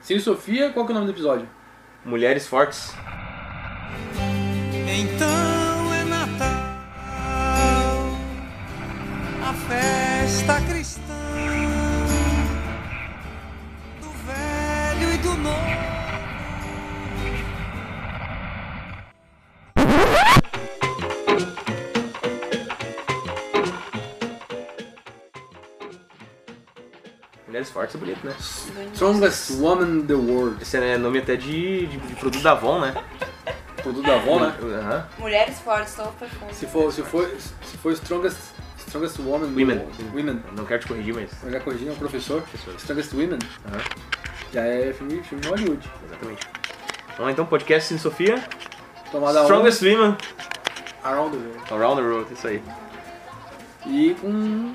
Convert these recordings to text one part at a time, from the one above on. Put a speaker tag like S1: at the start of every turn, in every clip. S1: Sem Sofia, qual que é o nome do episódio?
S2: Mulheres fortes.
S3: Então é Natal, a festa cristã do velho e do novo.
S2: Mulheres fortes é bonito, né?
S1: Strongest Woman in the World.
S2: Esse é nome até de, de, de produto da Avon, né?
S1: Produto da avó, né?
S2: Aham.
S4: Mulheres fortes, são perfume.
S1: Se for, se for, se for Strongest, strongest Woman in the
S2: Women.
S1: World. Women.
S2: Não quero te corrigir, mas.
S1: Eu já corrigi meu professor.
S2: Professor.
S1: Strongest Women.
S2: Aham.
S1: Já é filme, filme de Hollywood.
S2: Exatamente. Vamos lá então, podcast Cine Sofia.
S1: Tomada
S2: Strongest Women
S1: One, Around the World.
S2: Around the Road, isso aí.
S1: E com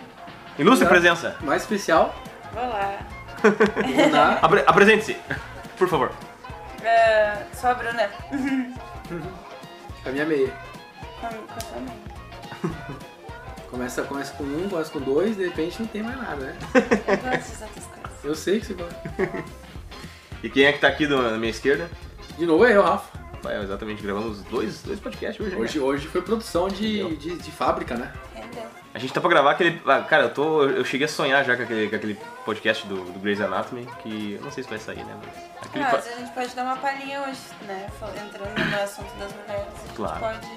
S2: Ilustre
S1: Obrigado.
S2: presença.
S1: mais especial,
S4: Olá.
S1: vou dar
S2: Apre Apresente-se, por favor.
S4: Ah, sou a Bruna.
S1: a minha meia.
S4: Com, com a sua mãe.
S1: Começa, começa com um, começa com dois, de repente não tem mais nada, né?
S4: Eu gosto das outras coisas.
S1: Eu sei que você gosta.
S2: E quem é que tá aqui do- na minha esquerda?
S1: De novo é eu, Rafa.
S2: Vai, exatamente, gravamos dois, dois podcasts hoje, né?
S1: Hoje, hoje foi produção de, de, de fábrica, né?
S4: Entendeu?
S2: A gente tá pra gravar aquele. ah, Cara, eu tô. Eu cheguei a sonhar já com aquele, com aquele podcast do, do Grey's Anatomy, que eu não sei se vai sair, né? Mas. Aquele
S4: Ah,
S2: pa-
S4: mas a gente pode dar uma palhinha hoje, né? Fal- Entrando no assunto das mulheres, a gente
S2: Claro.
S4: pode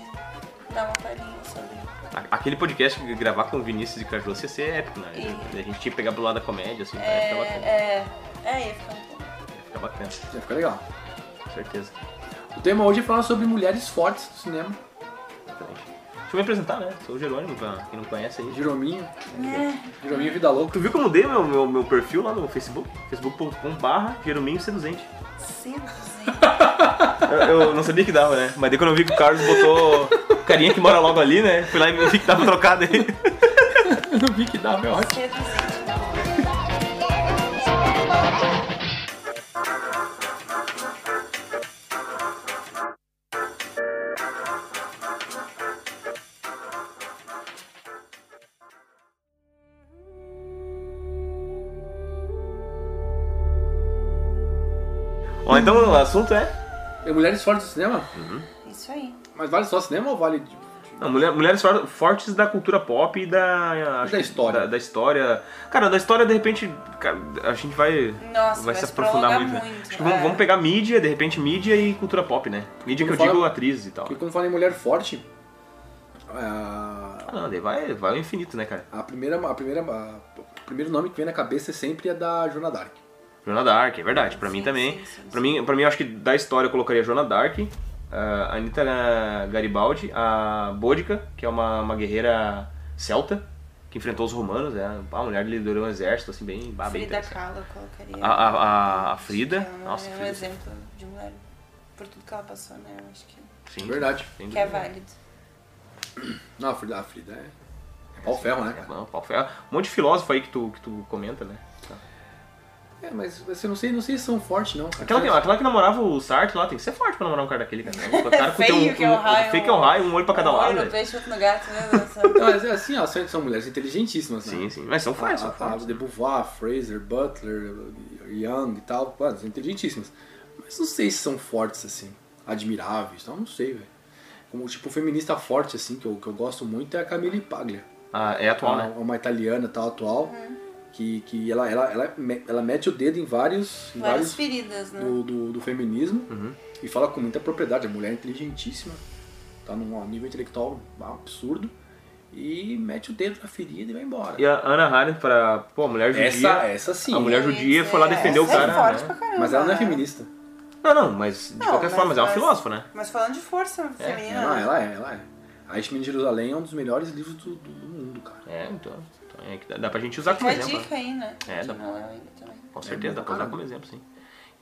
S4: dar uma palhinha sobre.
S2: a- Aquele podcast que gravar com o Vinícius de Cajus ia ser épico, né?
S4: Sim.
S2: A gente tinha que pegar pro lado da comédia, assim, pra
S4: É,
S2: ficar bacana.
S4: é, é, ia ficar um pouco.
S2: Ia ficar bacana,
S1: Já fica legal.
S2: com certeza.
S1: O tema hoje é falar sobre mulheres fortes do cinema.
S2: Exatamente. Deixa eu me apresentar, né? Sou o Jerônimo, pra quem não conhece aí.
S1: Jerominho. Jerominho Vida Louca.
S2: Tu viu que eu mudei meu, meu, meu perfil lá no Facebook? facebook.com barra Jerominho Seduzente.
S4: Seduzindo.
S2: Eu, eu não sabia que dava, né? Mas daí quando eu vi que o Carlos botou o carinha que mora logo ali, né? Fui lá e vi que tava trocado aí.
S1: Eu vi que dava, é ótimo.
S4: Seduzindo.
S2: Ó, então o assunto é...
S1: É mulheres fortes do cinema?
S4: Isso aí.
S1: Mas vale só cinema ou vale de-
S2: Não, mulher- mulheres for- fortes da cultura pop e da... acho
S1: Da
S2: que
S1: história.
S2: Da, da história. Cara, da história, de repente, cara, a gente vai...
S4: Nossa,
S2: vai se
S4: mas
S2: aprofundar
S4: prolonga
S2: muito. né?
S4: muito,
S2: Acho que vamos,
S4: é.
S2: vamos pegar mídia, de repente, mídia e cultura pop, né? Mídia que eu
S1: Quando
S2: digo
S1: fala-
S2: atrizes e tal.
S1: Porque quando fala em mulher forte, a,
S2: Ah, não, daí vai, vai ao infinito, né, cara?
S1: a primeira, a primeira, a- o primeiro nome que vem na cabeça é sempre a da Joana Dark.
S2: Joana Dark, é verdade, pra mim
S4: Sim,
S2: também.
S4: sim, sim,
S2: Pra mim, pra mim, eu acho que da história eu colocaria a Joana Dark, a Anitta Garibaldi, a Bodica, que é uma, uma guerreira celta, que enfrentou os romanos, é uma mulher que liderou um exército, assim, bem... bah, bem
S4: Frida
S2: interessante.
S4: Kahlo eu colocaria.
S2: a, a, a- a
S4: Acho
S2: Frida,
S4: que ela
S2: nossa,
S4: é um
S2: Frida,
S4: exemplo de mulher. Por tudo que ela passou, né? Eu acho que,
S2: sim,
S1: Verdade.
S2: sem
S4: que é
S2: dúvida.
S4: válido.
S1: Não, a Frida, a Frida é, é pau ferro, né,
S2: É,
S1: cara?
S2: bom, pau ferro. Um monte de filósofo aí que tu, que tu comenta, né?
S1: É, mas você não sei, não sei se são fortes, não. cara.
S2: Aquela que, aquela que namorava o Sartre lá, tem que ser forte pra namorar um cara daquele, cara. O cara que tem um,
S4: Feio que é o
S2: um-
S4: raio.
S2: feio que é o raio, um olho pra cada
S4: um
S2: lado.
S4: olho
S2: né?
S4: no peixe, outro no gato, meu Deus. do céu.
S1: Não, mas é assim, ó, são, são mulheres inteligentíssimas, né?
S2: Sim, sim. Mas são fortes,
S1: a, a,
S2: são
S1: a
S2: fortes.
S1: de Beauvoir, Fraser, Butler, Young e tal, mano, são inteligentíssimas. Mas não sei se são fortes assim, admiráveis, não, não sei, velho. Como tipo feminista forte assim, que eu, que eu gosto muito é a Camille Paglia.
S2: Ah, é atual,
S1: uma,
S2: né?
S1: uma italiana tal atual, que, que ela, ela, ela, me- ela mete o dedo em vários, em
S4: Várias
S1: vários
S4: feridas, né?
S1: do, do, do feminismo
S2: Uhum.
S1: e fala com muita propriedade. A mulher é inteligentíssima, tá num nível intelectual absurdo e mete o dedo na ferida e vai embora.
S2: E a Ana Harent pra. Pô, mulher judia.
S1: Essa, essa sim.
S2: A mulher
S4: Sim,
S2: judia foi lá
S4: é,
S2: defender o
S4: essa é
S2: cara.
S4: forte
S2: né?
S4: pra caramba,
S1: Mas ela não é
S4: né?
S1: feminista.
S2: Não, não, mas de
S4: Não,
S2: qualquer
S4: mas-
S2: forma, mas ela é uma
S4: mas-
S2: filósofa, né?
S4: Mas falando de força feminina. né?
S1: Ela, ela é, ela é. A Estima de Jerusalém é um dos melhores livros do, do- do mundo, cara.
S2: É, então. então é que dá, dá pra gente usar como
S4: Fica a
S2: exemplo. né?
S4: dica aí, né?
S2: É,
S4: Quem
S2: dá-
S4: não leu ainda também.
S2: Com certeza,
S1: bom pra
S2: dá pra usar
S1: caramba.
S2: como exemplo, sim.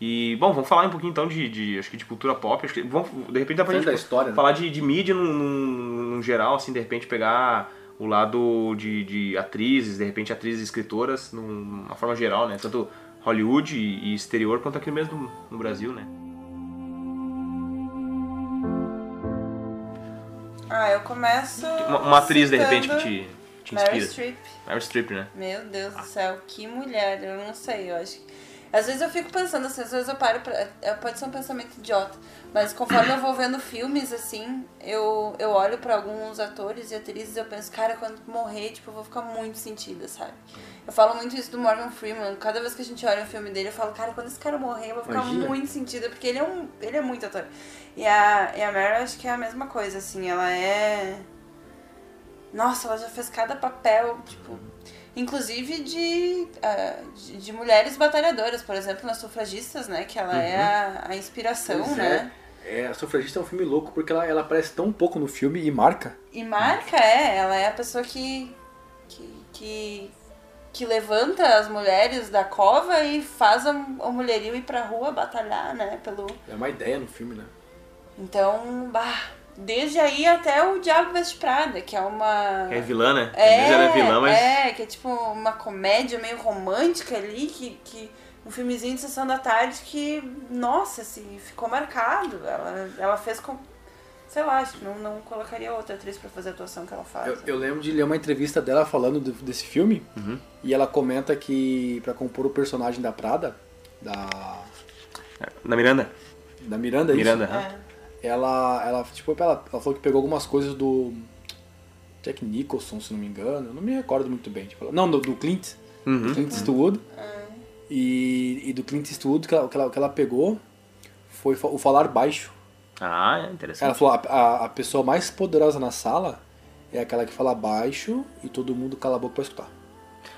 S2: E, bom, vamos falar um pouquinho então de, de acho que de cultura pop. Acho que, vamos, de repente dá pra
S1: Tanto
S2: gente
S1: da história, né?
S2: falar de, de mídia num, num- num geral, assim, de repente pegar o lado de, de atrizes, de repente atrizes e escritoras, numa forma geral, né? Tanto Hollywood e, e exterior, quanto aqui mesmo no, no Brasil, né?
S4: Ah, eu começo.
S2: Uma, uma atriz, de repente, que
S4: citando
S2: te, te
S4: Meryl
S2: inspira.
S4: Streep.
S2: Meryl Streep, né?
S4: Meu Deus do céu, que mulher, eu não sei, eu acho que. Às vezes eu fico pensando assim, às vezes eu paro pra... é, Pode ser um pensamento idiota, mas conforme eu vou vendo filmes, assim, eu, eu olho pra alguns atores e atrizes e eu penso, cara, quando morrer, tipo, eu vou ficar muito sentida, sabe? Eu falo muito isso do Morgan Freeman. Cada vez que a gente olha um filme dele, eu falo, cara, quando esse cara morrer, eu vou ficar
S1: Imagina.
S4: muito sentida, porque ele é um. ele é muito ator. E a, e a Meryl acho que é a mesma coisa, assim, ela é. Nossa, ela já fez cada papel, tipo. Inclusive de, ah, de, de mulheres batalhadoras, por exemplo, nas sufragistas, né? Que ela é a, a inspiração,
S1: Pois é.
S4: né?
S1: É, a sufragista é um filme louco porque ela, ela aparece tão pouco no filme e marca.
S4: E marca, é, ela é a pessoa que. que. que, que levanta as mulheres da cova e faz a, o mulherio ir pra rua batalhar, né? Pelo.
S1: É uma ideia no filme, né?
S4: Então, bah, desde aí até o Diabo Veste Prada, que é uma.
S2: É vilã, né? Às vezes ela é vilã, mas.
S4: é, que é tipo uma comédia meio romântica ali, que, que um filmezinho de sessão da tarde que, nossa, assim, ficou marcado. Ela, ela fez com. Sei lá, acho que não, não colocaria outra atriz pra fazer a atuação que ela faz.
S1: Eu, eu lembro de ler uma entrevista dela falando do- desse filme
S2: Uhum.
S1: e ela comenta que pra compor o personagem da Prada, da,
S2: Na Miranda?
S1: da Miranda, é isso?
S2: Miranda, né? aham.
S4: É.
S1: ela, ela, tipo, ela, ela falou que pegou algumas coisas do Jack Nicholson, se não me engano, eu não me recordo muito bem. Tipo, não, do, do Clint, do
S2: Uhum.
S1: Clint Eastwood. E, e do Clint Eastwood, que ela, que ela, que ela pegou foi fa- o falar baixo.
S2: Ah, é
S1: Ela
S2: interessante.
S1: falou, a, a, a pessoa mais poderosa na sala é aquela que fala baixo e todo mundo cala a boca pra escutar.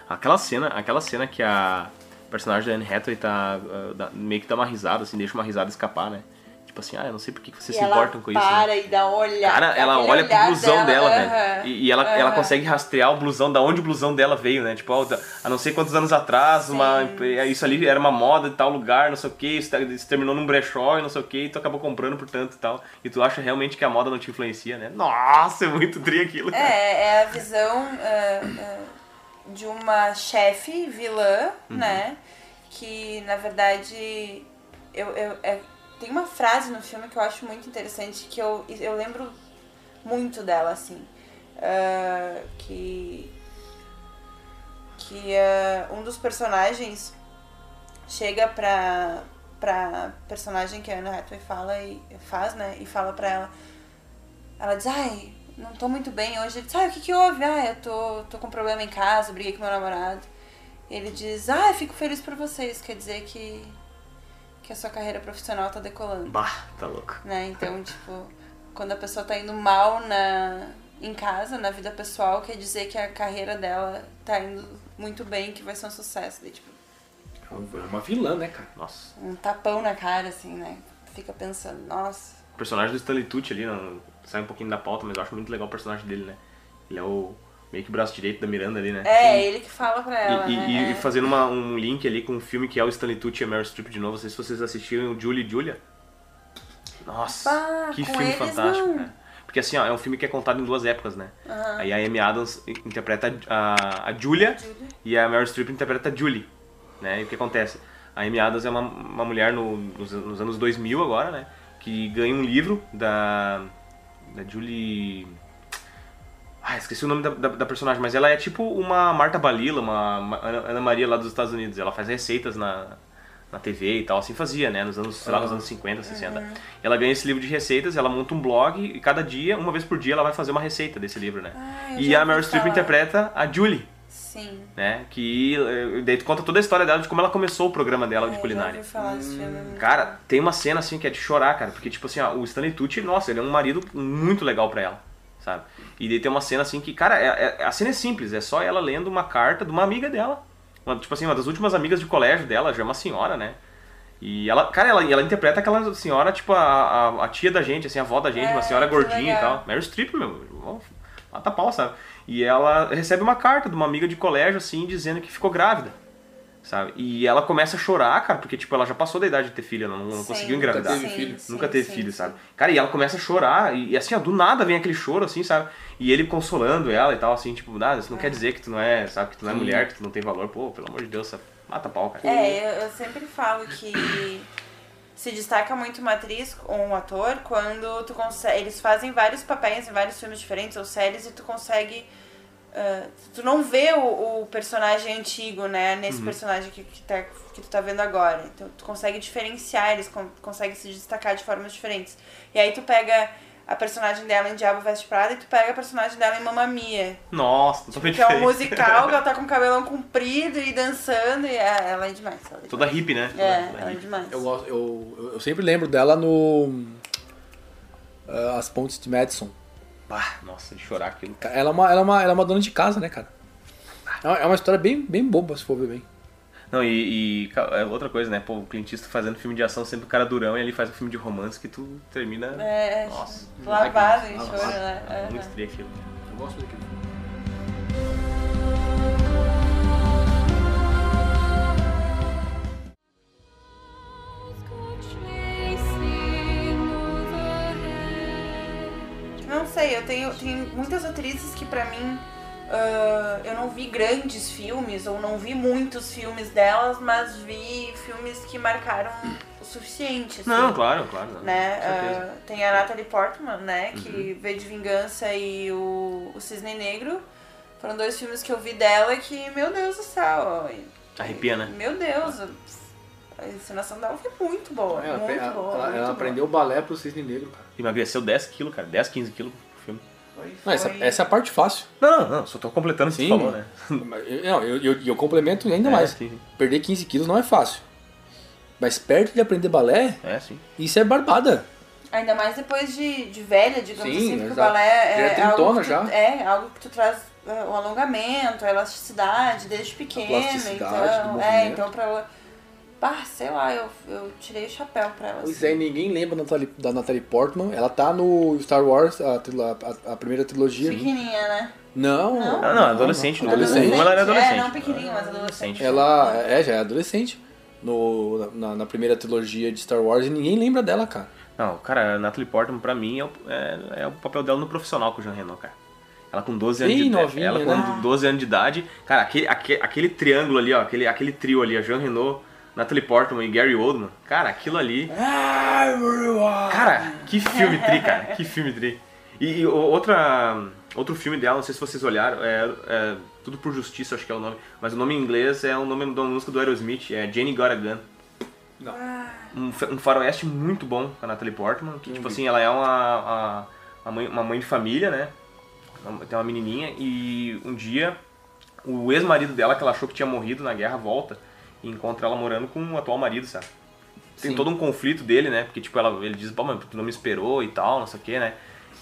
S2: Aquela cena, aquela cena que a personagem da Anne Hathaway tá, ah, dá- meio que dá uma risada, assim, deixa uma risada escapar, né? Tipo assim, ah, eu não sei por que que vocês
S4: E
S2: se
S4: ela
S2: importam com isso. né?
S4: para e dá olhar.
S2: Cara, ela
S4: aquele
S2: olha pro
S4: olhar
S2: blusão dela,
S4: aham.
S2: velho. E, e ela, ela
S4: aham.
S2: consegue rastrear o blusão, da onde o blusão dela veio, né? Tipo, ó, da- a não sei quantos anos atrás, uma, é, isso ali era uma moda de tal lugar, não sei o que, isso, tá- isso terminou num brechó e não sei o que, e tu acabou comprando por tanto e tal. E tu acha realmente que a moda não te influencia, né? Nossa, é muito tri aquilo.
S4: É, é a visão ah, ah, de uma chefe vilã, né? Que na verdade eu, eu- é- tem uma frase no filme que eu acho muito interessante que eu, eu lembro muito dela, assim. Ah, que que ah, um dos personagens chega pra, pra personagem que a Anne Hathaway fala e faz, né? E fala pra ela. Ela diz, ai, não tô muito bem hoje. Ele diz, ai, o que que houve? Ah, eu tô, tô com problema em casa, briguei com meu namorado. Ele diz, ah, eu fico feliz por vocês. Quer dizer que, que a sua carreira profissional tá decolando
S2: Bah, tá louco.
S4: né? Então, tipo, quando a pessoa tá indo mal na, em casa, na vida pessoal, quer dizer que a carreira dela tá indo muito bem, que vai ser um sucesso. Daí, tipo,
S1: É uma vilã, né, cara?
S2: Nossa.
S4: um tapão na cara, assim, né? Fica pensando, nossa.
S2: O personagem do Stanley Tucci ali, não, sai um pouquinho da pauta, mas eu acho muito legal o personagem dele, né? Ele é o meio que o braço direito da Miranda ali, né?
S4: É, ele que fala pra
S2: E-
S4: ela,
S2: E,
S4: né?
S2: e-
S4: É.
S2: e fazendo uma- um link ali com um filme que é o Stanley Tucci e a Meryl Streep de novo. Não sei se vocês assistiram o Julie e Julia. Nossa,
S4: Bah,
S2: que
S4: com
S2: filme
S4: eles,
S2: fantástico,
S4: não.
S2: cara. Porque assim, ó, é um filme que é contado em duas épocas, né? Aí a Amy Adams interpreta a, a Julia
S4: Julia.
S2: e a Meryl Streep interpreta a Julie, né? E o que acontece? A Amy Adams é uma, uma mulher no- nos, an- nos anos 2000 agora, né? Que ganha um livro da, da Julie... Ah, esqueci o nome da, da- da personagem, mas ela é tipo uma Marta Balila, uma Ma- Ana Ana Maria lá dos Estados Unidos. Ela faz receitas na, na TV e tal, assim fazia, né? Nos anos, sei lá, nos
S4: Uhum.
S2: anos 50, 60. Ela ganha esse livro de receitas, ela monta um blog e cada dia, uma vez por dia, ela vai fazer uma receita desse livro, né?
S4: Ah, eu
S2: e
S4: já
S2: a
S4: ouvi
S2: Meryl Streep
S4: falar.
S2: interpreta a Julie,
S4: Sim.
S2: né? Que eh, daí tu conta toda a história dela, de como ela começou o programa dela de
S4: É,
S2: culinária. Hum.
S4: Eu já ouvi falar desse filme. muito.
S2: Cara, tem uma cena assim que é de chorar, cara, porque tipo assim, ó, o Stanley Tucci, nossa, ele é um marido muito legal pra ela, sabe? E daí tem uma cena assim que, cara, é- é- a cena é simples, é só ela lendo uma carta de uma amiga dela. Uma, tipo assim, uma das últimas amigas de colégio dela, já é uma senhora, né? E ela, cara, ela, e ela interpreta aquela senhora, tipo, a, a, a tia da gente, assim, a avó da gente,
S4: É,
S2: uma senhora
S4: que
S2: gordinha e
S4: legal.
S2: tal. Meryl Streep, meu, ó, mata pau, sabe? E ela recebe uma carta de uma amiga de colégio, assim, dizendo que ficou grávida sabe? E ela começa a chorar, cara, porque, tipo, ela já passou da idade de ter filho, ela não, não
S4: Sim.
S2: conseguiu engravidar.
S1: Nunca teve filho.
S2: Nunca teve
S4: sim,
S2: filho,
S4: sim.
S2: sabe? Cara, e ela começa a chorar, e, e assim, ó, do nada vem aquele choro, assim, sabe? E ele consolando ela e tal, assim, tipo, nada, isso não quer dizer que tu não é, sabe, que tu não é
S1: Sim.
S2: mulher, que tu não tem valor, pô, pelo amor de Deus, sabe? mata pau, cara.
S4: É, eu, eu sempre falo que se destaca muito uma atriz ou um ator quando tu consegue. Eles fazem vários papéis em vários filmes diferentes ou séries e tu consegue ah, ah, tu não vê o, o personagem antigo, né? Nesse personagem que, que, tá, que tu tá vendo agora. Então tu consegue diferenciar, eles con conseguem se destacar de formas diferentes. E aí tu pega a personagem dela em Diabo Veste Prada e tu pega a personagem dela em Mamma Mia.
S2: Nossa, totalmente
S4: Que é um
S2: diferente.
S4: musical, que ela tá com o cabelão comprido e dançando. E ah, ela é demais. Ela é demais.
S2: Toda hippie, né? Toda-
S4: É,
S2: toda
S4: ela é
S2: hippie.
S4: demais.
S1: Eu, gosto, eu, eu- eu sempre lembro dela no. ah, As Pontes de Madison.
S2: Bah, nossa, de chorar aquilo.
S1: Ca- Ela é uma, ela é uma, ela é uma dona de casa, né, cara? É uma- É uma história bem, bem boba, se for ver bem.
S2: Não, e, e, ca- é outra coisa, né? Pô, o Clint Eastwood fazendo filme de ação sempre o cara durão e ele faz um filme de romance que tu termina.
S4: É,
S2: Nossa.
S4: lavado e
S1: lágrimas,
S4: choro, né?
S2: Ah,
S4: Aham.
S2: Muito tri aquilo.
S1: Eu gosto daquele
S4: Não sei, eu tenho, tenho muitas atrizes que pra mim. ah, eu não vi grandes filmes, ou não vi muitos filmes delas, mas vi filmes que marcaram o suficiente. assim,
S2: Não, claro, claro. não.
S4: Né?
S2: Com certeza. Uhum.
S4: Ah, tem a Natalie Portman, né? Que vê de Vingança e o, o Cisne Negro. Foram dois filmes que eu vi dela que, meu Deus do céu. ó,
S2: Arrepia, né?
S4: Meu Deus. A encenação dela foi muito boa.
S1: Ela,
S4: muito
S1: ela-
S4: boa.
S1: ela-
S4: muito
S1: ela
S4: boa.
S1: aprendeu o balé pro Cisne Negro, cara.
S2: Emagreceu 10 quilos, cara. 10, 15 quilos pro filme.
S4: Foi-
S1: Não, essa,
S4: foi-
S1: essa é a parte fácil.
S2: Não, não, não. Só tô completando o que
S1: Sim.
S2: tu falou, né?
S1: Mas eu- Não, eu, eu, eu complemento ainda
S2: é,
S1: mais.
S2: Sim,
S1: Perder 15 quilos não é fácil. Mas perto de aprender balé,
S2: é, sim.
S1: isso é barbada.
S4: Ainda mais depois de, de velha, digamos
S1: Sim,
S4: assim, porque o
S1: exato. Já
S4: balé
S1: é
S4: é, algo
S1: trintona
S4: que tu,
S1: já.
S4: é algo que tu traz é, o alongamento, a elasticidade desde pequeno.
S1: plasticidade do
S4: então, é,
S1: movimento.
S4: então pra ela. Pá, sei lá, eu, eu tirei o chapéu pra ela.
S1: Pois
S4: assim.
S1: é, ninguém lembra da Natalie, da Natalie Portman. Ela tá no Star Wars, a, trilo- a- a primeira trilogia.
S4: Pequenininha, né?
S1: Não,
S4: Não?
S2: Não, não, adolescente, no
S1: Adolescente.
S2: Um, ela era
S4: É,
S2: adolescente.
S4: não pequenininha, mas adolescente.
S1: Ela é, já é adolescente no, na- na, na primeira trilogia de Star Wars e ninguém lembra dela, cara.
S2: Não, cara, a Natalie Portman, pra mim, é o, é- é o papel dela no profissional com o Jean Reno, cara. Ela com 12 anos
S1: Bem
S2: de idade.
S1: novinha,
S2: Ela com
S1: né?
S2: 12 anos de idade. Cara, aquele, aquele, aquele triângulo ali, ó, aquele, aquele trio ali, a Jean Reno, Natalie Portman e Gary Oldman. Cara, aquilo ali. Cara, que filme tri, cara. Que filme tri. E, e o- outra, outro filme dela, não sei se vocês olharam, é, é Tudo por Justiça, acho que é o nome. Mas o nome em inglês é o nome da música do Aerosmith, é Jenny Got a Gun. Um, fa- um faroeste muito bom com a Natalie Portman, que, tipo assim, ela é uma, uma, uma mãe, uma mãe de família, né? Uma- Tem uma menininha e um dia o ex-marido dela, que ela achou que tinha morrido na guerra, volta e encontra ela morando com o atual marido, sabe? tem todo um conflito dele, né? Porque, tipo, ela, ele diz, pô, mano, tu não me esperou e tal, não sei o que, né?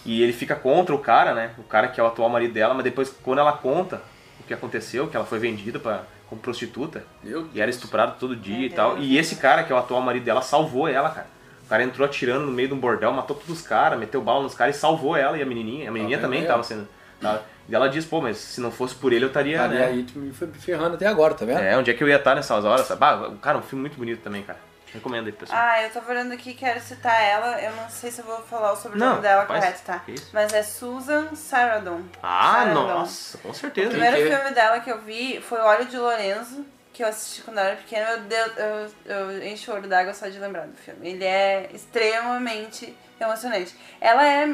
S2: E ele fica contra o cara, né? O cara que é o atual marido dela, mas depois, quando ela conta o que aconteceu, que ela foi vendida pra, como prostituta,
S1: Meu
S2: e era estuprada todo dia
S4: Meu
S2: e tal.
S4: Deus.
S2: E esse cara, que é o atual marido dela, salvou ela, cara. O cara entrou atirando no meio de um bordel, matou todos os caras, meteu bala nos caras e salvou ela e a menininha. A menininha
S1: Ah,
S2: também
S1: é.
S2: tava sendo. tava- E ela diz, pô, mas se não fosse por ele, eu estaria.
S1: Cara, e
S2: né?
S1: aí tu me foi ferrando até agora, tá vendo?
S2: É, onde é que eu ia estar nessas horas, sabe? Ah, cara, um filme muito bonito também, cara. Recomendo aí, pro pessoal.
S4: Ah, eu tava olhando aqui, quero citar ela. Eu não sei se eu vou falar o sobrenome
S2: Não,
S4: dela
S2: faz-
S4: correto, tá?
S2: que isso?
S4: Mas é Susan Sarandon.
S2: Ah,
S4: Sarandon.
S2: nossa, com
S4: O
S2: certeza.
S4: primeiro
S1: Quem que é?
S4: filme dela que eu vi foi O Óleo de Lorenzo, que eu assisti quando eu era pequena. Meu Deus, eu, eu encho o olho d'água só de lembrar do filme. Ele é extremamente emocionante. Ela é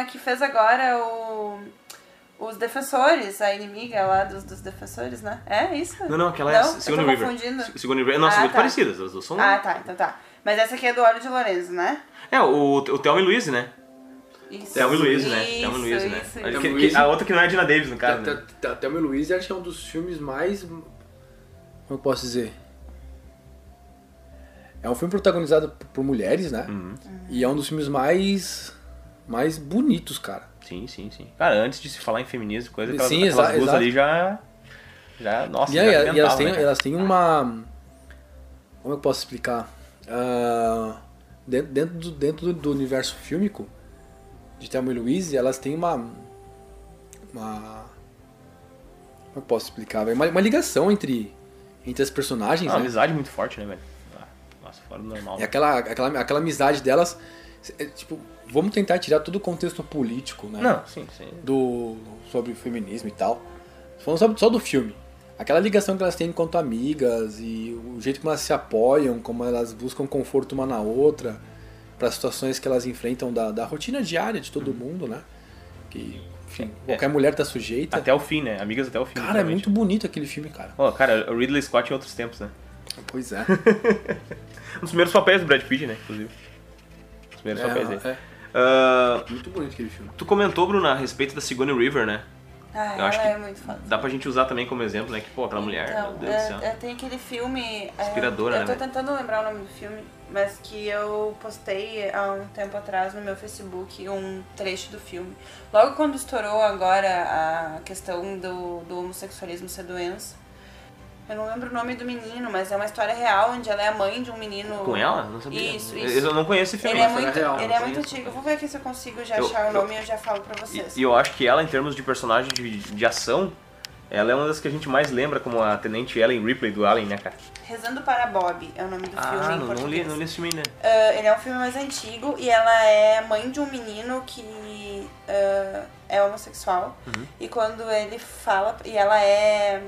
S4: a que fez agora o. Os Defensores, a inimiga lá dos, dos Defensores, né? É isso?
S2: Não, não, aquela é
S4: Não?
S2: a Sigourney
S4: Eu tô
S2: River.
S4: confundindo.
S2: Se- Sigourney River. Nossa,
S4: Ah,
S2: muito
S4: tá.
S2: parecidas, as duas são.
S4: Ah, tá, então tá. Mas essa aqui é do Óleo de Lorenzo, né?
S2: É, o, o Thelma e Luiz, né?
S4: Isso.
S2: Thelma e Luiz, né?
S4: Isso,
S2: Thelma e Luiz, né?
S4: isso,
S2: A-
S4: isso.
S1: Thelma
S2: que-
S1: e
S2: que-
S1: Louise. Tá,
S2: a outra que não é a Dina Davis, no caso, né?
S1: Até- Até o meu Luiz acho que é um dos filmes mais. Como eu posso dizer? É um filme protagonizado por- por mulheres, né?
S2: Uhum.
S1: E é um dos filmes mais. mais bonitos, cara.
S2: Sim, sim, sim. Cara, antes de se falar em feminismo e coisa, aquelas,
S1: Sim,
S2: aquelas
S1: exa-
S2: duas
S1: exato.
S2: ali já. Já, nossa,
S1: E,
S2: já
S1: aí, assim, e
S2: arrebentavam,
S1: elas, têm,
S2: né, cara?
S1: elas têm uma. Como eu posso explicar? Ah, dentro dentro, do, dentro do universo fílmico de Thelma e Louise, elas têm uma. Uma. Como eu posso explicar? velho? Uma, uma ligação entre, entre as
S2: Ah,
S1: personagens,
S2: uma
S1: né? É
S2: amizade muito forte, né, velho? Ah, Nossa, fora do normal.
S1: E aquela, aquela, aquela amizade delas. é, tipo, vamos tentar tirar todo o contexto político, né?
S2: Não, sim, sim.
S1: do sobre o feminismo e tal. Falando só, só do filme. Aquela ligação que elas têm enquanto amigas e o jeito como elas se apoiam, como elas buscam conforto uma na outra,
S2: Uhum.
S1: para as situações que elas enfrentam da, da rotina diária de todo mundo, né? Que enfim, qualquer mulher tá sujeita.
S2: É, Até o fim, né? Amigas até o fim.
S1: Cara, é
S2: literalmente.
S1: muito bonito aquele filme, cara.
S2: Ó, cara, o Ridley Scott em outros tempos, né?
S1: Pois é.
S2: Um dos primeiros papéis do Brad Pitt, né? Inclusive. Um dos primeiros papéis dele.
S1: é,
S2: Ah,
S1: é. Muito bonito aquele filme.
S2: tu comentou, Bruno, a respeito da Sigourney River, né?
S4: Ah,
S2: Eu acho
S4: ela
S2: que
S4: é muito foda.
S2: Dá pra gente usar também como exemplo, né? Que, pô, aquela mulher,
S4: Então,
S2: meu Deus do céu.
S4: é, é, tem aquele filme. é,
S2: Inspiradora,
S4: Eu tô
S2: né, velho?
S4: tentando lembrar o nome do filme, mas que eu postei há um tempo atrás no meu Facebook um trecho do filme. Logo quando estourou agora a questão do, do homossexualismo ser doença. Eu não lembro o nome do menino, mas é uma história real onde ela é a mãe de um menino.
S2: Com ela? Não sabia.
S4: Isso,
S2: Eu-
S4: isso.
S2: Eu não conheço esse filme.
S4: Ele é
S1: uma história
S4: muito,
S1: real,
S4: ele
S2: não
S4: é muito
S2: conheço.
S4: antigo. Eu Vou ver aqui se eu consigo já
S2: Eu-
S4: achar o
S2: eu-
S4: nome e eu já falo pra vocês.
S2: E, e eu acho que ela, em termos de personagem de, de ação, ela é uma das que a gente mais lembra como a Tenente Ellen Ripley do Alien, né, cara?
S4: Rezando para Bob é o nome do filme
S2: Ah,
S4: em
S2: não, não, li,
S4: português.
S2: não li esse filme ainda.
S4: Ah, ele é um filme mais antigo e ela é mãe de um menino que ah, é homossexual.
S2: Uhum.
S4: E quando ele fala. E ela é.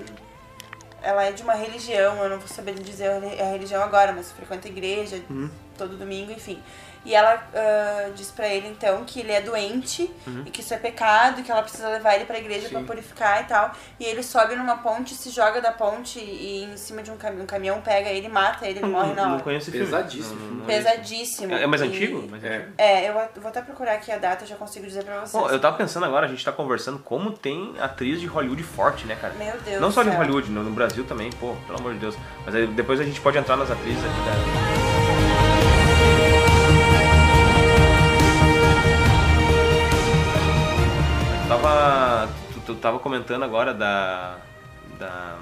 S4: Ela é de uma religião, eu não vou saber dizer a re- a religião agora, mas frequenta a igreja
S2: Uhum.
S4: todo domingo, enfim. E ela ah, diz pra ele então que ele é doente
S2: Uhum.
S4: e que isso é pecado, e que ela precisa levar ele pra igreja pra
S1: Sim.
S4: purificar e tal. E ele sobe numa ponte, se joga da ponte e em cima de um caminhão, um caminhão pega ele, mata ele, ele morre
S2: não,
S4: na
S2: não
S4: hora.
S2: conheço esse filme.
S1: Pesadíssimo
S2: Não,
S1: filme.
S2: não, não li esse filme.
S4: Pesadíssimo.
S2: Uhum. É, é mais
S4: E-
S2: antigo? Mais
S1: É.
S2: antigo.
S4: É, eu vou até procurar aqui a data, eu já consigo dizer pra vocês.
S2: Bom, eu tava pensando agora, a gente tá conversando como tem atriz de Hollywood forte, né, cara?
S4: Meu Deus
S2: Não
S4: do
S2: só de
S4: céu.
S2: Hollywood, no, no Brasil também, pô, pelo amor de Deus. Mas aí depois a gente pode entrar nas atrizes aqui da. Eu Tava. Tu, tu tava comentando agora da. Da.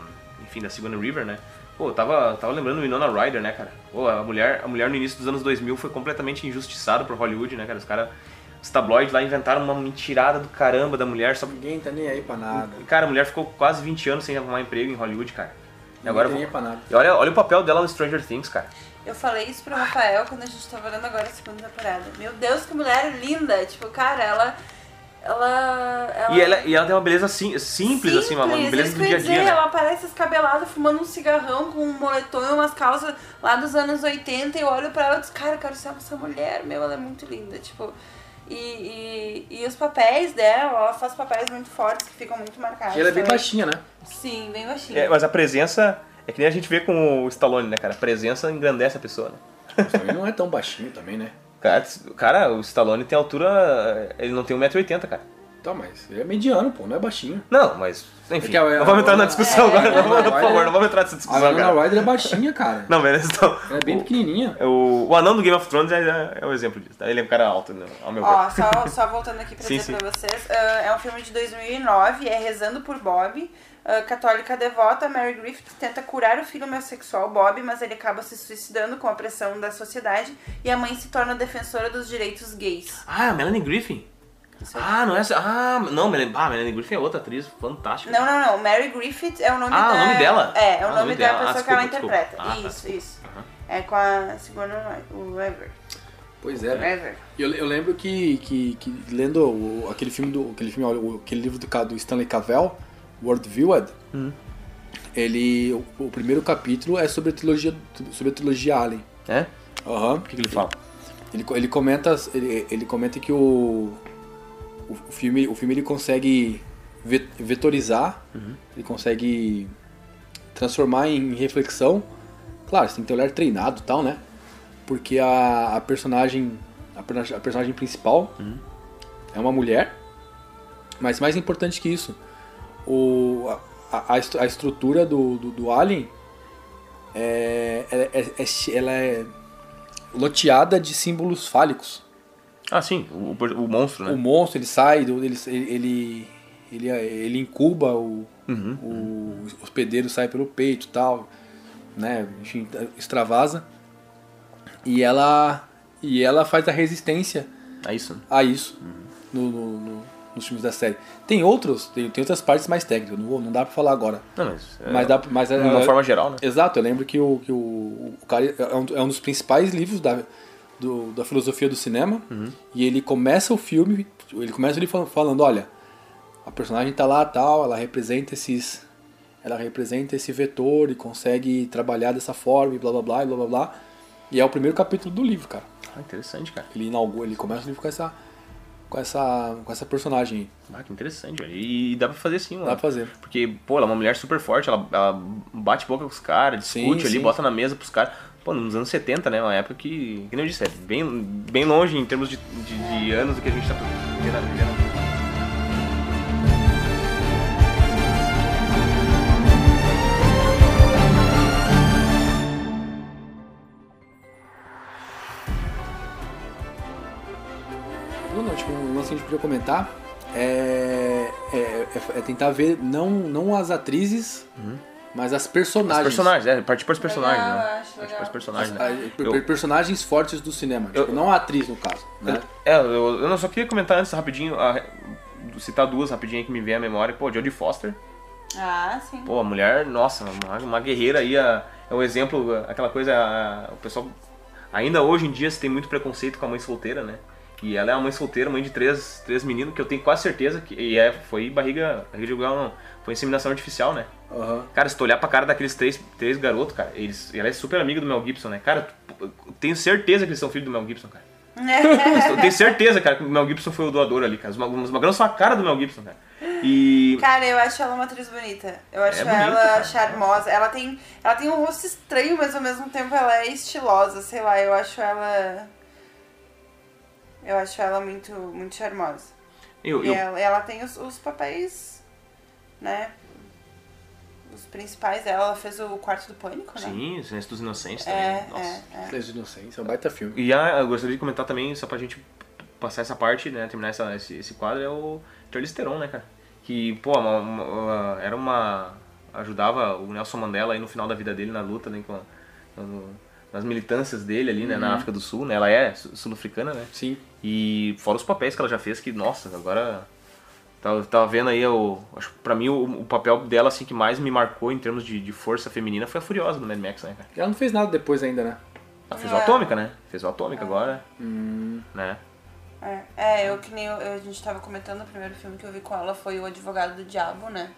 S2: Enfim, da Sigourney River, né? Pô, eu tava, tava lembrando Winona Ryder, né, cara? Pô, a mulher, a mulher no início dos anos 2000 foi completamente injustiçada por Hollywood, né, cara? Os caras. Os tabloides lá inventaram uma mentirada do caramba da mulher só
S1: Ninguém tá nem aí pra nada.
S2: e, Cara, a mulher ficou quase 20 anos sem arrumar emprego em Hollywood, cara. E
S1: Ninguém
S2: agora
S1: tá nem aí
S2: eu vou...
S1: pra nada.
S2: E olha, olha o papel dela no Stranger Things, cara.
S4: Eu falei isso pro Rafael quando a gente tava olhando agora a segunda temporada. Meu Deus, que mulher linda! Tipo, cara, ela. Ela. ela
S2: E ela, e ela tem uma beleza sim, simples, assim, uma uma beleza
S4: isso
S2: do
S4: que eu
S2: dia
S4: ia
S2: a
S4: dizer,
S2: dia, né?
S4: Ela parece escabelada, fumando um cigarrão com um moletom e umas calças lá dos anos 80. E eu olho pra ela e digo, cara, eu quero ser essa mulher, meu, ela é muito linda. Tipo. E, e, e os papéis dela, ela faz papéis muito fortes que ficam muito marcados.
S1: E ela é bem
S4: também.
S1: baixinha, né?
S4: Sim, bem baixinha.
S2: É, mas a presença. É que nem a gente vê com o Stallone, né, cara? A presença engrandece a pessoa, né?
S1: Mas também não é tão baixinho também, né?
S2: Cara, o cara, o Stallone tem altura. Ele não tem 1,80m, cara.
S1: Tá, mas ele é mediano, pô, não é baixinho.
S2: Não, mas. Enfim.
S1: É que a-
S2: não vamos entrar na
S1: a-
S2: discussão
S4: é,
S2: agora,
S4: a-
S2: não,
S1: a-
S2: por favor, não vamos entrar nessa
S1: A
S2: discussão
S1: Winona
S2: agora.
S1: Ryder é baixinha, cara.
S2: Não, beleza, então.
S1: Ela é bem pequenininha.
S2: O, o anão do Game of Thrones é, é um exemplo disso. tá? Ele é um cara alto, né, ao meu ver.
S4: Ó, só, só voltando aqui pra
S2: Sim,
S4: dizer
S2: sim.
S4: pra vocês, ah, é um filme de 2009, é Rezando por Bob. Ah, católica devota, Mary Griffith tenta curar o filho homossexual Bob, mas ele acaba se suicidando com a pressão da sociedade e a mãe se torna defensora dos direitos gays.
S2: Ah, Melanie Griffin?
S1: Tá
S2: Ah, não é essa. Ah, não, Melanie, ah, Melanie Griffin é outra atriz fantástica.
S4: Não, não, não. Mary Griffith é o nome
S2: Ah,
S4: da...
S2: o nome dela?
S4: É,
S2: Ah,
S4: é o
S2: o
S4: nome
S2: nome
S4: da
S2: dela. Ah,
S4: pessoa que
S2: desculpa,
S4: ela
S2: desculpa.
S4: interpreta.
S2: Ah, tá,
S4: isso,
S2: desculpa.
S4: isso.
S2: Aham.
S4: É com a Sigourney Ri- o Weaver.
S1: Pois é, né?
S4: Weaver.
S1: E Eu, eu lembro que, que, que lendo o- aquele filme do. Aquele filme, olha, o- aquele livro do, ca- do Stanley Cavell, World Viewed,
S2: Hum.
S1: ele. O, o primeiro capítulo é sobre a trilogia. Sobre a trilogia Alien.
S2: É?
S1: Aham.
S2: O que, que ele fala?
S1: Ele, co- ele comenta ele, ele comenta que o, o o filme o filme ele consegue ve- vetorizar ele consegue transformar em reflexão claro você tem que ter um olhar treinado e tal né porque a, a personagem a, perna- a personagem principal é uma mulher mas mais importante que isso o a- a, a, estru- a estrutura do, do, do alien é, ela é- é che- ela é loteada de símbolos fálicos.
S2: Ah, sim, o, o- o monstro,
S1: O
S2: né?
S1: monstro ele sai, do- ele ele ele, ele incuba o,
S2: Uhum.
S1: o hospedeiro sai pelo peito, e tal, né? Enfim, extravasa. E ela e ela faz a resistência
S2: É isso. né?
S1: a isso no- no- no- nos filmes da série. Tem outros, tem, tem outras partes mais técnicas, não, vou- não dá pra falar agora.
S2: Não, mas. é,
S1: Mas dá, pra- mas
S2: de uma forma geral, né?
S1: Exato, eu lembro que o, que o, o cara é um, é um dos principais livros da, do- da filosofia do cinema. E ele começa o filme, ele começa ele fal- falando, olha, a personagem tá lá tal, ela representa esses. Ela representa esse vetor e consegue trabalhar dessa forma e blá blá blá e blá blá blá. E é o primeiro capítulo do livro, cara.
S2: Ah, interessante, cara.
S1: Ele inaugura, ele começa o livro com essa. com essa, com essa personagem aí.
S2: Ah, que interessante, velho. E dá pra fazer sim, mano.
S1: Dá pra fazer.
S2: Porque, pô, ela é uma mulher super forte, ela, ela bate boca com os caras,
S1: Sim,
S2: discute ali,
S1: sim.
S2: bota na mesa pros caras. Pô, nos anos 70, né? Uma época que, que nem eu disse, é bem, bem longe em termos de, de,
S4: É.
S2: de anos do que a gente tá vivendo- né? vivendo.
S1: Bruno, acho que um lance que a gente podia comentar é, é- é- é tentar ver não, não as atrizes, mas as
S2: Os
S1: personagens.
S2: personagens, é, partir pros personagens,
S4: Legal,
S2: né?
S4: acho
S2: Partir
S4: legal.
S2: pros personagens,
S1: Ah,
S2: né?
S1: per-
S2: Eu,
S1: per- Personagens fortes do cinema,
S2: Eu-
S1: tipo, não a atriz no caso. Né?
S2: é, eu, eu não só queria comentar antes rapidinho, a- citar duas rapidinho aí que me vem à memória. Pô, Jodie Foster.
S4: Ah, sim.
S2: Pô, a mulher, nossa, uma, uma guerreira aí, a- é um exemplo, aquela coisa, a- o pessoal, ainda hoje em dia se tem muito preconceito com a mãe solteira, né? E ela é uma mãe solteira, mãe de três, três meninos, que eu tenho quase certeza que e é, foi barriga, barriga de lugar, não, foi inseminação artificial, né?
S1: Aham.
S2: Cara, se tu olhar pra cara daqueles três, três garotos, cara, eles, ela é super amiga do Mel Gibson, né? Cara, tu- eu tenho certeza que eles são filhos do Mel Gibson, cara. Eu tenho certeza, cara, que o Mel Gibson foi o doador ali, cara. Os ma- os magrão são a cara do Mel Gibson, cara. E...
S4: Cara, eu acho ela uma atriz bonita. Eu acho
S2: É bonita,
S4: ela
S2: cara.
S4: charmosa. Ela tem, ela tem um rosto estranho, mas ao mesmo tempo ela é estilosa. Sei lá, eu acho ela. Eu acho ela muito, muito charmosa.
S2: eu-
S4: E
S2: eu-
S4: ela, ela tem os, os papéis, né? Os principais dela. Ela fez o Quarto do Pânico, né?
S2: Sim, o Silêncio dos Inocentes também.
S4: É,
S2: Nossa.
S4: é, é.
S1: Silêncio de Inocência, é um baita filme.
S2: E ah, eu gostaria de comentar também, só pra gente passar essa parte, né, terminar essa, esse, esse quadro, é o Charles Theron, né, cara? Que, pô, uma- uma- uma- era uma... ajudava o Nelson Mandela aí no final da vida dele, na luta, né, com a- no- nas militâncias dele ali, né,
S4: Uhum.
S2: na África do Sul, né, ela é su- sul-africana, né?
S1: Sim.
S2: E fora os papéis que ela já fez, que, nossa, agora. Tava, tava vendo aí, eu, acho que pra mim o, o papel dela, assim, que mais me marcou em termos de, de força feminina foi a Furiosa do Mad Max, né, cara?
S1: Ela não fez nada depois ainda, né?
S2: Ela fez o Atômica, né? Fez o Atômica agora,
S1: Hum.
S2: né?
S4: É, É, eu que nem eu- eu- a gente tava comentando, o primeiro filme que eu vi com ela foi O Advogado do Diabo, né?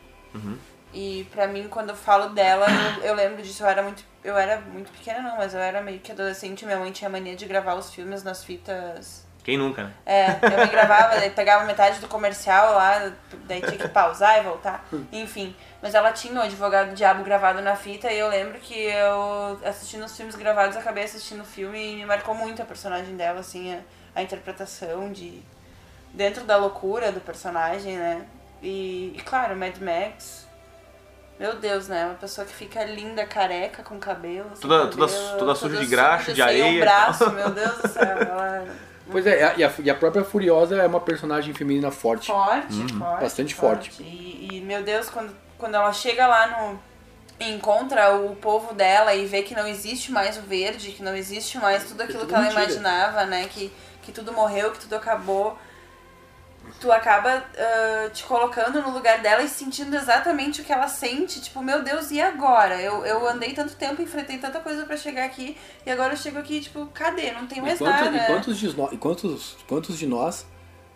S4: E pra mim, quando eu falo dela, eu, eu lembro disso, eu era muito. Eu era muito pequena não, mas eu era meio que adolescente, minha mãe tinha mania de gravar os filmes nas fitas.
S2: Quem nunca, né?
S4: É, eu me gravava, daí pegava metade do comercial lá, daí tinha que pausar e voltar. Enfim. Mas ela tinha o Advogado do Diabo gravado na fita e eu lembro que eu, assistindo os filmes gravados, acabei assistindo o filme e me marcou muito a personagem dela, assim, a, a interpretação de. dentro da loucura do personagem, né? E, e claro, Mad Max. Meu Deus, né? Uma pessoa que fica linda, careca, com cabelo. sem
S2: Toda- toda-
S4: cabelo,
S2: toda suja de
S4: toda
S2: graxa, de
S4: sem
S2: areia e
S4: Um braço, meu Deus do céu. Ela
S1: Pois é, e a- e a, e a própria Furiosa é uma personagem feminina forte.
S4: Forte, forte.
S1: Uhum. Bastante forte.
S4: E, e, meu Deus, quando, quando ela chega lá no. e encontra o povo dela e vê que não existe mais o verde, que não existe mais tudo aquilo
S1: tudo
S4: que ela
S1: mentira.
S4: imaginava, né? Que, que tudo morreu, que tudo acabou. Tu acaba ah, te colocando no lugar dela e sentindo exatamente o que ela sente. Tipo, meu Deus, e agora? Eu, eu andei tanto tempo, enfrentei tanta coisa pra chegar aqui e agora eu chego aqui, tipo, cadê? Não tem mais
S1: E, quanto-
S4: nada. é.
S1: e quantos, de nós, e quantos, quantos de nós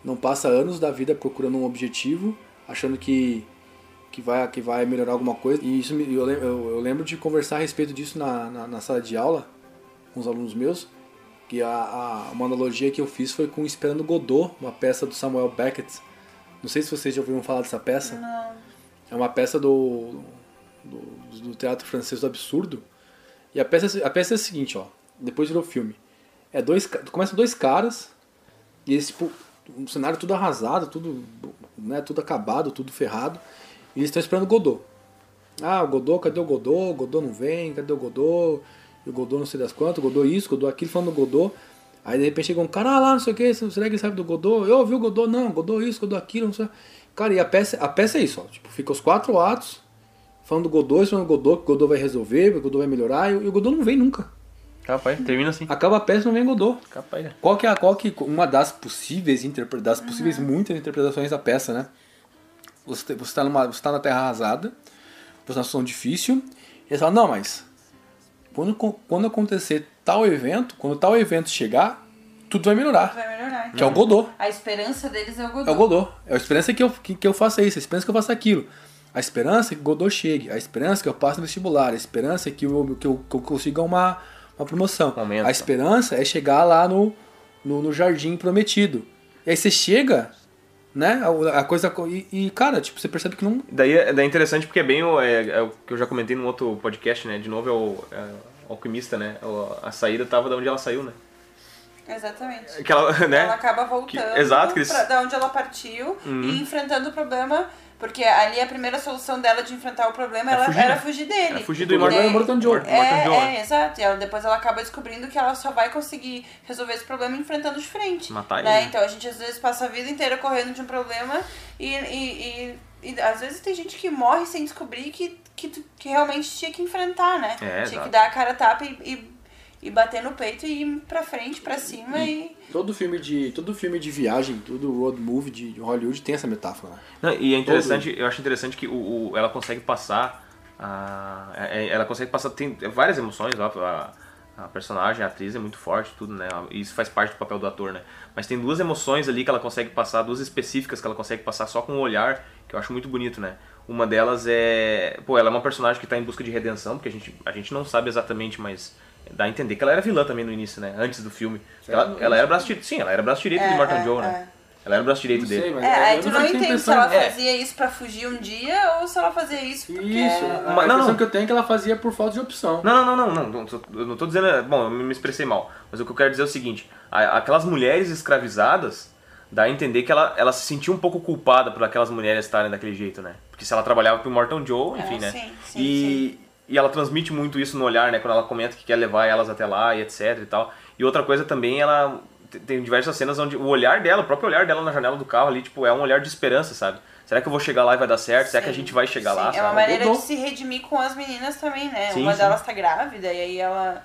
S1: não passa anos da vida procurando um objetivo, achando que, que, vai, que vai melhorar alguma coisa? E isso me- eu, lem- eu- eu lembro de conversar a respeito disso na, na, na sala de aula com os alunos meus. Que a, a- uma analogia que eu fiz foi com Esperando Godot, uma peça do Samuel Beckett. Não sei se vocês já ouviram falar dessa peça. É uma peça do, do, do teatro francês do absurdo. E a peça, a peça é a seguinte, ó. Depois virou filme. É dois, ca- começam dois caras e eles, tipo, um cenário tudo arrasado, tudo, né, tudo acabado, tudo ferrado. E eles estão esperando o Godot. Ah, o Godot, cadê o Godot? O Godot não vem, cadê o Godot? E o Godot não sei das quantas, o Godot isso, o Godot aquilo, falando do Godot. Aí de repente chega um cara ah, lá, não sei o que, será que ele sabe do Godot? Eu ouvi o Godot, não, Godot isso, Godot aquilo, não sei. Cara, e a peça, a peça é isso, ó. Tipo, fica os quatro atos, falando do Godot, eles falando do Godot, que o Godot vai resolver, que o Godot vai melhorar, e o e o Godot não vem nunca.
S2: Capaz, termina assim.
S1: Acaba a peça e não vem Godot.
S2: Capaz, né?
S1: Qual que é a- qual que, uma das possíveis interpre- das possíveis muitas interpretações da peça, né? Você você está numa você tá na terra arrasada, você está numa situação difícil, e você fala, não, mas quando co- quando acontecer tal evento, quando tal evento chegar, tudo vai melhorar.
S4: Vai melhorar.
S1: Que é o Godot.
S4: A esperança deles é o Godot.
S1: É o Godot. É a esperança que eu, que, que eu faça isso, é a esperança que eu faça aquilo. A esperança que o Godot chegue, a esperança que eu passe no vestibular, a esperança que eu, que eu, que eu consiga uma, uma promoção.
S2: Um Aumento.
S1: A esperança é chegar lá no, no, no jardim prometido. E aí você chega, né? A, a coisa. E, e, cara, tipo, você percebe que não.
S2: Daí é, daí é interessante porque é bem o, é, é o que eu já comentei num outro podcast, né? De novo é o é o alquimista, né? O- A saída tava da onde ela saiu, né?
S4: Exatamente.
S2: Que ela, né?
S4: Ela acaba voltando
S2: Que- exato, que eles- Hum.
S4: pra, da onde ela partiu e enfrentando o problema, porque ali a primeira solução dela de enfrentar o problema
S2: É
S4: ela,
S2: fugir,
S4: era
S2: né?
S4: fugir dele.
S2: É fugir do
S4: Porque
S2: Immortan-
S4: daí-
S1: Immortan Joe.
S2: Immortan Joe,
S4: É,
S2: né?
S4: é, exato. E ela, depois ela acaba descobrindo que ela só vai conseguir resolver esse problema enfrentando de frente.
S2: Matar
S4: né?
S2: ele.
S4: Então a gente às vezes passa a vida inteira correndo de um problema e, e, e, e às vezes tem gente que morre sem descobrir que, que, tu- que realmente tinha que enfrentar,
S2: É,
S4: né? tinha
S2: exato.
S4: que dar a cara a tapa e, e, e bater no peito e ir pra frente, pra cima e...
S1: Todo filme de. Todo filme de viagem, todo road movie de de Hollywood tem essa metáfora, né?
S2: Não, e é interessante, eu acho interessante que o, o- ela consegue passar. A, é- é- ela consegue passar. Tem várias emoções, ó, a, a personagem, a atriz é muito forte, tudo, né? E isso faz parte do papel do ator, né? Mas tem duas emoções ali que ela consegue passar, duas específicas que ela consegue passar só com o olhar, que eu acho muito bonito, né? Uma delas é. Pô, ela é uma personagem que tá em busca de redenção, porque a gente, a gente não sabe exatamente, mas dá a entender que ela era vilã também no início, né? Antes do filme. Ela, ela era braço direito. Sim, ela era braço direito de Morton Joe, né? Ela era o braço direito
S1: Não
S2: dele.
S1: sei, mas
S4: É,
S1: eu-
S4: aí
S1: eu
S4: tu
S1: nunca
S4: não
S1: tinha
S4: entende se
S1: pensado-
S4: ela
S2: É.
S4: fazia isso pra fugir um dia ou se ela fazia isso porque...
S1: Isso, a
S2: Mas- não,
S1: impressão
S2: não.
S1: que eu tenho é que ela fazia por falta de opção.
S2: Não, não, não, não, não, não, tô- eu não tô dizendo. é, Bom, eu me expressei mal. Mas o que eu quero dizer é o seguinte: a- aquelas mulheres escravizadas dá a entender que ela, ela se sentiu um pouco culpada por aquelas mulheres estarem daquele jeito, né? Porque se ela trabalhava pro Morton Joe,
S4: Ah,
S2: enfim, né?
S4: sim, sim,
S2: e, e ela transmite muito isso no olhar, né? Quando ela comenta que quer levar elas até lá e etc e tal. E outra coisa também, ela te- tem diversas cenas onde o olhar dela, o próprio olhar dela na janela do carro ali, tipo, é um olhar de esperança, sabe? Será que eu vou chegar lá e vai dar certo? Será que a
S4: Sim,
S2: gente vai chegar
S4: sim.
S2: lá?
S4: É uma
S2: sabe?
S4: maneira
S1: Mudou.
S4: de se redimir com as meninas também, né?
S2: Sim,
S4: uma
S2: sim.
S4: delas tá grávida e aí ela.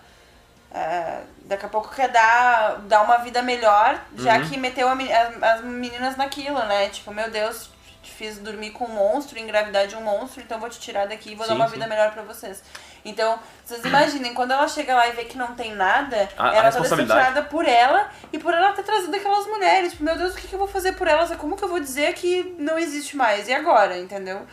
S4: ah, daqui a pouco quer dar, dar uma vida melhor, já
S2: Uhum.
S4: que meteu a meni- as, as meninas naquilo, né? Tipo, meu Deus, te fiz dormir com um monstro, engravidar de um monstro, então vou te tirar daqui e vou
S2: Sim,
S4: dar uma
S2: sim.
S4: vida melhor pra vocês. Então, vocês imaginem, quando ela chega lá e vê que não tem nada,
S2: A- a
S4: ela tá
S2: responsabilidade.
S4: decepcionada por ela e por ela ter trazido aquelas mulheres. Tipo, meu Deus, o que, que eu vou fazer por elas? Como que eu vou dizer que não existe mais? E agora, entendeu?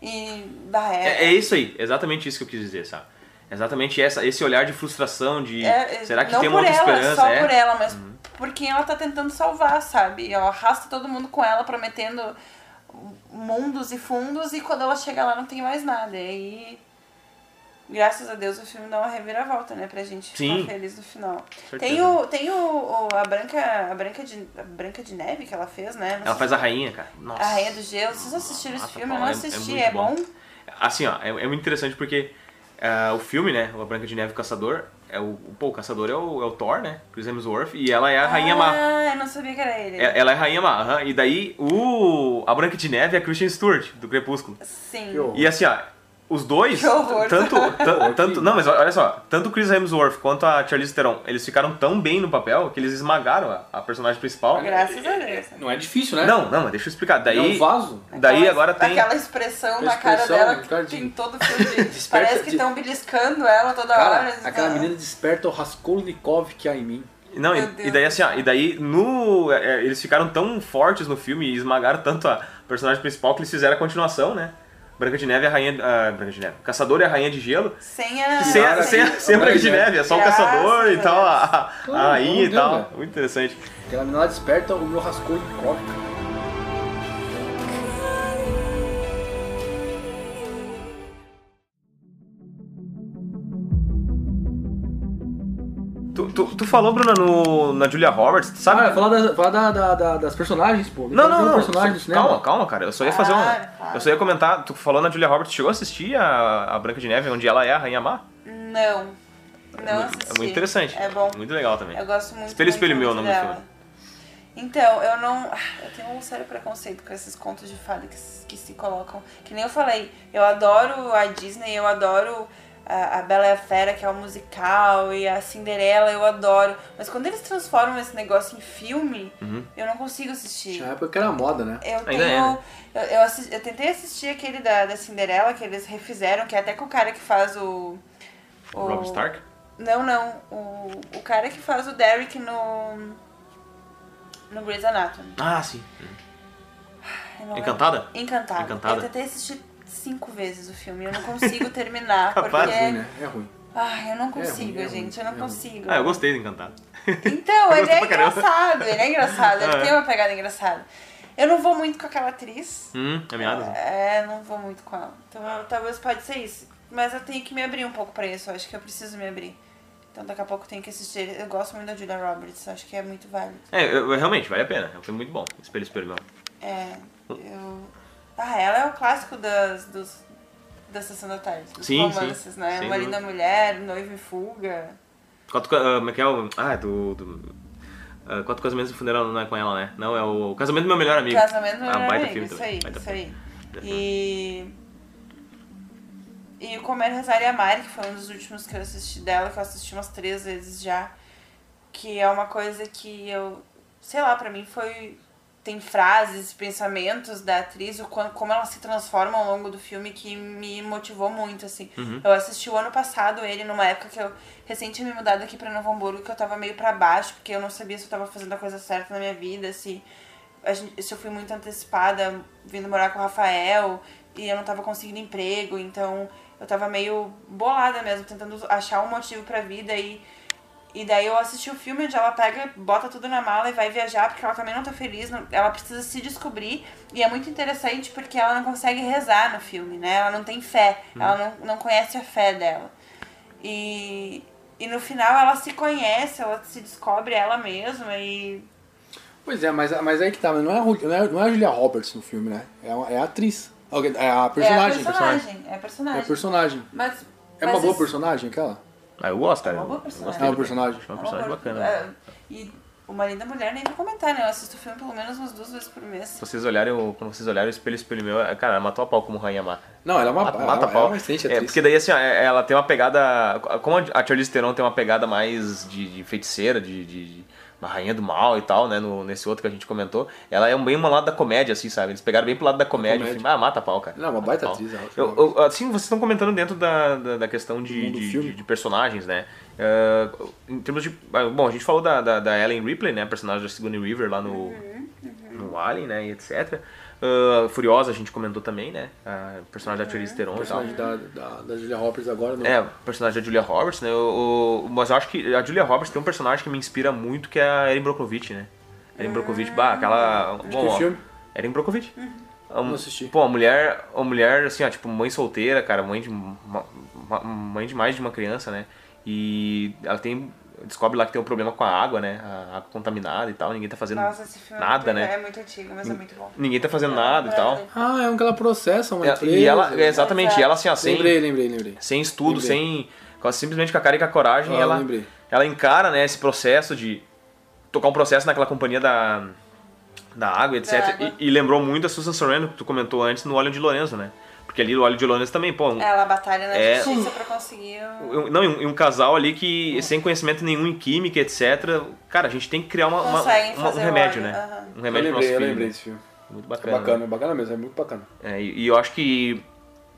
S4: E. Bah,
S2: É,
S4: é,
S2: é isso aí, exatamente isso que eu quis dizer, sabe? Exatamente essa, esse olhar de frustração, de
S4: é- é-
S2: será que
S4: não
S2: tem uma
S4: por
S2: outra
S4: ela,
S2: esperança?
S4: só
S2: é.
S4: por ela, mas por quem ela tá tentando salvar, sabe? Ela arrasta todo mundo com ela, prometendo mundos e fundos, e quando ela chega lá não tem mais nada. E aí. Graças a Deus o filme dá uma reviravolta, né? Pra gente
S2: Sim.
S4: ficar feliz no final.
S2: Certeza.
S4: Tem, o, tem o, o- a, branca, a, branca de, a Branca de Neve que ela fez, né?
S2: Ela faz a rainha, cara. Nossa.
S4: A Rainha do Gelo. Vocês assistiram esse
S2: Mata
S4: filme?
S2: pau,
S4: Eu não
S2: é- é
S4: assisti.
S2: muito
S4: É, bom?
S2: Assim, ó, é, é muito interessante porque ah, o filme, né, o A Branca de Neve e o Caçador, é o, pô, o Caçador é o, é o Thor, né, Chris Hemsworth, e ela é a Rainha Má.
S4: Ah, eu não sabia que era ele.
S2: É- Ela é a Rainha Má, aham. e daí o A Branca de Neve é a Christian Stewart, do Crepúsculo.
S4: Sim.
S1: Que horror.
S2: E assim, ó, os dois,
S4: Que horror.
S2: tanto, tan- tanto, não, mas olha só, tanto o Chris Hemsworth quanto a Charlize Theron, eles ficaram tão bem no papel que eles esmagaram a, a personagem principal.
S4: Graças a Deus.
S1: Não é difícil, né?
S2: Não, não, mas deixa eu explicar. Daí,
S1: É um vaso.
S2: daí
S4: Aquela-
S2: agora tem
S4: Aquela expressão na cara
S1: Expressão, né?
S4: dela que
S1: cara de-
S4: tem todo o filme. de-
S1: Desperta
S4: Parece que
S1: de-
S4: estão beliscando ela toda hora. né?
S1: Cara,
S4: eles-
S1: aquela menina desperta o Raskolnikov que há em mim.
S2: Não,
S4: Meu
S2: e,
S4: Deus
S2: e daí
S4: do
S2: assim, ó,
S4: céu.
S2: e daí no. é, é, eles ficaram tão fortes no filme e esmagaram tanto a personagem principal que eles fizeram a continuação, né? Branca de Neve é a rainha. ah, Branca de Neve. Caçador é a rainha de gelo.
S4: Sem a...
S2: Que sem,
S1: Cara,
S2: sem,
S1: que-
S2: sem a Branca de Neve, é só o
S4: Ah, Graças
S2: caçador e
S4: a
S2: tal, a,
S1: Deus.
S2: a rainha e
S1: Pelo amor de
S2: tal.
S1: Deus,
S2: Muito interessante.
S1: Aquela menina ela desperta o meu Raskolnikov.
S2: Tu, tu, tu falou, Bruna, no, na Julia Roberts, tu sabe?
S1: Cara, falar, da- falar da- da- da- das personagens, pô.
S2: Não,
S1: Tem
S2: não, não.
S1: personagens do cinema.
S2: Calma, calma, cara. Eu só ia fazer
S4: Claro,
S2: um.
S4: claro.
S2: Eu só ia comentar. Tu falou na Julia Roberts, chegou a assistir a, a Branca de Neve, onde ela é a Rainha Má?
S4: Não. Não
S2: muito-
S4: assisti.
S2: É muito interessante.
S4: É bom.
S2: Muito legal também.
S4: Eu gosto muito.
S2: Espelho, espelho meu,
S4: muito, muito
S2: o nome do
S4: dela.
S2: filme.
S4: Então, eu não. ah, Eu tenho um sério preconceito com esses contos de fada que, s- que se colocam. Que nem eu falei, eu adoro a Disney, eu adoro a, a Bela e a Fera, que é o musical, e a Cinderela, eu adoro. Mas quando eles transformam esse negócio em filme, eu não consigo assistir.
S1: Tinha época que era moda, né?
S4: Eu
S2: Uhum. Ainda
S4: tenho.
S2: é, né?
S4: eu, eu, assis- eu tentei assistir aquele da, da Cinderela, que eles refizeram, que é até com o cara que faz o.
S2: O Rob Stark?
S4: Não, não. O, o cara que faz o Derek no. No Grey's Anatomy.
S2: Ah, sim.
S4: Eu não
S2: Encantada?
S4: lembro. Encantada.
S2: Encantada.
S4: Eu tentei assistir cinco vezes o filme. Eu não consigo terminar.
S2: Capaz,
S4: porque
S1: É ruim, né? É ruim.
S4: Ah, eu não
S1: ruim,
S4: consigo,
S1: é ruim,
S4: gente, eu não
S1: é ruim.
S4: consigo.
S2: Ah, eu gostei do Encantado.
S4: Então,
S2: Eu
S4: ele
S2: gostei
S4: é
S2: pra caramba.
S4: engraçado, ele é engraçado, ele
S2: É.
S4: tem uma pegada engraçada. Eu não vou muito com aquela atriz.
S2: Hum, é meada. né?
S4: É, não vou muito com ela. Então eu- talvez pode ser isso. Mas eu tenho que me abrir um pouco pra isso, eu acho que eu preciso me abrir. Então daqui a pouco eu tenho que assistir. Eu gosto muito da Julia Roberts, eu acho que é muito válido.
S2: É, eu- eu- realmente, vale a pena. É um filme muito bom. Espelho, espelho, meu.
S4: É, eu... Ah, ela é o clássico das, dos, da Sessão da Tarde, dos
S2: Sim, sim.
S4: romances, né?
S2: Sem
S4: Marido da Mulher, Noivo em Fuga.
S2: Quatro, co- ah, como é que é o... Ah, do... do ah, quatro casamentos e um funeral não é com ela, né? Não, é o casamento do meu melhor amigo.
S4: Casamento
S2: Ah,
S4: do Meu Melhor
S2: baita
S4: Amigo,
S2: filme
S4: isso
S2: também,
S4: aí,
S2: baita
S4: isso
S2: filme.
S4: aí. E... E o Comer, Rezar e Amar, que foi um dos últimos que eu assisti dela, que eu assisti umas três vezes já. Que é uma coisa que eu... Sei lá, pra mim foi... Tem frases, pensamentos da atriz, o quan- como ela se transforma ao longo do filme, que me motivou muito, assim.
S2: Uhum.
S4: Eu assisti o ano passado ele, numa época que eu recente tinha me mudado aqui pra Novo Hamburgo, que eu tava meio pra baixo, porque eu não sabia se eu tava fazendo a coisa certa na minha vida, se, a gente- se eu fui muito antecipada vindo morar com o Rafael e eu não tava conseguindo emprego, então eu tava meio bolada mesmo, tentando achar um motivo pra vida e. E daí eu assisti o filme onde ela pega, bota tudo na mala e vai viajar, porque ela também não tá feliz, não- ela precisa se descobrir. E é muito interessante porque ela não consegue rezar no filme, né? Ela não tem fé, ela não, não conhece a fé dela. E, e no final ela se conhece, ela se descobre ela mesma e.
S1: Pois é, mas, mas aí que tá, mas não é, a, Ru- não, é, não é a Julia Roberts no filme, né? É, uma- é a atriz. Alguém- É a personagem.
S4: é a personagem, é a personagem.
S1: É a personagem.
S4: Mas,
S1: É
S4: mas
S1: uma boa
S4: isso-
S1: personagem aquela?
S2: Ah, eu gosto, cara.
S4: É uma boa
S2: Eu
S4: personagem.
S2: gostei
S1: É uma
S2: do-
S1: personagem.
S2: Acho uma
S4: é uma
S2: personagem
S4: boa-
S2: bacana. né?
S4: é, e o marido da mulher nem vou comentar, né? Eu assisto o filme pelo menos umas duas vezes por mês.
S2: Se vocês olharem, o- quando vocês olharem o espelho, espelho meu, é- cara, ela matou a pau como rainha má.
S1: Não, ela é uma,
S2: Mata,
S1: ela-
S2: mata
S1: ela,
S2: a pau.
S1: é uma excelente
S2: É,
S1: atriz.
S2: porque daí, assim, ó, é- ela tem uma pegada. Como a Charlize Theron tem uma pegada mais de, de feiticeira, de, de, de uma rainha do mal e tal, né? no- nesse outro que a gente comentou, ela é bem um lado da comédia, assim, sabe? Eles pegaram bem pro lado da comédia.
S1: comédia.
S2: o filme, ah, mata a pau, cara.
S1: Não, uma
S2: Mata
S1: baita
S2: a pau.
S1: atriz, ela. é
S2: Eu- eu- assim, vocês estão comentando dentro da, da, da questão de,
S1: mundo do
S2: de,
S1: filme.
S2: de- de personagens, né? Ah, em termos de. ah, Bom, a gente falou da, da, da Ellen Ripley, né? A personagem da Sigourney River lá no, no Alien, né? E etc. Ah, Furiosa, a gente comentou também, né? A
S4: Uhum.
S2: personagem da Charlize Theron e tal.
S1: personagem da, da, da Julia Roberts agora né? no
S2: É, o personagem da Julia Roberts, né? O, o- mas eu acho que a Julia Roberts tem um personagem que me inspira muito, que é a Erin Brockovich, né? Erin Brockovich, bah,
S4: Ah.
S2: aquela. Bom, ó,
S1: filme?
S2: Erin Brockovich.
S4: Uhum.
S2: Um,
S1: Não assisti.
S2: Pô, a mulher, a mulher, assim, ó, tipo, mãe solteira, cara, mãe de. uma- uma- mãe de mais de uma criança, né? E ela tem. Descobre lá que tem um problema com a água, né? A água contaminada e tal, ninguém tá fazendo
S4: Nossa, esse filme
S2: nada,
S4: é, muito,
S2: né?
S4: é muito antigo, mas é muito bom.
S2: Ninguém tá fazendo nada e tal. É,
S1: Ah, é um que ela processa uma empresa. né?
S2: E ela, exatamente, e ela assim, ó, sem-
S1: Lembrei, lembrei, lembrei.
S2: sem estudo,
S1: Lembrei.
S2: sem com a- simplesmente com a cara e com a coragem,
S1: Ah,
S2: ela
S1: lembrei.
S2: ela encara, né, esse processo de tocar um processo naquela companhia da da água, etc.
S4: água.
S2: E, e lembrou muito a Susan Sorrento que tu comentou antes no Óleo de Lorenzo, né? Porque ali o Óleo de Lorenzo também, pô, um-
S4: Ela batalha na
S2: É.
S4: justiça pra conseguir. o-
S2: um- não, e um, e um casal ali que sem conhecimento nenhum em química, etc. Cara, a gente tem que criar uma, uma-
S4: Conseguem
S2: uma- um
S4: fazer o
S2: remédio,
S4: óleo,
S2: né?
S4: aham.
S2: Um
S1: Eu
S2: remédio pro
S1: lembrei,
S2: nosso
S1: eu
S2: filho.
S1: lembrei desse filme.
S2: Muito
S1: É
S2: bacana. né?
S1: bacana, é bacana mesmo, é muito bacana.
S2: É, e, e eu acho que.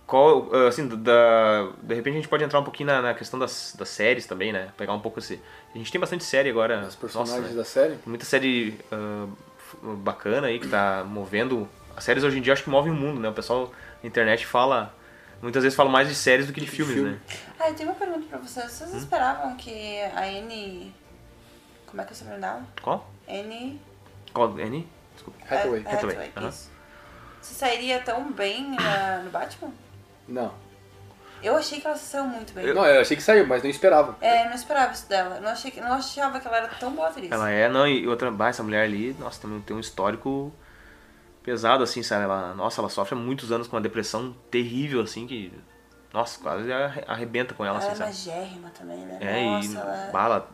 S2: Qual, assim, da, de repente a gente pode entrar um pouquinho na, na questão das, das séries também, né? Pegar um pouco esse. A gente tem bastante série agora.
S1: Os personagens
S2: nossa, né?
S1: da série.
S2: Muita série ah, f- bacana aí que tá movendo. As séries hoje em dia acho que movem o mundo, né? O pessoal na internet fala. Muitas vezes fala mais de séries do que de, filmes,
S1: filme.
S2: né?
S4: Ah, eu tenho uma pergunta pra vocês. Vocês
S2: Hum?
S4: esperavam que a Anne. Como é que é o sobrenome dela?
S2: Qual?
S4: Anne.
S2: Qual? Annie? Desculpa.
S1: Hathaway.
S4: Ah, Hathaway,
S2: Hathaway, aham.
S4: isso. Você sairia tão bem ah, no Batman?
S1: Não.
S4: Eu achei que ela se saiu muito bem.
S1: Não, eu achei que saiu, mas não esperava.
S4: É, eu não esperava isso dela. Não, achei que, não achava que ela era tão boa atriz.
S2: Ela é, não, e outra, bah, essa mulher ali, nossa, também tem um histórico pesado, assim, sabe? Ela, nossa, ela sofre há muitos anos com uma depressão terrível, assim, que, nossa, quase arre- arrebenta com ela,
S4: Ela
S2: assim,
S4: é
S2: sabe?
S4: magérrima também, né?
S2: É,
S4: Nossa,
S2: e
S4: ela...
S2: bah, ela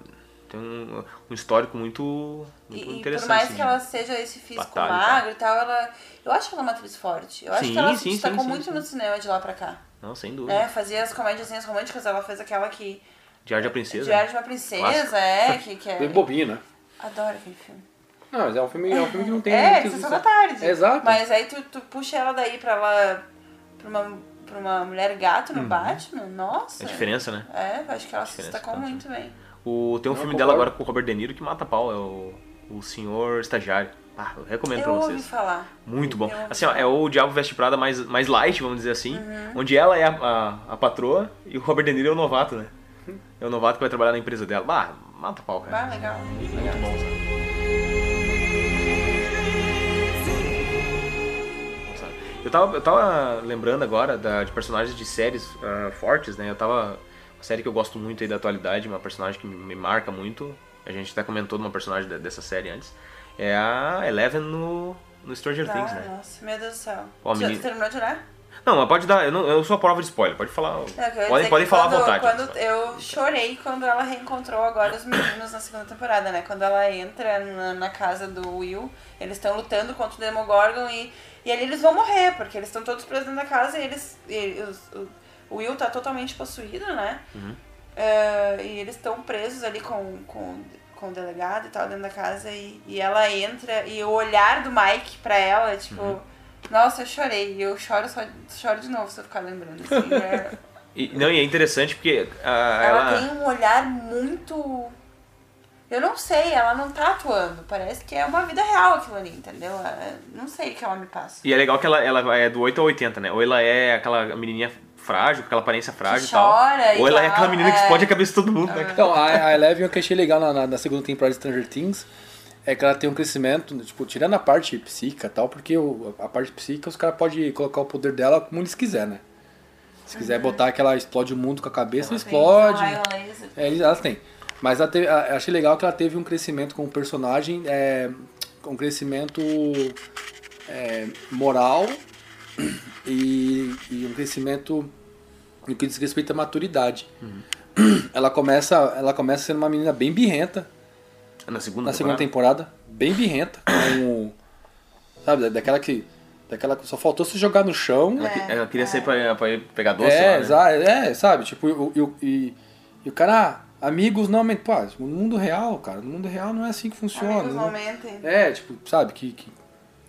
S2: tem um, um histórico muito,
S4: E,
S2: muito
S4: e por
S2: interessante.
S4: mais
S2: assim,
S4: que ela seja esse físico
S2: batalha e tal.
S4: magro e tal, ela. Eu acho que ela é uma atriz forte. Eu acho
S2: Sim,
S4: que ela se
S2: sim, sim,
S4: destacou
S2: sim,
S4: muito
S2: sim.
S4: no cinema de lá pra cá.
S2: Não, sem dúvida.
S4: Né? Fazia as comédias românticas, ela fez aquela que.
S2: Diário da Princesa.
S4: é,
S2: né?
S4: Diário de uma Princesa,
S2: Clássico.
S4: é, que, que é.
S1: Bem bobinho, né?
S4: Adoro aquele filme.
S1: Não, mas é um filme, é um filme que não tem.
S4: é,
S1: muito-
S4: sessão da tarde.
S1: Exato.
S4: Mas aí tu, tu puxa ela daí pra ela. pra uma, pra uma mulher gato no Batman, nossa.
S2: Uhum. É a diferença, né?
S4: É, eu acho que ela se
S2: diferença,
S4: destacou
S2: tá,
S4: muito bem.
S2: O, tem um
S1: Não,
S2: filme
S1: eu concordo.
S2: dela agora com o Robert De Niro que mata a pau, é o, o Senhor Estagiário. Ah, eu recomendo pra
S4: Eu ouvi
S2: vocês.
S4: falar.
S2: Muito bom.
S4: Eu ouvi
S2: Assim, ó,
S4: falar.
S2: é o Diabo Veste Prada mais, mais light, vamos dizer assim. Onde ela é a, a, a patroa e o Robert De Niro é o novato, né? É o novato que vai trabalhar na empresa dela. Ah, mata o pau,
S4: Ah,
S2: cara.
S4: legal.
S2: Muito bom, sabe? Bom, sabe? Eu tava, eu tava lembrando agora da- de personagens de séries ah, fortes, né? Eu tava. Uma série que eu gosto muito aí da atualidade, uma personagem que me, me marca muito. A gente até comentou de uma personagem de- dessa série antes. É a Eleven no, no Stranger
S4: Ah,
S2: Things, né?
S4: Nossa, meu Deus do céu.
S2: Ó, a
S4: Já-
S2: menina-
S4: terminou de olhar?
S2: Não, mas pode dar. Eu, não- eu sou a prova de spoiler, pode falar.
S4: Não, É, que eu ia dizer
S2: podem podem
S4: que
S2: falar
S4: quando,
S2: à vontade.
S4: Quando eu chorei quando ela reencontrou agora os meninos na segunda temporada, né? Quando ela entra na, na casa do Will, eles estão lutando contra o Demogorgon e, e ali eles vão morrer, porque eles estão todos presos dentro da casa e eles. e os- o, o Will tá totalmente possuído, né?
S2: Uhum.
S4: Eh, e eles estão presos ali com, com, com o delegado e tal dentro da casa e, e ela entra e o olhar do Mike pra ela, tipo.
S2: Uhum.
S4: Nossa, eu chorei. E eu choro, só, choro de novo se eu ficar lembrando. Assim, é-
S2: E, não, e é interessante porque ah,
S4: ela,
S2: ela.
S4: tem um olhar muito. Eu não sei, ela não tá atuando. Parece que é uma vida real aquilo ali, entendeu? É- Não sei o que ela me passa.
S2: E é legal que ela, ela vai- é do 8 ao 80, né? Ou ela é aquela menininha frágil, com aquela aparência frágil e tal.
S4: chora e
S2: Ou ela é
S4: tal,
S2: aquela menina que
S4: é.
S2: explode a cabeça de todo mundo, né?
S1: Então, a, a Eleven, o que eu achei legal na, na- na segunda temporada de Stranger Things é que ela tem um crescimento, né, tipo, tirando a parte psíquica e tal, porque o- a parte psíquica os caras podem colocar o poder dela como eles quiser, né? Se quiser
S4: Uhum.
S1: botar que ela explode o mundo com a cabeça, explode.
S4: Raio laser.
S1: É, eles- elas têm. Mas ela teve- a- eu achei legal que ela teve um crescimento com o personagem, é, um crescimento é, moral e, e um crescimento no que diz respeito à maturidade. Ela começa, ela começa sendo uma menina bem birrenta
S4: É.
S2: Na segunda
S1: na segunda
S2: temporada.
S1: temporada, bem birrenta, com, sabe, da- daquela que daquela que só faltou se jogar no chão.
S2: Ela,
S4: É,
S2: que- ela queria sair pra, pra ir pegar doce
S1: É,
S2: lá, né?
S1: exa- é, sabe? Tipo, eu, eu- e, e o cara, ah, amigos não aumentam. Pô, tipo, no mundo real, cara, no mundo real não é assim que funciona.
S4: Amigos
S1: né?
S4: aumentem.
S1: É, tipo, sabe? Que, que-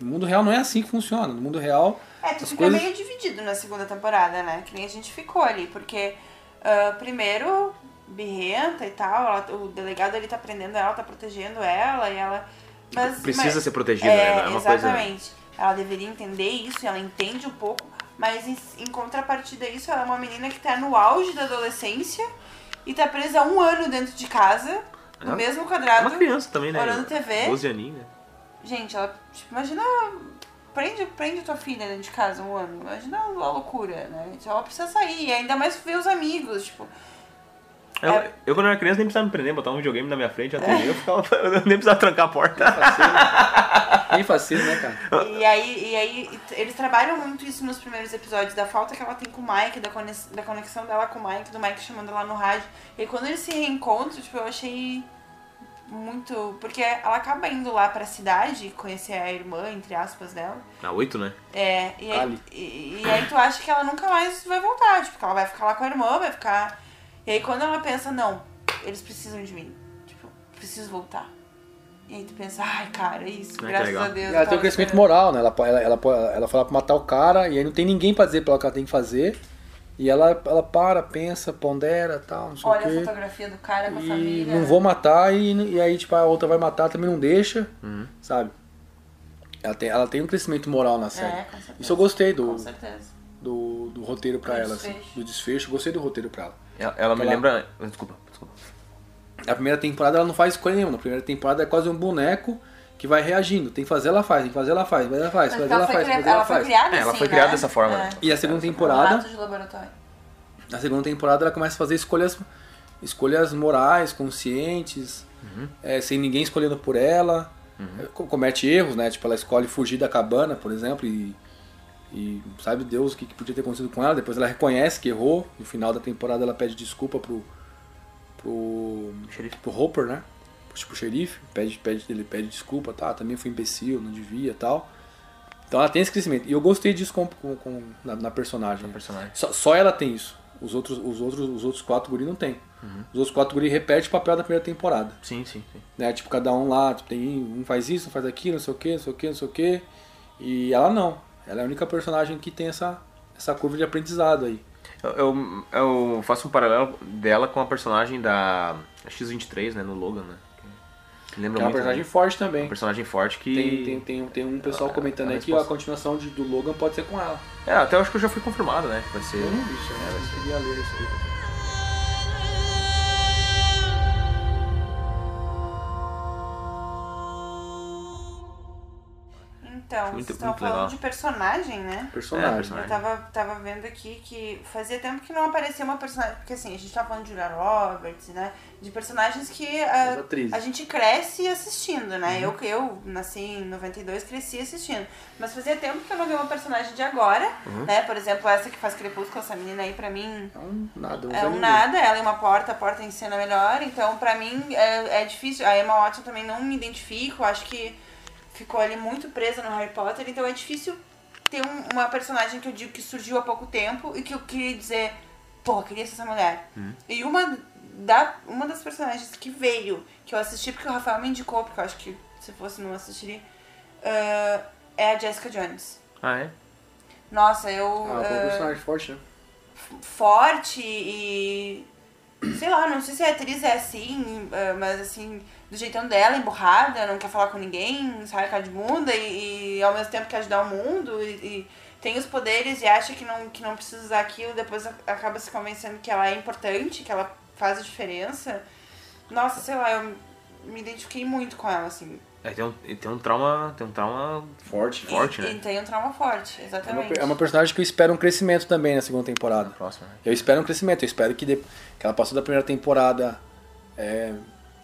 S1: no mundo real não é assim que funciona. No mundo real,
S4: É, tu
S1: As
S4: fica
S1: coisas-
S4: meio dividido na segunda temporada, né? Que nem a gente ficou ali, porque ah, primeiro birrenta e tal, ela- o delegado ali tá prendendo ela, tá protegendo ela e ela. Mas,
S2: Precisa
S4: mas-
S2: ser protegida,
S4: é,
S2: né? É uma coisa.
S4: exatamente. Ela deveria entender isso, e ela entende um pouco, mas em, em contrapartida a isso, ela é uma menina que tá no auge da adolescência e tá presa há um ano dentro de casa, no
S2: Ah,
S4: mesmo
S2: É
S4: quadrado.
S2: uma criança também, né?
S4: Olhando TV.
S2: 12 aninhos, né?
S4: Gente, ela, tipo, imagina. Prende, prende tua filha dentro de casa um ano. Imagina a loucura, né? Ela precisa sair, e ainda mais ver os amigos, tipo.
S2: Eu,
S4: É.
S2: eu, quando era criança, nem precisava me prender, botar um videogame na minha frente, a TV, eu ficava. Eu nem precisava trancar a porta.
S1: nem fascina, né, cara?
S4: E aí, e aí e t- eles trabalham muito isso nos primeiros episódios, da falta que ela tem com o Mike, da, conex- da conexão dela com o Mike, do Mike chamando ela no rádio. E aí, quando eles se reencontram, tipo, eu achei muito. Porque ela acaba indo lá pra cidade conhecer a irmã, entre aspas, dela.
S2: Na 8, né?
S4: É, e aí,
S1: Ali.
S4: e, e aí tu acha que ela nunca mais vai voltar, tipo, que ela vai ficar lá com a irmã, vai ficar. E aí quando ela pensa, não, eles precisam de mim. Tipo, preciso voltar. E aí tu pensa, ai, cara, é isso,
S2: Ah, que
S4: graças
S2: legal.
S4: a Deus. é. eu
S1: Ela tem um
S4: tava
S1: crescimento
S4: esperando."
S1: moral, né? Ela, ela, ela, ela foi lá pra matar o cara e aí não tem ninguém pra dizer pra ela o que ela tem que fazer. E ela, ela para, pensa, pondera tal, não sei
S4: Olha
S1: o quê.
S4: a fotografia do cara com a
S1: E
S4: família.
S1: não vou matar, e, e aí, tipo, a outra vai matar, também não deixa, sabe? Ela tem, ela tem um crescimento moral na série.
S4: É, com certeza.
S1: Isso eu gostei do,
S4: Com certeza.
S1: do, do roteiro pra
S4: Do
S1: ela, assim,
S4: desfecho.
S1: do desfecho. Gostei do roteiro pra ela.
S2: Ela, ela me
S1: Ela-
S2: lembra. Desculpa, desculpa.
S1: Na primeira temporada ela não faz coisa nenhuma. Na primeira temporada é quase um boneco que vai reagindo. Tem que fazer, ela faz, tem que fazer, ela faz, mas ela faz,
S4: Mas
S1: fazer,
S4: ela
S1: ela
S4: foi,
S1: faz,
S4: cri-
S1: fazer,
S4: ela
S1: ela
S4: foi
S1: faz.
S4: criada
S2: É,
S4: assim,
S2: ela foi criada
S4: né?
S2: dessa forma, né?
S1: E a segunda
S4: É.
S1: temporada,
S4: Rato de laboratório.
S1: na segunda temporada ela começa a fazer escolhas, escolhas morais, conscientes, é, sem ninguém escolhendo por ela. É, Co- Comete erros, né? Tipo, ela escolhe fugir da cabana, por exemplo, e, e sabe Deus o que, que podia ter acontecido com ela. Depois ela reconhece que errou. No final da temporada ela pede desculpa pro. pro.
S2: Xerife.
S1: pro Hopper, né? Pro, tipo, xerife. Pede, pede, ele pede desculpa, tá? Também fui imbecil, não devia tal. Então ela tem esse crescimento. E eu gostei disso com, com- com- na, na personagem. né?
S2: Personagem.
S1: Só, só ela tem isso. Os outros, os outros, os outros quatro guri não tem.
S2: Uhum.
S1: Os outros quatro guri repetem o papel da primeira temporada.
S2: Sim, sim, sim.
S1: Né? Tipo, cada um lá, tipo, tem um faz isso, um faz aquilo, não sei o que, não sei o que, não sei o que. E ela não. Ela é a única personagem que tem essa, essa curva de aprendizado aí. é
S2: Eu, eu- eu faço um paralelo dela com a personagem da X-23, né? No Logan, né? Que
S1: Que é
S2: Lembra
S1: uma
S2: muito, né?
S1: personagem forte
S2: Um
S1: também.
S2: personagem forte que...
S1: Tem, tem, tem, tem um pessoal
S2: Ela-
S1: comentando
S2: ela
S1: aí
S2: é
S1: que a
S2: responsa-
S1: continuação de- do Logan pode ser com ela.
S2: É, até acho que já foi confirmado, né? que Vai ser...
S1: Eu não vi isso, né?
S2: É, vai
S1: Eu queria ler isso aí.
S5: Thank
S4: Então,
S2: Muito-
S4: vocês estavam
S2: muito
S4: falando
S2: legal.
S4: de personagem, né?
S1: Personagem.
S2: É, personagem.
S4: Eu tava, tava vendo aqui que fazia tempo que não aparecia uma personagem. Porque assim, a gente tava falando de Julia Roberts, né? De personagens que
S1: As
S4: ah,
S1: atrizes.
S4: a, gente cresce assistindo, né?
S2: Uhum.
S4: Eu que eu nasci em 92, cresci assistindo. Mas fazia tempo que eu não vi uma personagem de agora,
S2: Uhum.
S4: né? Por exemplo, essa que faz Crepúsculo, essa menina aí pra mim.
S1: É um nada, não
S4: É
S1: faz
S4: um
S1: ninguém.
S4: nada, ela é uma porta, a porta encena melhor, então pra mim é, é difícil. A Emma Watson também não me identifico, acho que ficou ali muito presa no Harry Potter, então é difícil ter um- uma personagem que eu digo que surgiu há pouco tempo e que eu queria dizer, pô, queria ser essa mulher. E uma, da, uma das personagens que veio, que eu assisti porque o Rafael me indicou, porque eu acho que se fosse não assistiria, ah, é a Jessica Jones.
S2: Ah, é?
S4: Nossa, eu.
S1: Ah, foi um
S4: ah,
S1: personagem forte, né?
S4: forte e. Sei lá, não sei se a atriz é assim, eh, mas assim, do jeitão dela, emburrada, não quer falar com ninguém, sai cara de bunda e, e ao mesmo tempo quer ajudar o mundo e, e tem os poderes e acha que não, que não precisa usar aquilo, depois a- acaba se convencendo que ela é importante, que ela faz a diferença. Nossa, sei lá, eu me identifiquei muito com ela, assim.
S2: É, tem um, tem um trauma. Tem um trauma.
S1: Forte.
S2: Forte,
S4: e,
S2: né?
S4: E tem um trauma forte,
S1: É uma,
S4: exatamente.
S1: é uma personagem que eu espero um crescimento também na segunda temporada.
S2: Próximo, né?
S1: Eu espero um crescimento, eu espero que, de- que ela passou da primeira temporada é,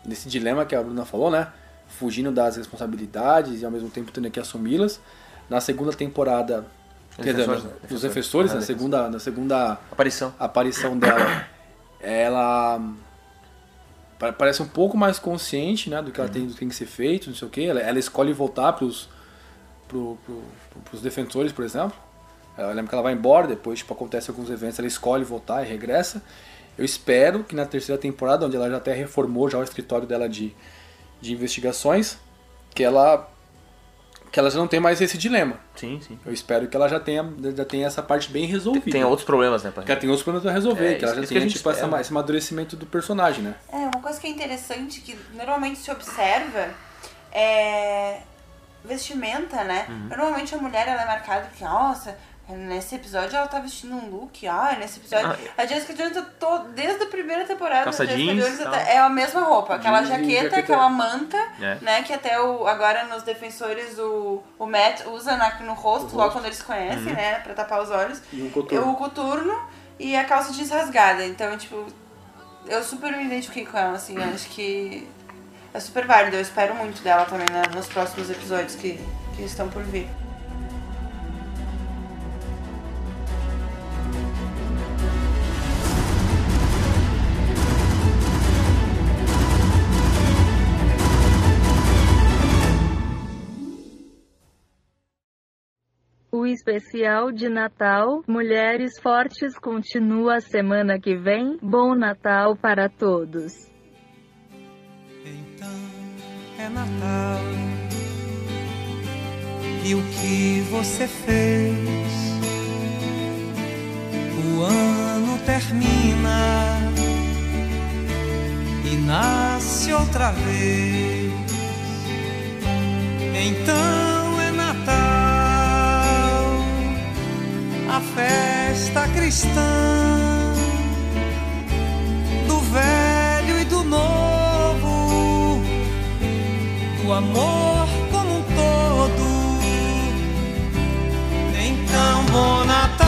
S1: nesse dilema que a Bruna falou, né? Fugindo das responsabilidades e ao mesmo tempo tendo que assumi-las. Na segunda temporada,
S2: Os
S1: quer dizer,
S2: defensores,
S1: na-
S2: né?
S1: dos
S2: Defensores.
S1: defensores,
S2: Ah,
S1: na
S2: defensores.
S1: segunda, na segunda
S2: Aparição.
S1: aparição dela, ela pa- parece um pouco mais consciente né, do que ela tem, do que tem que ser feito, não sei o quê. Ela, ela escolhe voltar pros, pro, pro, pro- pros defensores, por exemplo. Ela lembra que ela vai embora, depois tipo, acontece alguns eventos, ela escolhe voltar e regressa. Eu espero que na terceira temporada, onde ela já até reformou já o escritório dela de, de investigações, que ela que ela já não tem mais esse dilema.
S2: Sim, sim.
S1: Eu espero que ela já tenha, já tenha essa parte bem resolvida.
S2: Tem outros problemas, né, pai?
S1: Que ela tem outros problemas pra resolver,
S2: É,
S1: que ela
S2: isso-
S1: já
S2: isso
S1: tem
S2: que a gente
S1: tipo, essa,
S2: espera.
S1: ma- esse amadurecimento do personagem, né?
S4: É, uma coisa que é interessante que normalmente se observa é vestimenta, né?
S2: Uhum.
S4: Normalmente a mulher ela é marcada que, nossa, nesse episódio ela tá vestindo um look, ah, nesse episódio. a Jessica Jones tá to- desde a primeira temporada
S2: Calça
S4: da Jessica
S2: jeans,
S4: Jones
S2: tal.
S4: tá- é a mesma roupa, aquela
S1: Jeans e
S4: jaqueta,
S1: jaqueta.
S4: aquela manta,
S2: É.
S4: né? Que até o, agora nos defensores o, o Matt usa na- no rosto, logo quando eles
S2: Uhum.
S4: conhecem, né? Pra tapar os olhos
S1: E um
S4: o coturno e a calça jeans rasgada. Então, tipo, eu super me identifiquei com ela, assim, eu acho que é super válido. Eu espero muito dela também né, nos próximos episódios que, que estão por vir.
S5: O especial de Natal Mulheres Fortes continua semana que vem. Bom Natal para todos.
S3: Então é Natal. E o que você fez? O ano termina e nasce outra vez. Então é Natal, a festa cristã do velho e do novo, do amor como um todo. Então, bom Natal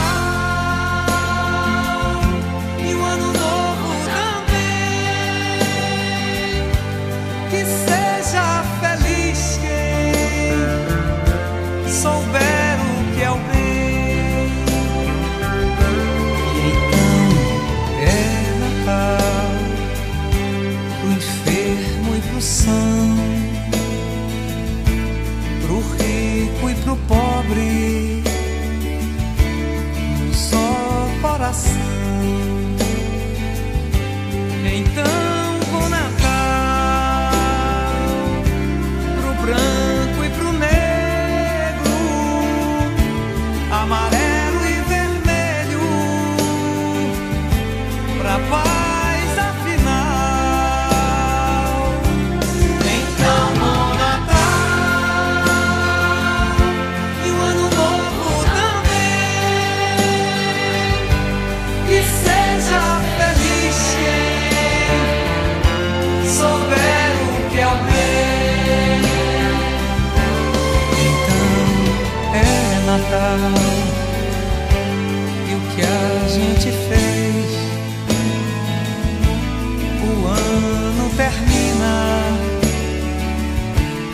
S3: e o ano novo também. Que seja feliz quem souber o que é o bem. E então é Natal pro enfermo e pro são, Então, é Natal. E o que a gente fez? O ano termina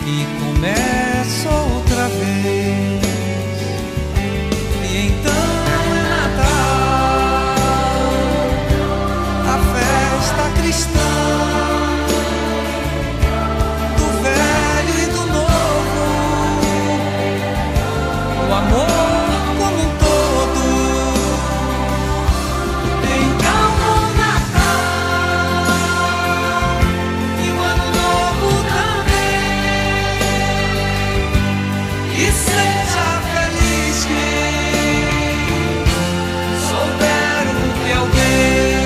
S3: e começa outra vez. E então é Natal, a festa cristã do velho e do novo, o amor como um todo. Então o Natal e o ano novo também. E seja feliz quem souber o que alguém.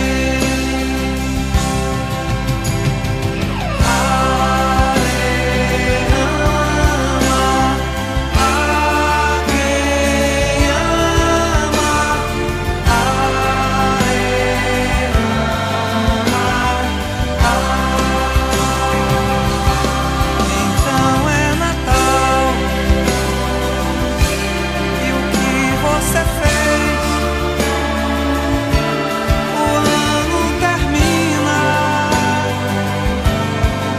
S3: Então é Natal e o que você fez? O ano termina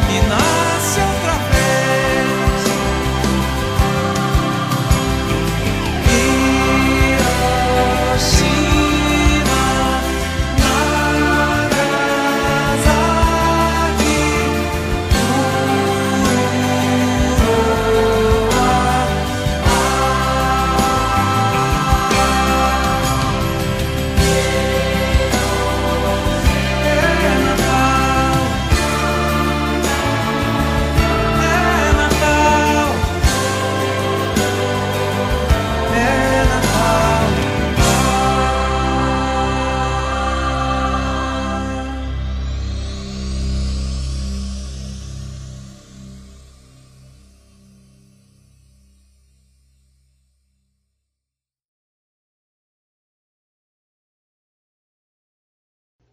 S3: e nasce outra vez. Hiroshima, Nagasaki, Natal. É Natal, é Natal.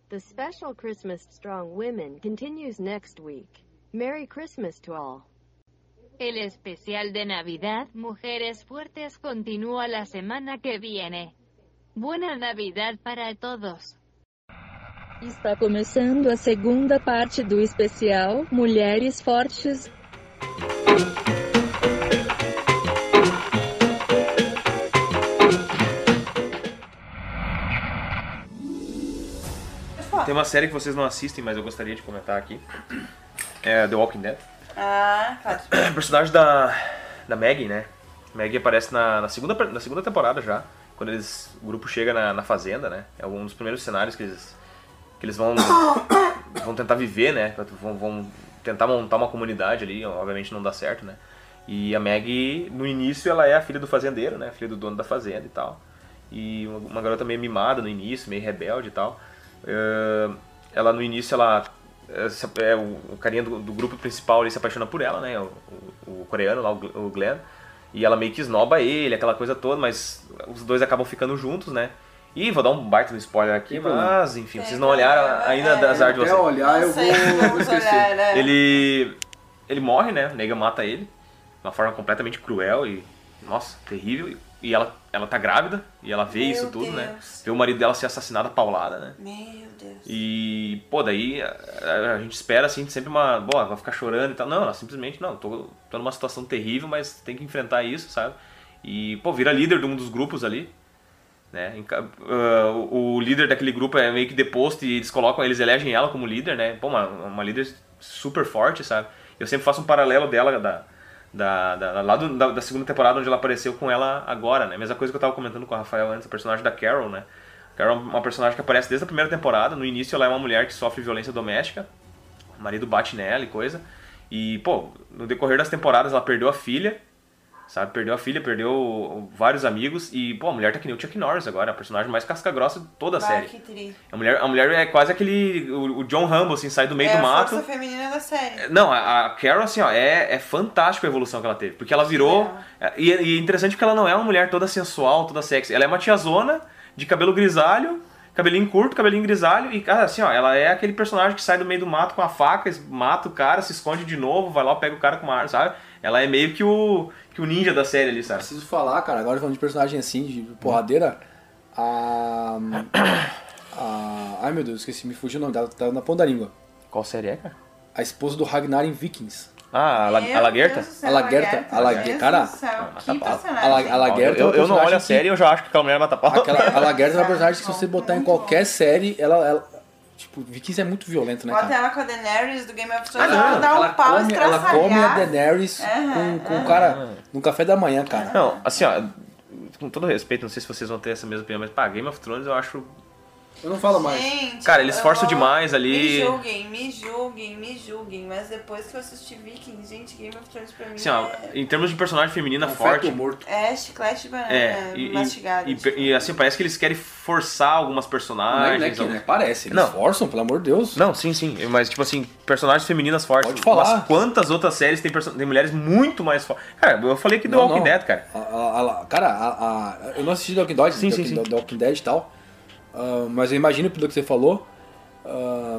S6: The special Christmas Strong Women continues next week. Merry Christmas to all.
S7: El especial de Navidad, Mujeres Fuertes, continúa la semana que viene. Buena Navidad para todos.
S5: Está começando a segunda parte do especial Mulheres Fortes.
S4: Pode falar.
S2: Tem uma série que vocês não assistem, mas eu gostaria de comentar aqui. É The Walking Dead.
S4: Ah, claro.
S2: O personagem da, da Maggie, né? Maggie aparece na, na segunda, na segunda temporada já, quando eles, o grupo chega na, na fazenda, né? É um dos primeiros cenários que eles, que eles vão, vão tentar viver, né? Vão, vão tentar montar uma comunidade ali, obviamente não dá certo, né? E a Maggie, no início, ela é a filha do fazendeiro, né? Filha do dono da fazenda e tal. E uma, uma garota meio mimada no início, meio rebelde e tal. Eh, ela, no início, ela essa- é, o, o carinha do, do grupo principal ali se apaixona por ela, né? O, o- o coreano lá, o Gl- o Glenn. E ela meio que esnoba ele, aquela coisa toda, mas os dois acabam ficando juntos, né? E vou dar um baita no spoiler aqui,
S1: Tem problema.
S2: mas enfim,
S4: Tem
S2: vocês não olharam
S4: problema,
S2: ainda
S4: é.
S2: das azar de
S1: Até
S2: vocês.
S1: olhar Ah, eu
S4: Nossa,
S1: vou, eu vou
S4: vamos
S1: esquecer.
S4: olhar, né?
S2: Ele. Ele morre, né? O Negan mata ele. De uma forma completamente cruel e. Nossa, terrível. E ela, ela tá grávida e ela vê
S4: Meu
S2: isso tudo, né?
S4: Deus.
S2: Vê o marido dela ser assassinado a paulada, né?
S4: Meu Deus.
S2: E, pô, daí a, a- a gente espera, assim, sempre uma. Boa, vai ficar chorando e tal. Não, ela simplesmente não. Tô, tô numa situação terrível, mas tem que enfrentar isso, sabe? E, pô, vira líder de um dos grupos ali. Né? Em ca- ah, o, o líder daquele grupo é meio que deposto e eles colocam, eles elegem ela como líder, né? Pô, uma, uma líder super forte, sabe? Eu sempre faço um paralelo dela da. Da, da, da- lá do- da, da segunda temporada onde ela apareceu com ela agora, né? Mesma coisa que eu tava comentando com o Rafael antes, a personagem da Carol, né? Carol é uma personagem que aparece desde a primeira temporada. No início ela é uma mulher que sofre violência doméstica. O marido bate nela e coisa. E, pô, no decorrer das temporadas ela perdeu a filha, sabe? Perdeu a filha, perdeu vários amigos. E, pô, a mulher tá que nem o Chuck Norris agora, a personagem mais casca-grossa de toda a
S4: Bah,
S2: série.
S4: que tri.
S2: A mulher, a mulher é quase aquele. O, o John Rambo, assim, sai do meio
S4: é
S2: do
S4: a
S2: mato. É,
S4: força feminina da série.
S2: Não, a a Carol, assim, ó, é, é fantástica a evolução que ela teve. Porque ela virou. E, e é interessante porque ela não é uma mulher toda sensual, toda sexy. Ela é uma tiazona de cabelo grisalho, cabelinho curto, cabelinho grisalho. E, cara, assim, ó, ela é aquele personagem que sai do meio do mato com a faca, es- mata o cara, se esconde de novo, vai lá, pega o cara com uma arma, sabe? Ela é meio que o, que o ninja da série ali, sabe?
S1: Preciso falar, cara, agora falando de personagem assim, de porradeira, a. a ai meu Deus, esqueci, me fugiu o nome dela, tá na ponta da língua.
S2: Qual série é, cara?
S1: A esposa do Ragnar em Vikings.
S2: Ah, a, tá- La- a Lagerta?
S1: A Lagerta, a Lagerta, cara,
S4: Que
S2: a- a- a
S1: A, La- a
S4: personagem.
S1: Lagerta é
S2: eu,
S1: uma
S2: eu não
S1: personagem
S2: olho a
S1: que-
S2: série e eu já acho que aquela mulher mata pau.
S1: Aquela, a Lagerta é uma
S4: Cara,
S1: personagem que se
S4: não,
S1: você botar em
S4: muito bom.
S1: qualquer série, ela, ela- Tipo, Vikings é muito violento, né,
S4: Bota
S1: cara?
S4: ela com a Daenerys do Game of
S1: Ah,
S4: Thrones,
S1: não,
S4: ela dá um pau
S1: come, ela come a
S4: estraçalhado.
S1: Daenerys com,
S4: Aham,
S1: com o cara no café da manhã, cara.
S2: Não, assim, ó, com todo respeito, não sei se vocês vão ter essa mesma opinião, mas pá, Game of Thrones eu acho.
S1: Eu não falo mais.
S4: Gente,
S2: Cara, eles
S4: eu
S2: forçam
S4: vou-
S2: demais ali.
S4: Me julguem, me julguem, me julguem. Mas depois que eu assisti Vikings, gente, Game of Thrones pra mim
S2: Assim, ó,
S4: é,
S2: em termos de personagem feminina
S1: Um
S2: É forte.
S1: feto morto.
S4: é chiclete de banana
S2: É, e, e-
S4: né? mastigado.
S2: e,
S4: tipo.
S2: e, assim, parece que eles querem forçar algumas
S1: Não é,
S2: personagens.
S1: não é que,
S2: algum-
S1: né? Parece, eles
S2: Não.
S1: forçam, pelo amor de Deus.
S2: Não, sim, sim. Mas, tipo assim, personagens femininas fortes.
S1: Pode falar.
S2: Mas quantas outras séries tem, perso- tem mulheres muito mais fortes? Cara, eu falei que do
S1: Não,
S2: Walking
S1: não.
S2: Dead, cara.
S1: A- a- a- cara, a- a- eu não assisti Walking Dead,
S2: Sim,
S1: The
S2: sim,
S1: Walking-
S2: sim.
S1: The Walking Dead e tal, ah, mas eu imagino pelo que você falou, ah,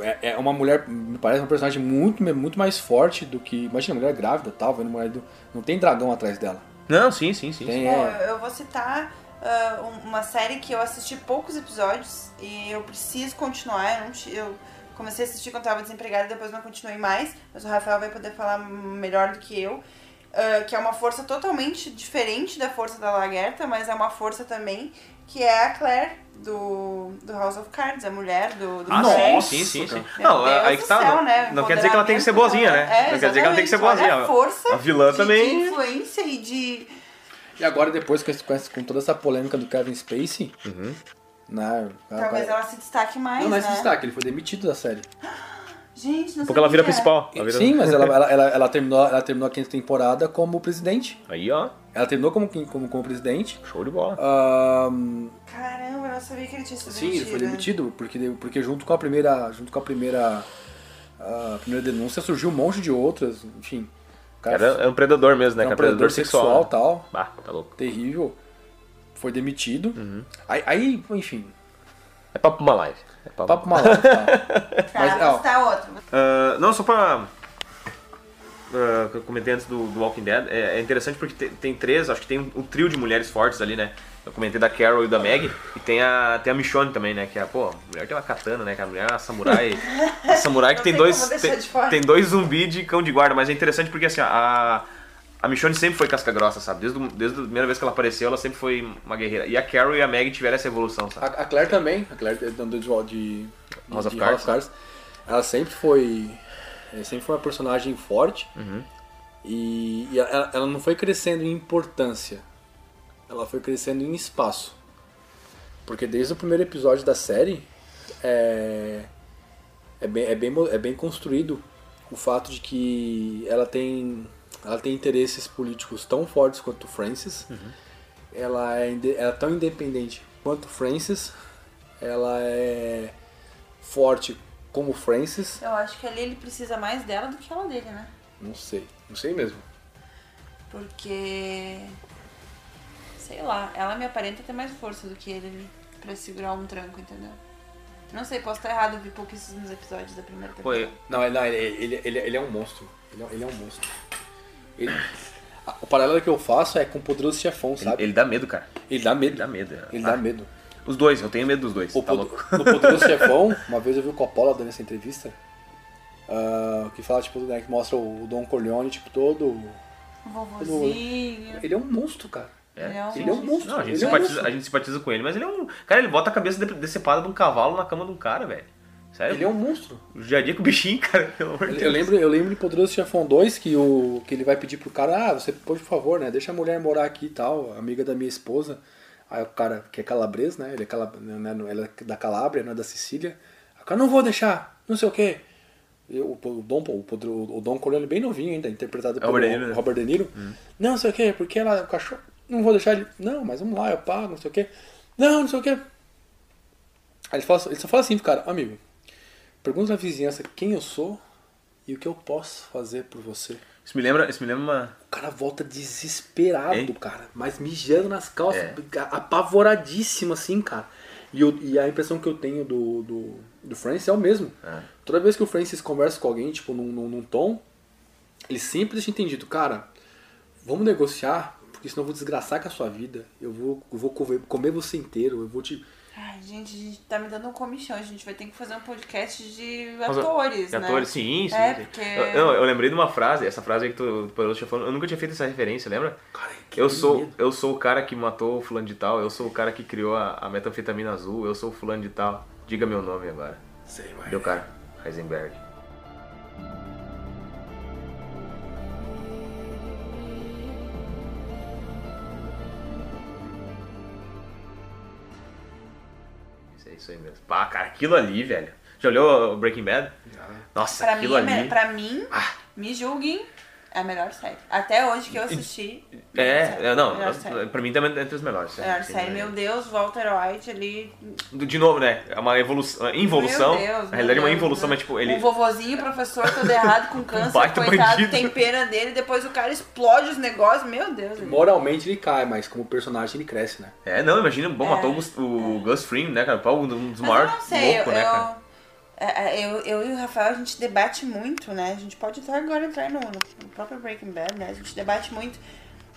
S1: é, é uma mulher, me parece uma personagem muito, muito mais forte do que, imagina, mulher grávida e tal, vendo mulher do, não tem dragão atrás dela,
S2: Não, sim, sim, sim.
S1: tem,
S4: Bom,
S1: é,
S4: eu, eu vou citar ah, um- uma série que eu assisti poucos episódios e eu preciso continuar. Eu, não ti- eu comecei a assistir quando tava desempregada, depois não continuei mais. Mas o Rafael vai poder falar melhor do que eu. ah, que é uma força totalmente diferente da força da Lagerta, mas é uma força também que é a Claire do, do House of Cards, a mulher do, do
S2: Ah,
S4: Frank.
S2: sim, sim, sim, sim.
S4: Meu
S2: Não,
S4: Deus
S2: aí
S4: do
S2: que tá.
S4: céu,
S2: não
S4: né?
S2: não quer dizer que ela tem que ser boazinha, né?
S4: É,
S2: não quer dizer que ela tem que ser
S4: exatamente.
S2: boazinha.
S4: Olha a força
S2: a vilã
S4: de-
S2: também-
S4: De influência e de,
S1: e agora depois com, esse- com essa- com toda essa polêmica do Kevin Spacey,
S2: Uhum.
S1: né,
S4: Talvez
S1: cara-
S4: ela se destaque mais,
S1: não, não é
S4: né?
S1: esse destaque, ele foi demitido da série.
S4: Gente, não
S2: Porque ela vira
S4: sabia.
S2: principal. Ela vira...
S1: Sim, mas ela, ela, ela- ela terminou, ela terminou a quinta temporada como presidente.
S2: Aí, ó,
S1: Ela terminou como, como, como presidente.
S2: show de bola.
S1: Ahn,
S4: Caramba, eu não sabia que ele tinha sido
S1: Sim, ele foi
S4: demitido.
S1: demitido porque, porque junto com a primeira, junto com a primeira, ah, a primeira denúncia surgiu um monte de outras, enfim. O
S2: Cara, é um predador mesmo, né?
S1: é um
S2: cara?
S1: predador sexual,
S2: né?
S1: tal,
S2: Bah, tá louco.
S1: terrível. Foi demitido. Aí, aí, enfim,
S2: É papo pra uma live. É papo-
S1: papo maluco. Tá?
S4: Tá,
S1: Mas,
S4: vou
S1: ó,
S4: citar outro.
S2: Ah, não, só pra. ah, que eu comentei antes do, do Walking Dead, é, é interessante porque te- tem três, acho que tem um, um trio de mulheres fortes ali, né? Eu comentei da Carol e da Maggie, e tem a, tem a Michonne também, né? Que é, pô, a mulher tem uma katana, né? Que a mulher é uma samurai. a samurai que
S4: Não
S2: tem
S4: tem
S2: dois.
S4: como deixar
S2: Tem,
S4: de fora.
S2: tem dois zumbi de cão de guarda, mas é interessante porque assim, ó, a. A Michonne sempre foi casca grossa, sabe? Desde, o- desde a primeira vez que ela apareceu, ela sempre foi uma guerreira. E a Carol e a Maggie tiveram essa evolução,
S1: a,
S2: sabe?
S1: a Claire também, a Claire andou de, de, de
S2: tá. House of
S1: de
S2: Cards.
S1: Ela sempre foi, ela sempre foi uma personagem forte.
S2: Uhum.
S1: E, e ela, ela não foi crescendo em importância. Ela foi crescendo em espaço. Porque desde o primeiro episódio da série é, é, bem, é, bem, mo- é bem construído o fato de que ela tem, ela tem interesses políticos tão fortes quanto Francis. Ela, é, inde- ela é tão independente quanto Francis. Ela é forte como Francis.
S4: Eu acho que ali ele precisa mais dela do que ela dele, né?
S1: Não sei. Não sei mesmo.
S4: Porque. Sei lá, ela me aparenta ter mais força do que ele ali pra segurar um tranco, entendeu? Não sei, posso estar errado, eu vi pouquíssimos episódios da primeira
S2: Pô,
S4: temporada.
S2: eu-
S1: Não, ele- não ele, ele, ele, ele é um monstro. Ele, é- ele é um monstro. Ele- a- o paralelo que eu faço é com o poderoso chefão, sabe? Ele,
S2: ele dá medo, cara.
S1: dá
S2: Ele
S1: medo.
S2: dá medo. é.
S1: Ele
S2: Ah,
S1: dá medo.
S2: Os dois, eu tenho medo dos dois.
S1: O
S2: tá
S1: pod-
S2: louco.
S1: No poderoso chefão, uma vez eu vi o Coppola dando essa entrevista. ah, que fala, tipo, né, que mostra o Don Corleone, tipo, todo.
S4: Um Vovozinho.
S1: Ele é um monstro, cara.
S4: Ele é um-
S1: Ele é um monstro.
S2: Não, a gente,
S1: ele é um
S2: simpatiza, a
S1: monstro.
S2: gente simpatiza com ele, mas ele é um. Cara, ele bota a cabeça de- decepada de um cavalo na cama de um cara, velho. Sério?
S1: Ele é um monstro.
S2: Judiaria com o bichinho, cara, pelo amor de
S1: Eu
S2: Deus.
S1: lembro, eu lembro de Poderoso Chefão 2 que, o, que ele vai pedir pro cara, ah, você por favor, né? Deixa a mulher morar aqui e tal, amiga da minha esposa. Aí o cara, que é calabres, né? Ele é, cala, né, não- ela é da Calábria, não é da Sicília. O cara, não vou deixar, não sei o quê. E o, o Dom, o, Podro- o Dom Corleone bem novinho ainda, interpretado pelo
S2: Robert De Niro, né?
S1: Robert De Niro. Não, não sei o quê, porque ela é o cachorro. Não vou deixar ele. Não, mas vamos lá, eu pago, não sei o quê. Não, não sei o quê. Aí ele, fala, ele só fala assim pro cara, amigo, pergunta na vizinhança quem eu sou e o que eu posso fazer por você.
S2: Isso me lembra, isso me lembra uma.
S1: O cara volta desesperado,
S2: Hein?
S1: cara, mas mijando nas calças,
S2: É.
S1: a- apavoradíssimo assim, cara. E, eu- e a impressão que eu tenho do, do, do Francis é o mesmo.
S2: É.
S1: Toda vez que o Francis conversa com alguém, tipo, num, num, num tom, Ele sempre deixa entendido, cara, vamos negociar, porque senão eu vou desgraçar com a sua vida. Eu vou, eu vou comer, comer você inteiro, eu vou te.
S4: Ai, gente, a gente tá me dando um comichão. A gente vai ter que fazer um podcast de
S2: Mas,
S4: atores,
S2: de
S4: né?
S2: Atores, sim, sim.
S4: É,
S2: sim.
S4: porque-
S2: Eu, não, eu lembrei de uma frase, essa frase aí que tu do Poderoso Chefão, eu nunca tinha feito essa referência, lembra?
S1: Cara, que
S2: Eu sou,
S1: medo.
S2: eu sou o cara que matou o fulano de tal, eu sou o cara que criou a, a metanfetamina azul, eu sou o fulano de tal. Diga meu nome agora.
S1: Sei, mas-
S2: Deu cara, Heisenberg. Isso é isso aí mesmo. Pá, cara, aquilo ali, velho. Já olhou o Breaking Bad? Nossa,
S4: Pra mim,
S2: aquilo
S4: é
S2: ali.
S4: me- pra mim,
S2: Ah.
S4: me julguem, é a melhor série. Até hoje que eu assisti.
S2: É, é, não,
S4: melhor
S2: nós-
S4: série.
S2: pra mim também é entre os melhores. sério,
S4: Melhor
S2: sem
S4: série,
S2: dúvida.
S4: meu Deus, Walter White ali.
S2: De novo, né? É uma evolução, uma involução.
S4: Meu Deus,
S2: Na realidade, é uma
S4: meu Deus,
S2: involução,
S4: meu
S2: mas
S4: Deus. Um
S2: tipo, ele. Um
S4: O vovozinho, o professor, todo errado, com câncer,
S2: baita
S4: coitado,
S2: bandido.
S4: tem pena dele, depois o cara explode os negócios, meu Deus. ele-
S1: Moralmente ele cai, mas como personagem ele cresce, né?
S2: É, não, imagina, bom,
S4: É,
S2: matou o, Gus- o Gus Fring, né, cara? Pô, Um dos
S4: Mas eu
S2: maiores
S4: não sei,
S2: loucos,
S4: eu,
S2: né, cara?
S4: é, é, eu, eu e o Rafael, a gente debate muito, né? A gente pode até agora entrar no, no próprio Breaking Bad, né? A gente debate muito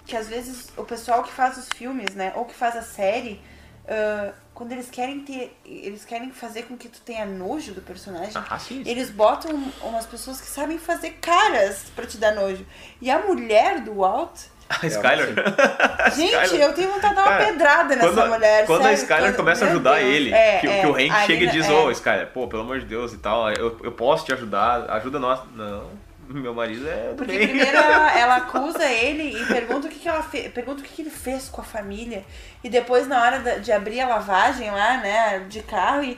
S4: que às vezes o pessoal que faz os filmes, né? Ou que faz a série, ah, quando eles querem ter. Eles querem fazer com que tu tenha nojo do personagem.
S2: Ah, sim.
S4: Eles botam umas pessoas que sabem fazer caras pra te dar nojo. E a mulher do Walt.
S2: A Ah, Skyler.
S4: Gente,
S2: Skyler.
S4: eu tenho vontade de dar uma
S2: Cara,
S4: pedrada nessa
S2: Quando,
S4: mulher.
S2: quando a
S4: sério,
S2: Skyler
S4: quando-
S2: começa a
S4: Meu
S2: ajudar
S4: Deus.
S2: ele,
S4: É,
S2: que,
S4: é,
S2: que o Hank
S4: a
S2: chega e
S4: Lina-
S2: diz,
S4: é.
S2: ô Skyler, pô, pelo amor de Deus e tal, eu, eu posso te ajudar, ajuda nós. Não, meu marido é do
S4: Porque
S2: bem.
S4: primeiro ela, ela acusa ele e pergunta o que, que ela fe- pergunta o que, que ele fez com a família. E depois, na hora da- de abrir a lavagem lá, né, de carro, e.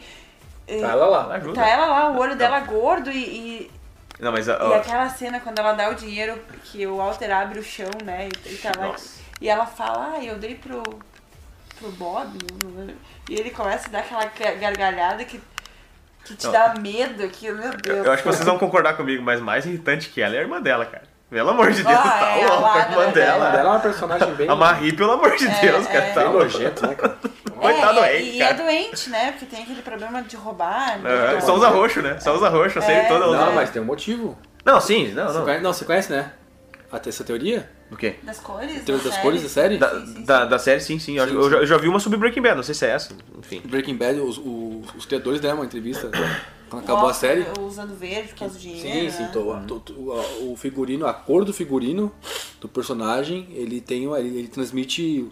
S4: e-
S1: Tá ela lá.
S2: Ajuda.
S4: tá ela lá, o olho dela gordo e, e,
S2: Não, mas a-
S4: e
S2: a-
S4: aquela cena quando ela dá o dinheiro que o Walter abre o chão, né? E, e, tá lá,
S2: Nossa.
S4: e ela fala, ah, eu dei pro, pro Bob. E ele começa a dar aquela ga- gargalhada que, que te
S2: Não.
S4: dá medo, que, meu
S2: eu,
S4: Deus.
S2: eu acho que vocês vão concordar comigo, mas mais irritante que ela é a irmã dela, cara. Pelo amor de
S4: Ah,
S2: Deus, tá
S4: é, a
S2: louco, a
S4: Lara,
S2: irmã
S4: né,
S2: dela.
S1: Ela é uma personagem bem,
S2: A Marie, pelo amor de Deus, cara, tá
S1: bem
S2: louco.
S1: nojento, né, cara?
S2: Coitado do
S4: é,
S2: Hank,
S4: e
S2: cara.
S4: é doente, né? Porque tem aquele problema de roubar.
S2: É,
S4: né?
S2: só usa roxo, né? Só usa roxo, a série
S4: É,
S2: toda usa
S1: Não,
S2: roxo.
S1: mas tem um motivo.
S2: Não, sim, não,
S1: Você
S2: não.
S1: conhece- não, você conhece, né? Até essa teoria?
S2: Do quê?
S4: Das cores? né?
S1: Teoria das cores da série?
S2: Da,
S4: sim, sim.
S2: da, da série, sim, sim. Eu,
S1: Sim,
S2: eu
S1: sim.
S2: já, eu já vi uma sobre Breaking Bad, não sei se é essa. Enfim.
S1: Breaking Bad, os, os, os criadores deram uma entrevista quando acabou a série.
S4: Usando verde por causa do
S1: Sim,
S4: dinheiro.
S1: sim,
S4: né?
S1: tô- tô- tô- a- o figurino, a cor do figurino do personagem, ele tem uma- ele, ele transmite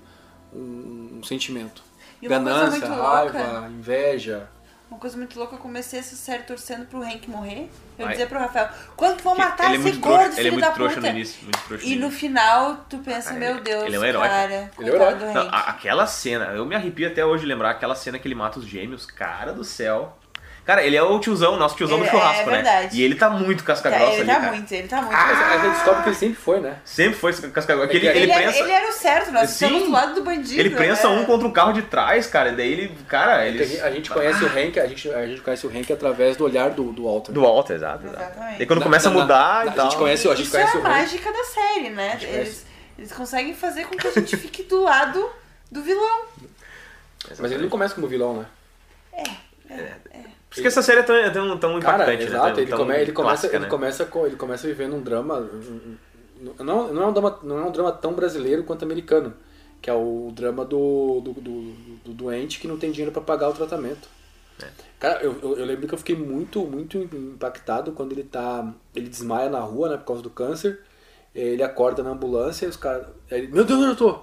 S1: um, um sentimento.
S4: E uma coisa
S1: Ganância,
S4: muito
S1: raiva,
S4: louca.
S1: inveja.
S4: Uma coisa muito louca, eu comecei essa série torcendo pro Hank morrer. Eu
S2: Ai.
S4: dizia pro Rafael, quando que vão matar
S2: ele é
S4: esse
S2: muito
S4: gordo,
S2: trouxa,
S4: filho
S2: ele é
S4: da
S2: muito trouxa
S4: puta?
S2: no início. Muito trouxa
S4: E no
S2: início.
S4: final, tu pensa,
S2: Cara,
S4: meu
S2: ele-
S4: Deus,
S2: ele é um herói,
S4: cara.
S1: Ele é um
S4: coitado do
S2: Não,
S4: Hank.
S2: a- aquela cena, eu me arrepio até hoje de lembrar aquela cena que ele mata os gêmeos, cara do céu. Cara, ele é o tiozão, nosso tiozão
S4: Ele-
S2: do churrasco,
S4: é
S2: né?
S4: verdade.
S2: E ele tá muito casca
S4: Tá,
S2: grossa
S4: ele
S2: ali,
S4: tá
S2: cara.
S4: muito, ele tá muito.
S1: Mas a gente descobre que ele sempre foi, né?
S2: Sempre foi casca grossa. Ele,
S1: Ele-
S2: ele,
S4: ele, era-
S2: prensa,
S4: ele era o certo, nós
S2: Sim.
S4: estamos do lado do bandido.
S2: ele prensa
S4: né?
S2: um contra o carro de trás, cara. E daí ele, cara, Ah,
S1: Porque É a gente-
S2: ele...
S1: a gente conhece o Hank, a gente, a gente conhece o Hank através do olhar do, do Walter.
S2: Do alto, exato, exato.
S4: Exatamente.
S2: E quando
S1: Na-
S2: começa a
S1: na-
S2: mudar
S1: na-
S2: e
S1: a
S2: tal.
S1: gente conhece- Assim, a gente
S4: Isso
S1: conhece
S4: é a
S1: o Hank.
S4: mágica da série, né?
S1: gente
S4: Eles, eles conseguem fazer com que a gente fique do lado do vilão.
S1: Mas ele não começa como vilão, né?
S2: Por isso que essa série é tão, é tão, tão
S1: Cara,
S2: impactante, né?
S1: exato,
S2: Tão-
S1: ele,
S2: tão
S1: come- ele começa,
S2: clássica,
S1: ele,
S2: né?
S1: começa com- ele começa vivendo um drama. um- um- Não, não, é um drama não é um drama tão brasileiro quanto americano, que é o drama do, do, do- do doente que não tem dinheiro pra pagar o tratamento. Cara, eu, eu, eu lembro que eu fiquei muito, muito impactado quando ele tá. Ele desmaia na rua, né, por causa do câncer. Ele acorda na ambulância e os caras. ele, Meu Deus, onde eu tô?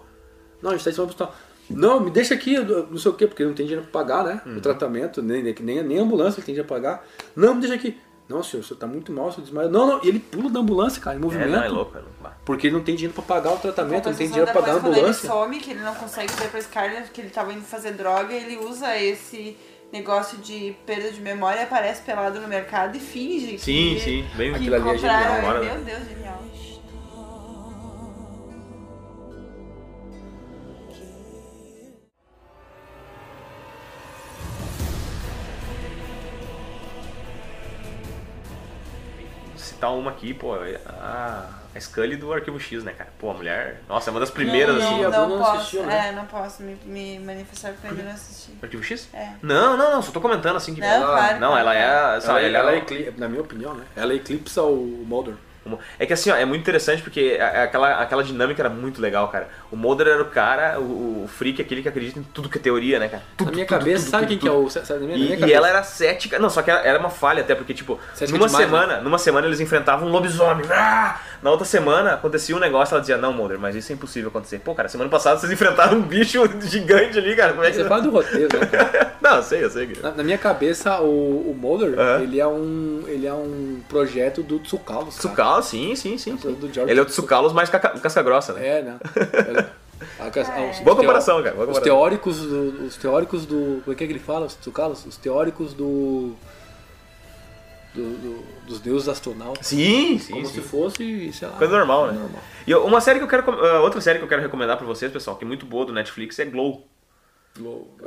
S1: Não, a gente tá em cima do hospital. Não, me deixa aqui, eu- eu não sei o quê, porque não tem dinheiro pra pagar, né?
S2: Uhum.
S1: O tratamento, nem, nem, nem nem a ambulância ele tem dinheiro pra pagar. Não, me deixa aqui. Não, senhor, o senhor tá muito mal, o senhor desmaia. Não, não, e ele pula da ambulância, cara, em
S2: É,
S1: movimento.
S2: não, é louco, é louco. Bah.
S1: Porque ele não tem dinheiro pra pagar o tratamento, não tem
S4: Compensação,
S1: dinheiro pra pagar a
S4: depois, quando ele
S1: ambulância.
S4: some, que ele não consegue dizer pra Scarlett que ele tava indo fazer droga, ele usa esse negócio de perda de memória, aparece pelado no mercado e finge
S2: Sim,
S4: que,
S2: sim, bem
S4: que
S1: Aquilo ali é
S4: compraram
S1: genial,
S4: ele.
S2: bora, né?
S4: Meu Deus, genial.
S2: citar uma aqui, pô, é, a, a Scully do Arquivo X, né, cara? Pô, a mulher, nossa, é uma das primeiras,
S4: não,
S2: assim.
S1: a
S4: Não,
S1: Bruna
S4: não
S1: não
S4: posso,
S1: assistiu, né?
S4: é, não posso me, me manifestar porque eu ainda não assisti.
S2: Arquivo X?
S4: É.
S2: Não, não, não, só tô comentando assim que
S4: Não, claro.
S2: não ela é, sabe,
S1: Ela,
S2: ela,
S1: ela, ecli- na minha opinião, né? Ela eclipsa o Mulder.
S2: o Mo- É que assim, ó, é muito interessante porque a- a- aquela, aquela dinâmica era muito legal, cara. O Mulder era o cara, o, o freak, aquele que acredita em tudo que é teoria, né, cara?
S1: Na minha cabeça, sabe quem que é o. Sabe, na minha, na minha
S2: E,
S1: cabeça.
S2: e ela era cética. Não, só que era, era uma falha até, porque, tipo,
S1: Cética
S2: numa
S1: demais,
S2: semana, numa semana eles enfrentavam um lobisomem. Ah! Na outra semana acontecia um negócio, ela dizia, não, Mulder, mas isso é impossível acontecer. Pô, cara, semana passada vocês enfrentaram um bicho gigante ali, cara. Como é que.
S1: Você fala do roteiro, né? cara?
S2: não, eu sei, eu sei. cara.
S1: Na, na minha cabeça, o, o Mulder,
S2: Aham.
S1: ele, é um, ele é um projeto do Tsukalo.
S2: Tsukalo, sim, sim, sim. sim.
S1: Do George
S2: Ele é o Tsukalos mais caca- casca-grossa, né?
S1: É, né? Ah, cara, ah, os-
S2: Boa
S1: os
S2: comparação, cara, boa
S1: Os
S2: comparação.
S1: teóricos do. Os teóricos do. Como é que, é que ele fala? Os Tsukalos? Os teóricos do. do- do- dos deuses astronautas.
S2: Sim, sim,
S1: Como
S2: sim.
S1: se fosse, sei lá.
S2: Coisa normal, né?
S1: Normal.
S2: E uma série que eu quero. com- ah, outra série que eu quero recomendar pra vocês, pessoal, que é muito boa do Netflix, é Glow.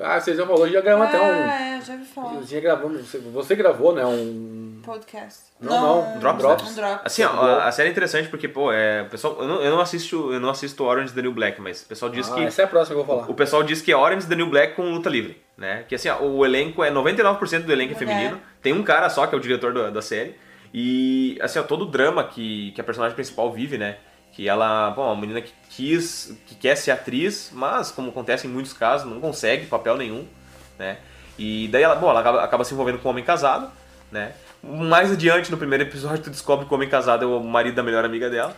S1: Ah, você já falou, já gravamos até
S4: Ah, é, já ouvi
S1: um.
S4: falar.
S1: Já gravamos, você, você gravou, né? Um.
S4: Podcast.
S1: Não, não,
S4: um-
S1: Drops,
S4: Um
S1: né?
S4: drop.
S2: Assim, ó, a, a série é interessante porque, pô, é. o Pessoal, eu não, eu não assisto. Eu não assisto Orange is the New Black, mas o pessoal diz
S1: ah,
S2: que.
S1: Essa é a próxima que eu vou falar.
S2: O pessoal diz que é Orange is the New Black com luta livre, né? Que assim, ó, o elenco é 99% do elenco é
S4: Mulher.
S2: feminino. Tem um cara só que é o diretor da, da série. E assim, ó, todo o drama que, que a personagem principal vive, né? Que ela, bom, uma menina que quis, que quer ser atriz, mas como acontece em muitos casos, não consegue papel nenhum, né? E daí ela, bom, ela acaba, acaba se envolvendo com um homem casado, né? Mais adiante no primeiro episódio tu descobre que o homem casado é o marido da melhor amiga dela,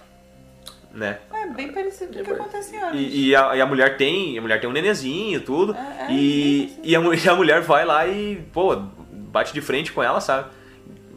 S2: né?
S4: É bem parecido com o que acontece em Orange.
S2: E, e a, e a mulher tem, a mulher tem um nenenzinho e tudo.
S4: É, é,
S2: e,
S4: é,
S2: e, a, mu- e a mulher vai lá e, pô, bate de frente com ela, sabe?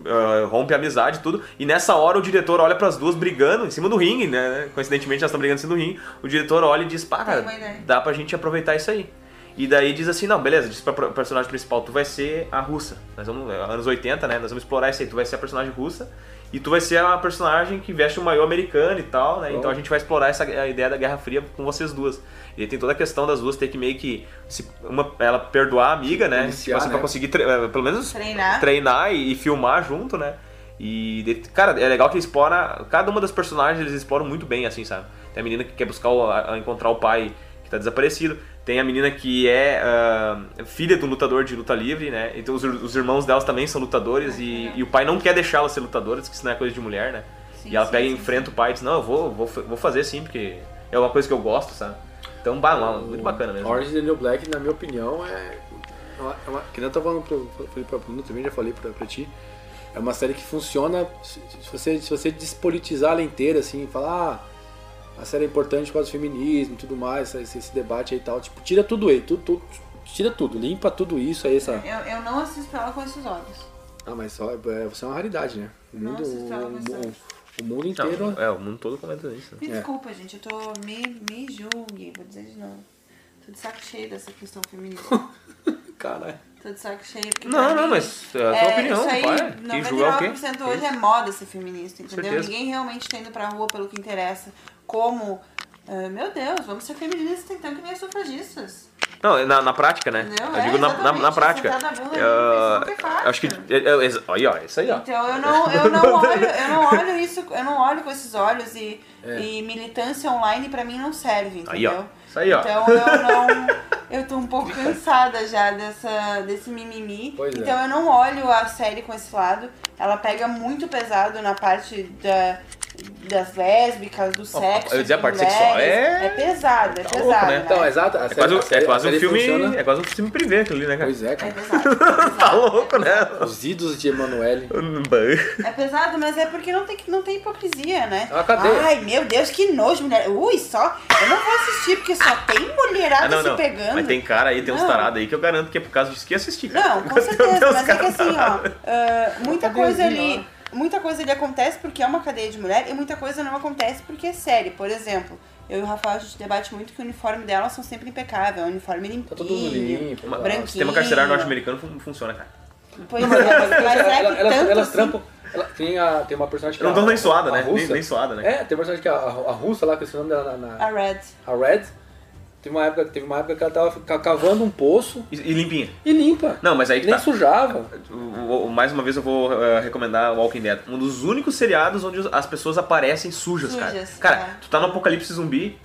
S2: Ah, rompe a amizade e tudo. E nessa hora o diretor olha pras duas brigando em cima do ringue, né? Coincidentemente elas estão brigando em cima do ringue. O diretor olha e diz: pá, cara,
S4: uma ideia."
S2: dá pra gente aproveitar isso aí. E daí diz assim: não, beleza, diz pra pro- personagem principal: tu vai ser a russa. Nós vamos, anos 80, né? Nós vamos explorar isso aí. Tu vai ser a personagem russa. E tu vai ser a personagem que veste o maiô americano e tal, né? Então a gente vai explorar essa a ideia da Guerra Fria com vocês duas. E aí tem toda a questão das duas ter que meio que se- uma, ela perdoar a amiga, né?
S1: Iniciar,
S2: Tipo assim,
S1: né?
S2: pra conseguir tre- eh, pelo menos
S4: Treinar.
S2: treinar e, e filmar junto, né? E, de- cara, é legal que explora. Cada uma das personagens eles exploram muito bem, assim, sabe? Tem a menina que quer buscar o- a- a encontrar o pai que tá desaparecido. Tem a menina que é ah, filha do lutador de luta livre, né? Então os, ir- os irmãos delas também são
S4: Ah,
S2: lutadores e, e o pai não quer deixá-la ser lutadora, diz que isso não é coisa de mulher, né?
S4: Sim,
S2: e ela
S4: sim,
S2: pega e
S4: sim,
S2: enfrenta o pai e diz: Não, eu vou, vou, fa- vou fazer sim, porque é uma coisa que eu gosto, sabe? Então, bah, lá, muito bacana mesmo.
S1: Orange is the New Black, na minha opinião, é. é uma- é uma- que nem eu tava falando pro, pro- falei pra Bruno também, já falei pra, pra ti. É uma série que funciona se, se você, se você despolitizar ela inteira, assim, falar. Ah, a série é importante por causa do feminismo e tudo mais, esse, esse debate aí e tal. Tipo, tira tudo aí, tudo, tudo- tira tudo, limpa tudo isso aí, essa.
S4: Eu, eu não assisto ela com esses olhos.
S1: Ah, mas só, é, você é uma raridade, né? O mundo,
S4: Nossa,
S1: o,
S4: isso é uma
S1: o-
S4: coisa.
S1: o mundo
S2: Não,
S1: inteiro.
S2: é, o mundo todo comenta isso. né?
S4: Me
S1: É.
S4: desculpa, gente, eu tô. Me, me julgue, vou dizer de novo. Tô de saco cheio dessa questão feminista.
S1: Caralho.
S4: Tô de saco cheio. porque pra
S2: Não, não,
S4: mim-
S2: mas é a tua opinião,
S4: isso aí,
S2: para. Quem julgar o quê?
S4: 99% hoje é moda ser feminista, entendeu?
S2: certeza.
S4: Ninguém realmente tá indo pra rua pelo que interessa. Como, ah, meu Deus, vamos ser feministas então que nem as sufragistas.
S2: Não, na, na prática, né?
S4: Entendeu?
S2: Eu
S4: É,
S2: digo na, na, na
S4: exatamente,
S2: prática.
S4: sentar na bunda,
S2: Ah,
S4: isso é fácil.
S2: acho que. é, é, exa- Aí, ó, isso aí, ó.
S4: Então eu não, eu não olho, eu não olho isso, eu não olho com esses olhos e, e militância online pra mim não serve,
S2: É. Aí,
S4: entendeu?
S2: ó. Isso aí, ó.
S4: Então eu não. Eu tô um pouco cansada já dessa, desse mimimi.
S1: Pois é.
S4: então eu não olho a série com esse lado. Ela pega muito pesado na parte da, das lésbicas, do sexo.
S2: eu ia dizer a
S4: de
S2: parte sexual,
S4: mulheres.
S2: é-
S4: É pesado, é
S2: Tá
S4: pesado.
S2: louco, né?
S1: Então, exato. a
S2: É
S1: série-
S2: quase,
S1: a
S2: um-
S1: série-
S2: é
S1: a
S2: quase um
S1: série
S2: filme.
S1: funciona-
S2: É quase um filme privê aquilo ali, né, cara?
S1: Pois é,
S4: É
S1: cara.
S4: pesado, é
S2: Tá
S4: pesado.
S2: louco, né?
S1: Os idos de Emanuele.
S4: É pesado, mas é porque não tem, que- não tem hipocrisia, né?
S1: É uma cadeia.
S4: Ai, meu Deus, que nojo, mulher. Ui, só. Eu não vou assistir porque só tem mulherada
S2: Ah, não,
S4: Tá se
S2: não.
S4: pegando.
S2: Mas tem cara aí, tem uns
S4: Não.
S2: tarados aí que eu garanto que é por causa disso que ia assistir. cara.
S4: Não, com certeza,
S2: Tem uns
S4: mas é que
S2: cara
S4: assim, ó,
S2: tarado.
S4: ah, muita
S1: Uma
S4: coisa
S1: cadeiazinha,
S4: ali. Muita coisa ali acontece porque é uma cadeia de mulher e muita coisa não acontece porque é série. Por exemplo, eu e o Rafael a gente debate muito que o uniforme delas são sempre impecável, é um uniforme limpinho.
S1: Tá todo mundo limpo.
S2: Uma-
S1: tá.
S2: O sistema carcerário norte-americano fun- funciona, cara.
S4: Pois é, mas, mas
S1: Ela-
S4: é
S1: ela-
S4: que
S1: elas,
S4: tanto
S1: elas
S4: assim-
S1: trampam. ela- tem, a, tem uma personagem que
S2: Eu
S1: é
S2: não tô
S1: a-
S2: nem suada,
S1: a
S2: né? Nem,
S1: russa.
S2: nem suada, né?
S1: É, tem uma personagem que é a, a russa lá, que eu sei o nome dela na.
S4: A
S1: na-
S4: Red.
S1: a Red. Teve uma, época, teve uma época que ela tava ca- cavando um poço
S2: E, e limpinha.
S1: e limpa.
S2: Não, mas aí que
S1: Nem
S2: tá.
S1: sujava.
S2: O- o- Mais uma vez eu vou eh, recomendar Walking Dead. Um dos únicos seriados onde as pessoas aparecem sujas, cara.
S4: Sujas,
S2: Cara,
S4: é.
S2: tu tá no apocalipse zumbi,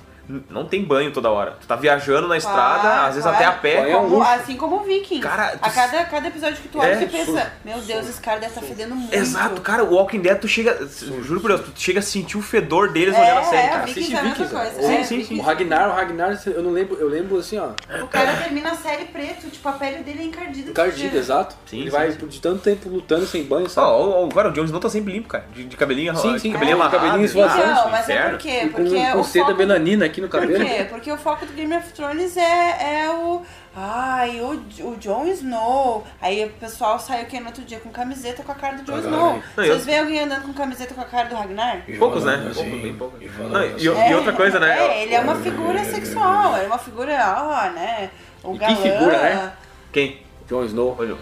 S2: não tem banho toda hora. Tu tá viajando na estrada, às vezes até a pé.
S1: é um
S4: Como-
S1: luxo.
S4: assim como o Viking.
S2: Cara,
S4: a
S2: tu-
S4: cada, cada episódio que tu
S2: É,
S4: olha, você
S2: su-
S4: pensa, meu Deus, esse cara deve estar fedendo muito.
S2: Exato, cara, o Walking Dead, tu chega. Juro por Deus, tu chega a sentir o fedor deles olhando a série,
S4: é,
S2: cara.
S1: Assiste
S4: Vikings é a mesma
S1: Vikings,
S4: coisa.
S1: ó.
S4: É,
S2: Sim, sim,
S4: Vikings-
S1: O Ragnar, o Ragnar, eu não lembro, eu lembro assim, ó.
S4: O cara termina a série preto, tipo, a pele dele é encardida.
S1: Encardido, exato.
S2: Sim,
S1: ele
S2: sim,
S1: vai
S2: sim.
S1: de tanto tempo lutando sem banho,
S2: Ó,
S1: sabe?
S2: ó, ó, cara, o Jones não tá sempre limpo, cara. De, de cabelinho
S1: Sim,
S2: de
S1: sim. É,
S2: cabelinho amarrado.
S1: cabelinho
S2: né?
S1: esvoaçante.
S4: Não, mas é
S2: Inferno.
S4: por quê?
S1: com um
S4: Porque
S1: com
S4: o
S1: seda
S4: foco...
S1: melanina aqui no
S4: Por
S1: cabelo.
S4: quê? Porque o foco do Game of Thrones é, é o. Ai, o, o Jon Snow. Aí o pessoal saiu aqui no outro dia com camiseta com a cara do Jon
S1: Caralho.
S4: Snow.
S2: Não, eu-
S4: Vocês veem alguém andando com camiseta com a cara do Ragnar?
S2: Poucos, né?
S1: Sim.
S2: Poucos, bem poucos.
S1: Ivana,
S2: Não, e,
S1: assim.
S2: e outra coisa, né?
S4: É, ele é uma figura sexual, é uma figura, ó, né? O
S1: E que
S4: galã.
S1: figura, né?
S2: Quem?
S1: Jon Snow.
S2: Olhou.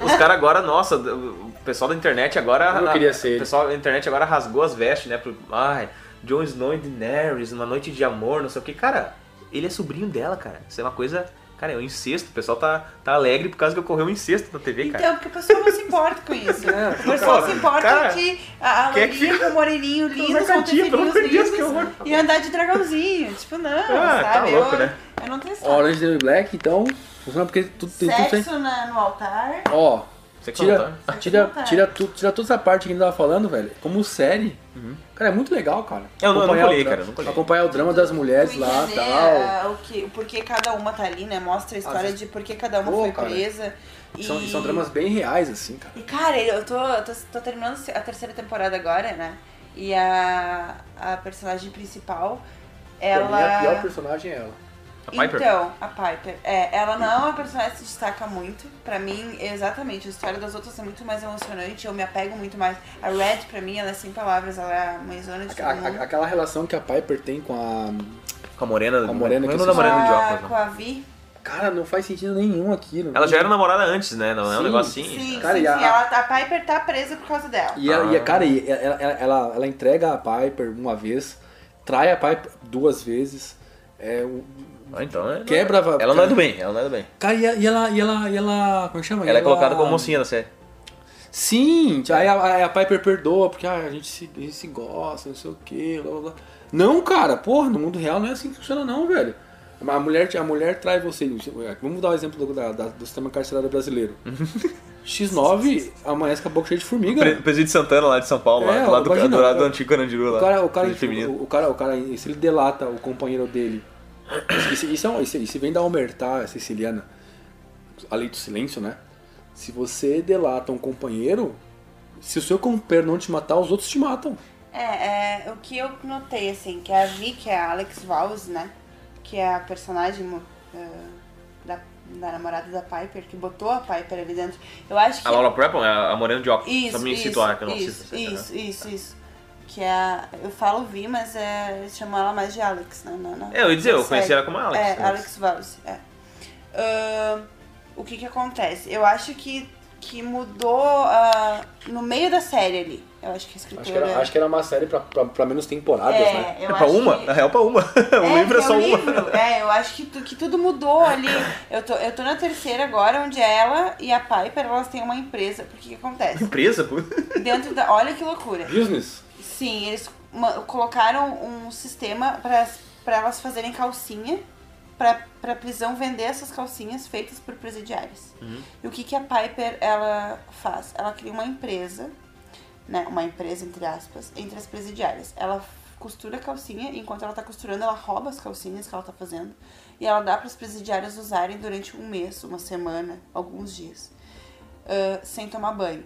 S2: Os caras agora, nossa, o pessoal da internet agora.
S1: Eu não queria ser ele.
S2: O pessoal da internet agora rasgou as vestes, né? Pro, ai, Jon Snow e Daenerys, uma noite de amor, não sei o que. Cara, ele é sobrinho dela, cara. Isso é uma coisa. Cara, é um incesto. O pessoal tá, tá alegre por causa que ocorreu um incesto na TV, cara.
S4: Então, porque o pessoal não se importa com isso.
S1: É,
S4: o pessoal
S2: cara,
S4: se importa
S2: cara,
S4: que a, a
S2: quem é que
S4: loirinha
S2: fica-
S4: com o moreninho lindo, com
S2: Zacatinha, pelo
S4: cabelinhos
S2: amor de Deus,
S4: lindos
S2: que horror.
S4: e andar de dragãozinho. Tipo, não,
S2: Ah, tá
S4: sabe?
S2: louco,
S4: eu,
S2: né?
S4: eu não tenho saco.
S1: Orange the New Black, então, funciona porque tudo tem tudo tem.
S4: Sexo na- no altar.
S1: Ó,
S2: Você que não
S1: tira,
S2: tá?
S1: tira, tira, tu, tira toda essa parte que a gente tava falando, velho, como série. Cara, é muito legal, cara.
S2: Uhum. Eu não- eu não
S1: Acompanhar o
S2: colhei,
S1: dra-
S2: cara, eu não colhei.
S1: Acompanhar o drama das mulheres
S4: Tu
S1: lá e
S4: entender,
S1: tal.
S4: ah, o que, o porquê cada uma tá ali, né? Mostra a história de por que cada uma
S1: Pô,
S4: foi
S1: cara.
S4: presa. E...
S1: São, são dramas bem reais, assim, cara.
S4: E cara, eu tô, eu tô, tô terminando a terceira temporada agora, né? E a, a personagem principal,
S1: Pra mim, a pior
S4: ela.
S1: personagem é ela.
S2: A Piper?
S4: Então, a Piper. É, ela não é uma personagem que se destaca muito. Pra mim, exatamente. A história das outras é muito mais emocionante. Eu me apego muito mais. A Red, pra mim, ela é sem palavras. Ela é a mãezona de
S1: A-
S4: todo
S1: a-
S4: mundo.
S1: aquela relação que a Piper tem com a.
S2: Com a Morena.
S1: Com a morena que
S2: Como é o
S1: se-
S2: nome da Morena de
S4: com,
S2: óculos.
S4: a,
S2: né?
S4: Ah, com a Vi.
S1: Cara, não faz sentido nenhum aquilo.
S2: Ela já era namorada antes, né? Não é um
S1: Sim,
S2: negócio assim.
S4: Sim,
S1: Cara,
S4: sim,
S1: e a-
S4: sim. Ela, a Piper tá presa por causa dela.
S1: E, ela,
S2: Ah.
S1: e a- cara, e ela, ela, ela- ela entrega a Piper uma vez, trai a Piper duas vezes. é, o-
S2: Ah, então é.
S1: Quebra a-
S2: Ela não é do bem, ela não é do bem.
S1: cara, e, a- e ela, e ela, e ela. Como chama?
S2: Ela é colocada como mocinha na série.
S1: Sim, aí a, aí a Piper perdoa, porque ah, a, gente se, a gente se gosta, não sei o que, blá blá blá. Não, cara, porra, no mundo real não é assim que funciona, não, velho. A mulher, a mulher trai você. Vamos dar o exemplo do, da- da- do sistema carcerário brasileiro. X9 amanhece com a boca cheia de formiga.
S2: Pre- Presídio de Santana lá de São Paulo,
S1: É,
S2: lá, do lado do,
S1: imagina,
S2: do, lado do
S1: o-
S2: antigo Canandiru lá.
S1: O cara, o cara,
S2: Presídio é
S4: tipo,
S2: feminino.
S1: o, o cara, o cara, se ele delata o companheiro dele, isso, isso, é um- isso- isso vem da Omertá siciliana, a lei do silêncio, né? Se você delata um companheiro, se o seu companheiro não te matar, os outros te matam.
S4: É, é, o que eu notei, assim, que a Vi, que é a Alex Valls, né? Que é a personagem mo- eh, da, da namorada da Piper, que botou a Piper ali dentro. Eu acho que.
S2: A Laura Prepon é a Morena de óculos.
S4: isso,
S2: Só me
S4: isso,
S2: situar, que eu não né?
S4: isso,
S2: assisto. essa
S4: Isso, isso, isso. Que é a. Eu falo Vi, mas é, eles chamam ela mais de Alex, né? na- na-
S2: É, eu ia dizer, eu
S4: na
S2: conheci
S4: série.
S2: ela como Alex, né?
S4: É,
S2: Alex.
S4: Alex Valls, é. Ahn, o que que acontece? Eu acho que, que mudou ah, no meio da série ali. Eu acho que a escritora...
S1: Acho que era, acho que era uma série pra, pra, pra menos temporadas,
S4: é,
S1: né?
S4: eu
S2: É pra
S4: acho
S2: uma?
S4: que-
S2: Na real, pra uma. o livro é
S4: que
S2: só
S4: um
S2: uma.
S4: livro. É, eu acho que, tu- que tudo mudou ali. Eu tô, eu tô na terceira agora, onde ela e a Piper, elas têm uma empresa. Porque que acontece?
S2: Empresa, pô.
S4: Dentro da... Olha que loucura.
S1: Business.
S4: Sim, eles ma- colocaram um sistema para elas fazerem calcinha, para prisão vender essas calcinhas feitas por presidiários. E o que, que a Piper ela faz? Ela cria uma empresa, né, uma empresa entre aspas, entre as presidiárias. Ela costura a calcinha, e enquanto ela tá costurando, ela rouba as calcinhas que ela tá fazendo e ela dá para as presidiárias usarem durante um mês, uma semana, alguns dias, ah, sem tomar banho.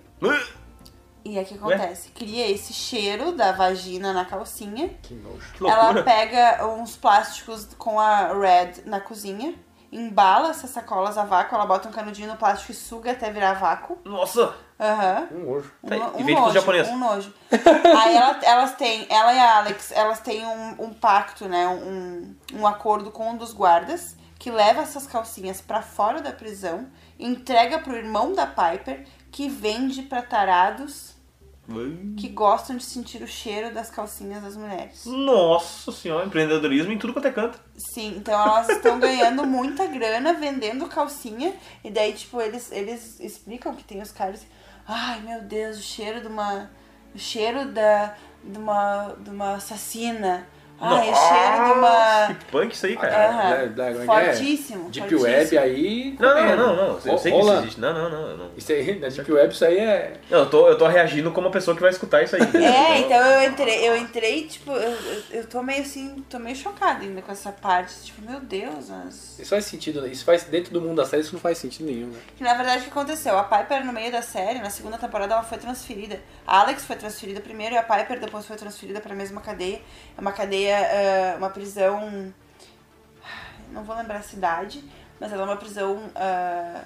S4: E aí o que acontece? Cria esse cheiro da vagina na calcinha.
S1: Que nojo.
S2: Que loucura.
S4: Ela pega uns plásticos com a Red na cozinha, embala essas sacolas a vácuo, ela bota um canudinho no plástico e suga até virar vácuo.
S2: Nossa!
S4: Aham.
S1: Um nojo.
S4: Um,
S2: Tá,
S4: no-
S2: e
S4: um
S2: vende pros
S4: nojo,
S2: japoneses.
S4: um nojo. Aí ela- elas têm, ela e a Alex, elas têm um, um pacto, né? Um, um acordo com um dos guardas que leva essas calcinhas pra fora da prisão, entrega pro irmão da Piper, que vende pra tarados que gostam de sentir o cheiro das calcinhas das mulheres.
S2: Nossa senhora, empreendedorismo em tudo quanto é canto.
S4: Sim, então elas estão ganhando muita grana vendendo calcinha. E daí, tipo, eles, eles explicam que tem os caras. Ai, meu Deus, o cheiro de uma. O cheiro da, de uma, de uma assassina.
S2: Nossa,
S4: Ai, é cheiro de uma.
S2: Que punk isso aí, cara.
S4: Aham.
S1: Da- da- como é que é?
S4: Fortíssimo.
S1: Deep
S4: fortíssimo.
S1: Web aí.
S2: Não, não,
S1: comendo.
S2: não, não. Eu
S1: Ro-
S2: sei que isso
S1: rola.
S2: existe. Não, não, não. eu não.
S1: Isso aí, na Deep Web, isso aí é.
S2: Não, eu tô, eu tô reagindo como uma pessoa que vai escutar isso aí. entendeu?
S4: É, então eu entrei, eu entrei, tipo, eu, eu- eu tô meio assim, tô meio chocada ainda com essa parte. Tipo, meu Deus, mas.
S1: Isso faz sentido, né? Isso faz dentro do mundo da série, isso não faz sentido nenhum, né?
S4: Que na verdade o que aconteceu? A Piper, no meio da série, na segunda temporada, ela foi transferida. A Alex foi transferida primeiro e a Piper depois foi transferida pra mesma cadeia. É uma cadeia, ah, uma prisão. Não vou lembrar a cidade, mas ela é uma prisão ah,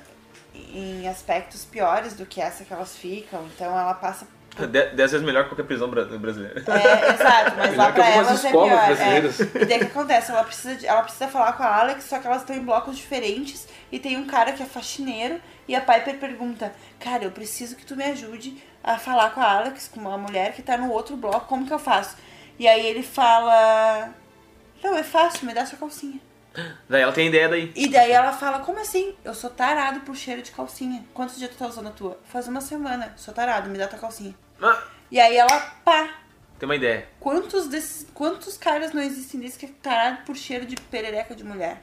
S4: em aspectos piores do que essa que elas ficam. Então ela passa.
S2: De- Dez vezes melhor que qualquer prisão bra- brasileira.
S4: É, exato, mas
S1: Melhor
S4: lá
S1: que
S4: pra
S1: algumas
S4: elas é pior.
S1: escolas
S4: é.
S1: brasileiras.
S4: E daí o que acontece? Ela precisa, de- ela precisa falar com a Alex, só que elas estão em blocos diferentes. E tem um cara que é faxineiro. E a Piper pergunta: Cara, eu preciso que tu me ajude a falar com a Alex, com uma mulher que tá no outro bloco, como que eu faço? E aí ele fala: Não, é fácil, me dá sua calcinha.
S2: Daí ela tem ideia daí.
S4: E daí ela fala, como assim? Eu sou tarado por cheiro de calcinha. Quantos dias tu tá usando a tua? Faz uma semana. Sou tarado, me dá tua calcinha.
S2: Ah,
S4: E aí ela, pá,
S2: tem uma ideia.
S4: Quantos desses, quantos caras não existem desse que é tarado por cheiro de perereca de mulher?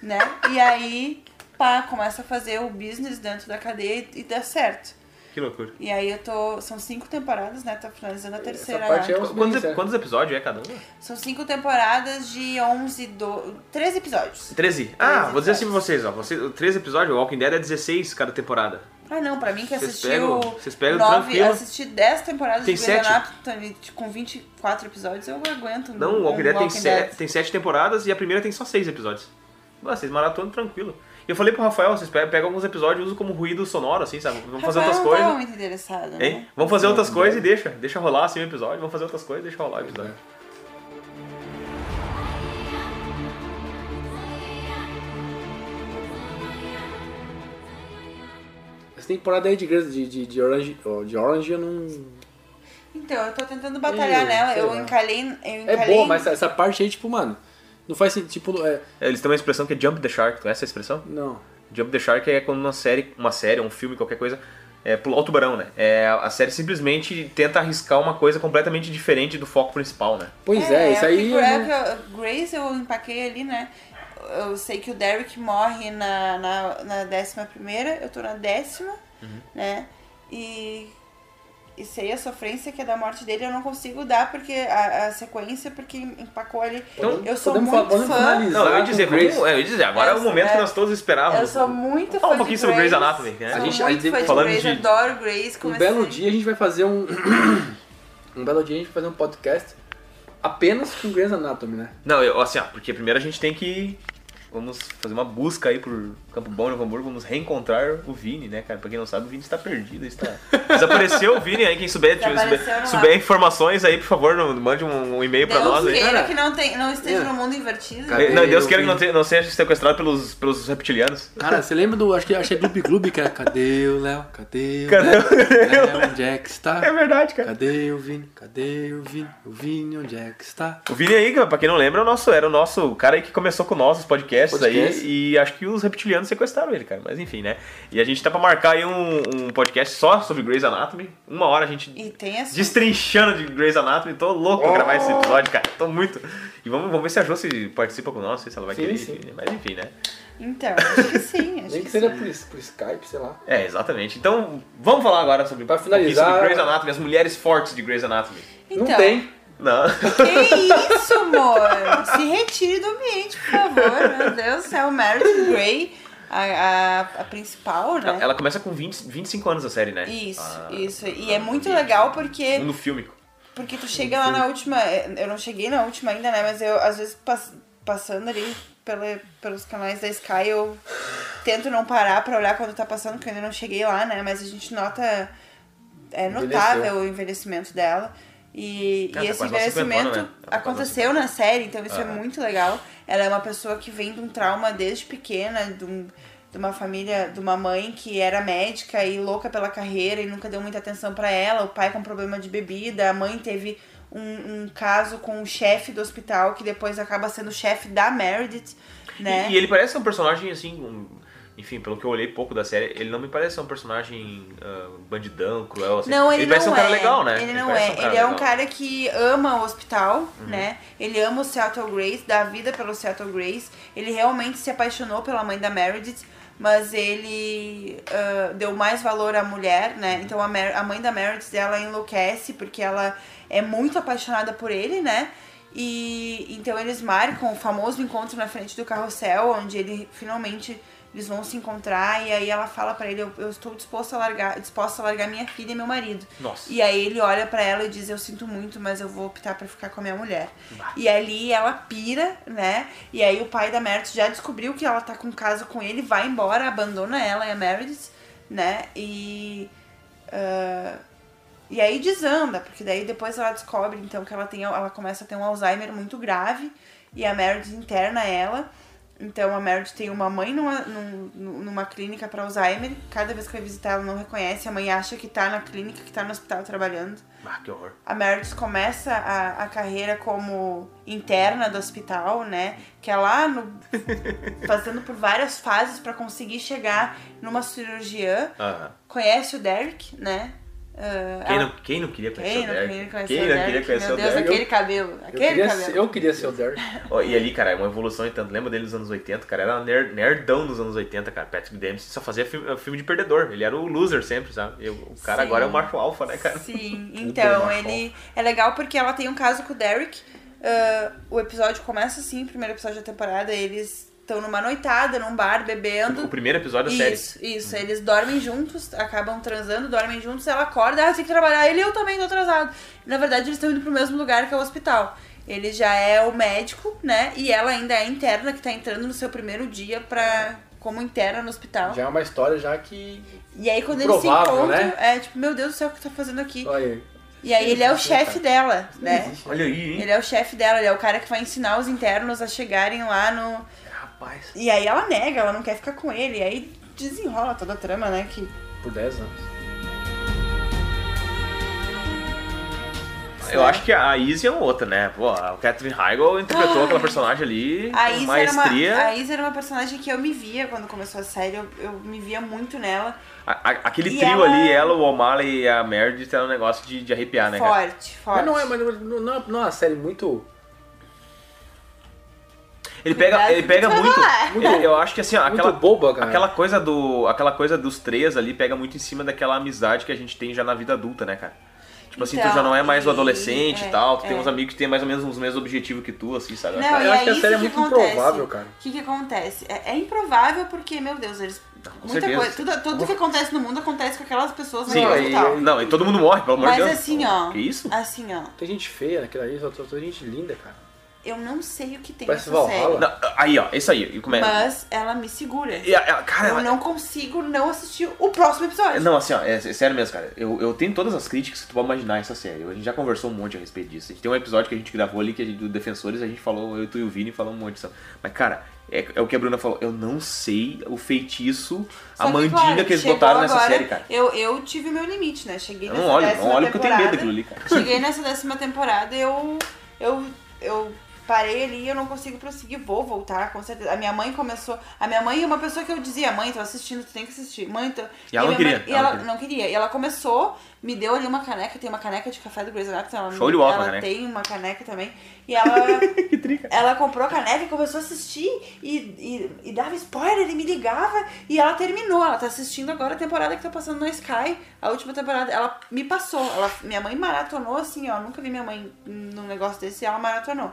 S4: Né? E aí, pá, começa a fazer o business dentro da cadeia e, e dá certo.
S2: Que loucura.
S4: E aí eu tô. São cinco temporadas, né? Tá finalizando a terceira.
S1: parte é
S4: lá.
S1: Os
S2: Qu- Quantos,
S1: minisséries.
S2: quantos episódios é cada um?
S4: São cinco temporadas de 11, do... 13 episódios.
S2: 13. Ah,
S4: Treze
S2: vou dizer assim pra
S4: episódios.
S2: vocês, ó. Vocês, o 13 episódios, o Walking Dead é 16 cada temporada.
S4: Ah, não, pra mim que
S2: Vocês
S4: assistiu.
S2: pegam- vocês pegam
S4: nove,
S2: tranquilo.
S4: assisti 10 temporadas
S2: Tem
S4: de
S2: sete?
S4: Grey's Anatomy com 24 episódios, eu aguento. um-
S2: Não, o Walking
S4: um
S2: Dead tem,
S4: Walking
S2: se-
S4: Dead.
S2: tem sete temporadas e a primeira tem só seis episódios. Ah, vocês maratonam tranquilo. E eu falei pro Rafael, vocês pe- pegam alguns episódios e usam como ruído sonoro, assim, sabe? Vamos fazer outras
S4: Rafael não
S2: coisas.
S4: tava muito Tá então, interessado, né?
S2: Hein? Vamos fazer outras coisas e deixa. Deixa rolar assim o episódio. Vamos fazer outras coisas e deixa rolar o episódio.
S1: Essa temporada aí de Grey's- de, de, de Orange, ó, de Orange eu não.
S4: Então, eu tô tentando batalhar
S1: Eu,
S4: nela.
S1: sei
S4: Eu
S1: lá.
S4: encalhei. Eu
S1: É
S4: encalhei
S1: boa, mas essa parte aí, tipo, mano, não faz sentido. Tipo, é,
S2: Eles têm uma expressão que é Jump the Shark. Conhece essa expressão?
S1: não.
S2: Jump the Shark é quando uma série, uma série, um filme, qualquer coisa, é pular o tubarão, né? É, a série simplesmente tenta arriscar uma coisa completamente diferente do foco principal, né?
S1: Pois é, isso aí.
S4: que, é
S1: eu não-
S4: que eu- Grace eu empaquei ali, né? Eu sei que o Derek morre na, na, na décima primeira, eu tô na décima,
S1: Uhum.
S4: né? E, e sei a sofrência que é da morte dele, eu não consigo dar porque a, a sequência, porque empacou ali.
S1: Então,
S4: eu sou
S1: podemos
S4: muito
S1: fa- podemos
S4: fã.
S1: finalizar.
S2: Não, eu ia dizer,
S1: com Grace.
S2: vamos- é, eu ia dizer, agora é, o
S4: Eu-
S2: momento
S4: é.
S2: que nós todos
S1: Ah,
S2: esperávamos.
S4: Eu sou muito
S2: Falar um
S4: fã
S2: pouquinho
S4: de
S2: sobre
S4: Grace,
S2: Grey's Anatomy, né?
S4: Sou
S1: A gente- a
S4: muito
S1: gente-
S4: fã
S2: falando
S4: de Grace,
S2: de-
S4: adoro Grace. assim?
S1: Um
S4: comecei-
S1: belo dia a gente vai fazer um. um belo dia a gente vai fazer um podcast apenas com Grey's Anatomy, né?
S2: Não, eu, assim, ó, porque primeiro a gente tem que. Vamos fazer uma busca aí por Campo Bom, Novo Hamburgo, vamos reencontrar o Vini, né, cara? Pra quem não sabe, o Vini está perdido, está... Desapareceu o Vini aí, quem souber, tiver-
S4: Desapareceu
S2: souber,
S4: no
S2: souber informações aí, por favor, não- mande um, um e-mail pra
S4: Deus
S2: nós aí.
S4: queira
S1: Cara,
S4: que não, tem, não esteja
S1: eu-
S4: no mundo invertido.
S1: né? É. Cara,
S2: Não, Deus
S1: Eu
S2: queira que
S1: vi.
S2: não, te- não seja sequestrado pelos, pelos reptilianos.
S1: Cara, você lembra do. Acho que, acho que é Gloob Gloob, que era Cadê o Léo? Cadê o
S2: Cadê
S1: Léo?
S2: o
S1: Léo? Onde é que
S2: É
S1: está?
S2: verdade, cara.
S1: Cadê o Vini? Cadê o Vini? O Vini, onde é que está?
S2: O Vini aí, cara, pra quem não lembra, é o nosso, era o nosso cara aí que começou com nós, os podcasts
S1: Podcast.
S2: aí, e acho que os reptilianos sequestraram ele, cara. Mas enfim, né? E a gente tá pra marcar aí um, um podcast só sobre Grey's Anatomy. Uma hora a gente
S4: E tem essa.
S2: destrinchando de Grey's Anatomy. Tô louco pra gravar esse episódio, cara. Tô muito. E vamos, vamos ver se a Josi participa com nós, não sei se ela vai
S1: Sim,
S2: querer.
S1: sim.
S2: Mas enfim, né?
S4: Então, acho que sim.
S1: Nem
S4: Acho que,
S1: que
S4: sim.
S1: seja por, por Skype, sei lá.
S2: É, exatamente. Então, vamos falar agora sobre,
S1: Pra
S2: um pouquinho
S1: finalizar-
S2: sobre Grey's Anatomy, as mulheres fortes de Grey's Anatomy.
S4: Então,
S1: Não tem.
S2: Não.
S4: Que isso, amor? Se retire do ambiente, por favor. Meu Deus do céu, Meredith Grey, a, a, a principal, né?
S2: Ela começa com 20, 25 anos a série,
S1: é
S2: né?
S4: Isso,
S2: Ah,
S4: isso. E é muito
S2: ambiente.
S4: legal porque
S2: Mundo fílmico.
S4: Porque tu chega lá na última. é, Eu não cheguei na última ainda, né? Mas eu, às vezes, pass- passando ali pela, pelos canais da Sky, eu tento não parar pra olhar quando tá passando, porque eu ainda não cheguei lá, né? Mas a gente nota. É notável o envelhecimento dela. E,
S2: Ah,
S4: e
S2: tá
S4: esse
S2: quase aos 50
S4: envelhecimento
S2: anos, né? Tá quase aos
S4: aconteceu na série, então isso é
S2: Aham.
S4: muito legal. Ela é uma pessoa que vem de um trauma desde pequena, de, um- de uma família, de uma mãe que era médica e louca pela carreira e nunca deu muita atenção pra ela. O pai com problema de bebida, a mãe teve um, um caso com o chefe do hospital que depois acaba sendo o chefe da Meredith, né?
S2: E, e ele parece um personagem assim, um- Enfim, pelo que eu olhei pouco da série, ele não me parece ser um personagem ah, bandidão, cruel, assim.
S4: Não, ele,
S2: parece
S4: não
S2: ser um cara
S4: é.
S2: legal, né?
S4: Ele não
S2: parece
S4: é.
S2: ser um
S4: ele
S2: cara
S4: é um
S2: legal.
S4: cara que ama o hospital, né? Ele ama o Seattle Grace, dá a vida pelo Seattle Grace. Ele realmente se apaixonou pela mãe da Meredith, mas ele ah, deu mais valor à mulher, né? Então a, Mer- a mãe da Meredith, ela enlouquece porque ela é muito apaixonada por ele, né? E então eles marcam o famoso encontro na frente do carrossel, onde ele finalmente eles vão se encontrar e aí ela fala pra ele, eu, eu estou disposta a largar, disposta a largar minha filha e meu marido.
S2: Nossa.
S4: E aí ele olha pra ela e diz: Eu sinto muito, mas eu vou optar pra ficar com a minha mulher. E ali ela pira, né? E aí o pai da Meredith já descobriu que ela tá com caso com ele, vai embora, abandona ela e a Meredith, né? E. ah, e aí desanda, porque daí depois ela descobre então que ela tem ela começa a ter um Alzheimer muito grave e a Meredith interna ela. Então a Meredith tem uma mãe numa, num- numa clínica para Alzheimer, cada vez que vai visitar ela não reconhece, a mãe acha que tá na clínica, que tá no hospital trabalhando.
S2: Ah, que horror.
S4: A Meredith começa a, a carreira como interna do hospital, né? Que é lá no, passando por várias fases para conseguir chegar numa cirurgiã.
S2: Aham.
S4: Conhece o Derek, né? Ah,
S2: Ah, Quem,
S4: ela-
S2: não, quem não queria conhecer
S4: quem
S2: o
S4: não
S2: Derek?
S4: queria conhecer
S2: quem
S4: o
S2: não
S4: Derek?
S2: queria conhecer
S4: Meu
S2: o
S4: Deus,
S2: Derek?
S4: aquele cabelo.
S1: Eu
S4: Aquele
S1: queria,
S4: cabelo.
S1: ser, eu queria ser o Derek.
S2: Ó, e ali, cara, é uma evolução e tanto. Lembra dele nos anos 80, cara? Era ner- nerdão nos anos 80, cara. Patrick Dempsey só fazia filme, filme de perdedor. Ele era o loser sempre, sabe? E o o cara
S4: Sim.
S2: agora é o macho alfa, né, cara?
S4: Sim,
S1: bom,
S4: então
S1: acho
S4: ele é legal porque ela tem um caso com o Derek. Ah, o episódio começa assim, o primeiro episódio da temporada, eles estão numa noitada, num bar,
S2: O
S4: bebendo.
S2: primeiro episódio da série.
S4: Isso, isso. Eles dormem juntos, acabam transando, dormem juntos, ela acorda, ah, tem que trabalhar. Ele eu também tô atrasado. Na verdade, eles estão indo pro mesmo lugar que é o hospital. Ele já é o médico, né? E ela ainda é interna, que tá entrando no seu primeiro dia pra, como interna no hospital.
S1: Já é uma história já que.
S4: E aí quando
S1: Improvável, né?
S4: eles se encontram, é tipo, meu Deus do céu, o que tá fazendo aqui?
S1: Olha aí.
S4: E aí ele é o
S1: Isso não
S4: chefe dela, né?
S1: existe.
S2: Olha aí, hein?
S4: Ele é o chefe dela, ele é o cara que vai ensinar os internos a chegarem lá no.
S2: Rapaz.
S4: E aí ela nega, ela não quer ficar com ele. E aí desenrola toda a trama, né? Que
S1: Por 10 anos.
S2: Eu acho que a Izzy é outra, né? Pô, a Catherine Heigl interpretou aquela personagem ali
S4: A
S2: com
S4: Isa,
S2: maestria.
S4: era uma, a Isa era uma personagem que eu me via quando começou a série, eu, eu me via muito nela.
S2: A- a- aquele
S4: E
S2: trio
S4: ela-
S2: ali, ela, o O'Malley e a Meredith, era um negócio de, de arrepiar, né, cara?
S4: forte, forte.
S1: Mas não é, mas não, não, é- não é uma série muito.
S2: Ele pega,
S4: Cuidado
S2: ele
S4: que
S2: pega
S4: tu vai
S2: muito.
S4: falar.
S1: Muito-
S2: ele- eu acho que assim, ó, aquela,
S1: muito boba, cara.
S2: aquela coisa do. Aquela coisa dos três ali pega muito em cima daquela amizade que a gente tem já na vida adulta, né, cara? Tipo assim, tu
S4: Então,
S2: já não é mais o
S4: e-
S2: adolescente e
S4: é,
S2: tal, tu
S4: é.
S2: tem um- uns amigos que têm mais ou menos os mesmos objetivos que tu, assim, sabe?
S4: Não,
S1: Eu
S4: e
S1: acho que a
S4: isso
S1: série é muito
S4: acontece.
S1: improvável, cara.
S4: O que, que acontece? É, é improvável porque, meu Deus, eles. muita
S2: certeza.
S4: coisa. Tudo, tudo que acontece no mundo acontece com aquelas pessoas
S2: Sim,
S4: no
S1: Não,
S2: e-
S4: hospital.
S2: não, e todo mundo morre, pelo amor de
S4: Mas
S2: Deus.
S4: assim, ó.
S2: Que isso?
S4: Assim, ó.
S1: Tem gente feia naquela aí, só só tem gente linda, cara.
S4: Eu não sei o que tem
S1: Parece
S4: nessa
S1: Valhalla.
S2: Não, aí, ó, isso aí. E como é?
S4: Mas ela me segura.
S2: E a- ela- cara,
S4: eu
S2: ela-
S4: não consigo não assistir o próximo episódio.
S2: Não, assim, ó, é, é sério mesmo, cara. Eu, eu tenho todas as críticas que tu pode imaginar essa série. A gente já conversou um monte a respeito disso. A gente tem um episódio que a gente gravou ali, que a gente, do Defensores, a gente falou, eu, tu e o Vini falamos um monte disso. Mas, cara, é, é o que a Bruna falou. Eu não sei o feitiço,
S4: Só
S2: a mandinga que,
S4: claro,
S2: eles
S4: chegou
S2: botaram nessa
S4: agora,
S2: série, cara.
S4: Eu, eu tive meu limite, né? Cheguei
S2: Eu
S4: nessa
S2: não olho, não
S4: décima
S2: olho porque eu tenho medo
S4: temporada.
S2: daquilo ali, cara.
S4: Cheguei nessa décima temporada, eu, eu, eu parei ali, eu não consigo prosseguir, vou voltar, com certeza. A minha mãe começou, a minha mãe é uma pessoa que eu dizia, mãe, tô assistindo, tu tem que assistir, mãe, tô...
S2: E ela não
S4: minha
S2: queria,
S4: mãe- e
S2: ela
S4: ela
S2: não queria.
S4: não queria. E ela começou, me deu ali uma caneca, tem uma caneca de café do Grey's Anatomy, ela,
S2: Show de bola,
S4: ela
S2: caneca.
S4: tem uma caneca também, e ela... Ela comprou a caneca e começou a assistir e, e, e dava spoiler e me ligava e ela terminou. Ela tá assistindo agora a temporada que tá passando na Sky, a última temporada. Ela me passou. Ela, minha mãe maratonou assim, ó. Nunca vi minha mãe num negócio desse e ela maratonou.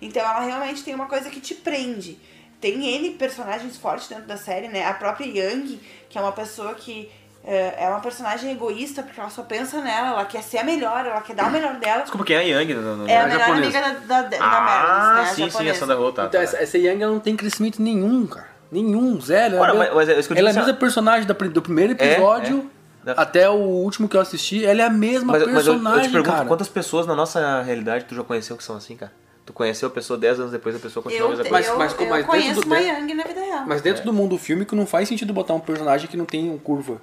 S4: Então ela realmente tem uma coisa que te prende. Tem N personagens fortes dentro da série, né? A própria Yang, que é uma pessoa que eh, é uma personagem egoísta, porque ela só pensa nela, ela quer ser a melhor, ela quer dar o melhor dela.
S2: Desculpa, quem é a Yang? No, no,
S4: É a
S2: no
S4: melhor
S2: japonês.
S4: amiga da, da, da
S2: Ah,
S4: Meredith, né?
S2: sim, sim, a
S4: japonesa.
S2: Sandra Oh, tá,
S1: Então,
S2: tá.
S1: essa, essa Yang ela não tem crescimento nenhum, cara. Nenhum, zero.
S2: Ora,
S1: ela
S2: mas- mas é isso que eu
S1: ela é a
S2: disse,
S1: mesma
S2: ó.
S1: personagem da pri- do primeiro episódio
S2: é. Da-
S1: até o último que eu assisti. Ela é a mesma
S2: Mas, mas eu,
S1: personagem,
S2: eu te pergunto,
S1: cara.
S2: quantas pessoas na nossa realidade tu já conheceu que são assim, cara? Tu conheceu a pessoa 10 anos depois, a pessoa continua a
S4: Eu,
S2: mesma
S1: Mas-
S2: coisa.
S4: eu,
S1: mas-
S4: eu
S1: mas dentro
S4: conheço
S1: do-
S4: uma Yang na vida real.
S2: É.
S1: Mas dentro do mundo fílmico não faz sentido botar um personagem que não tem um curva.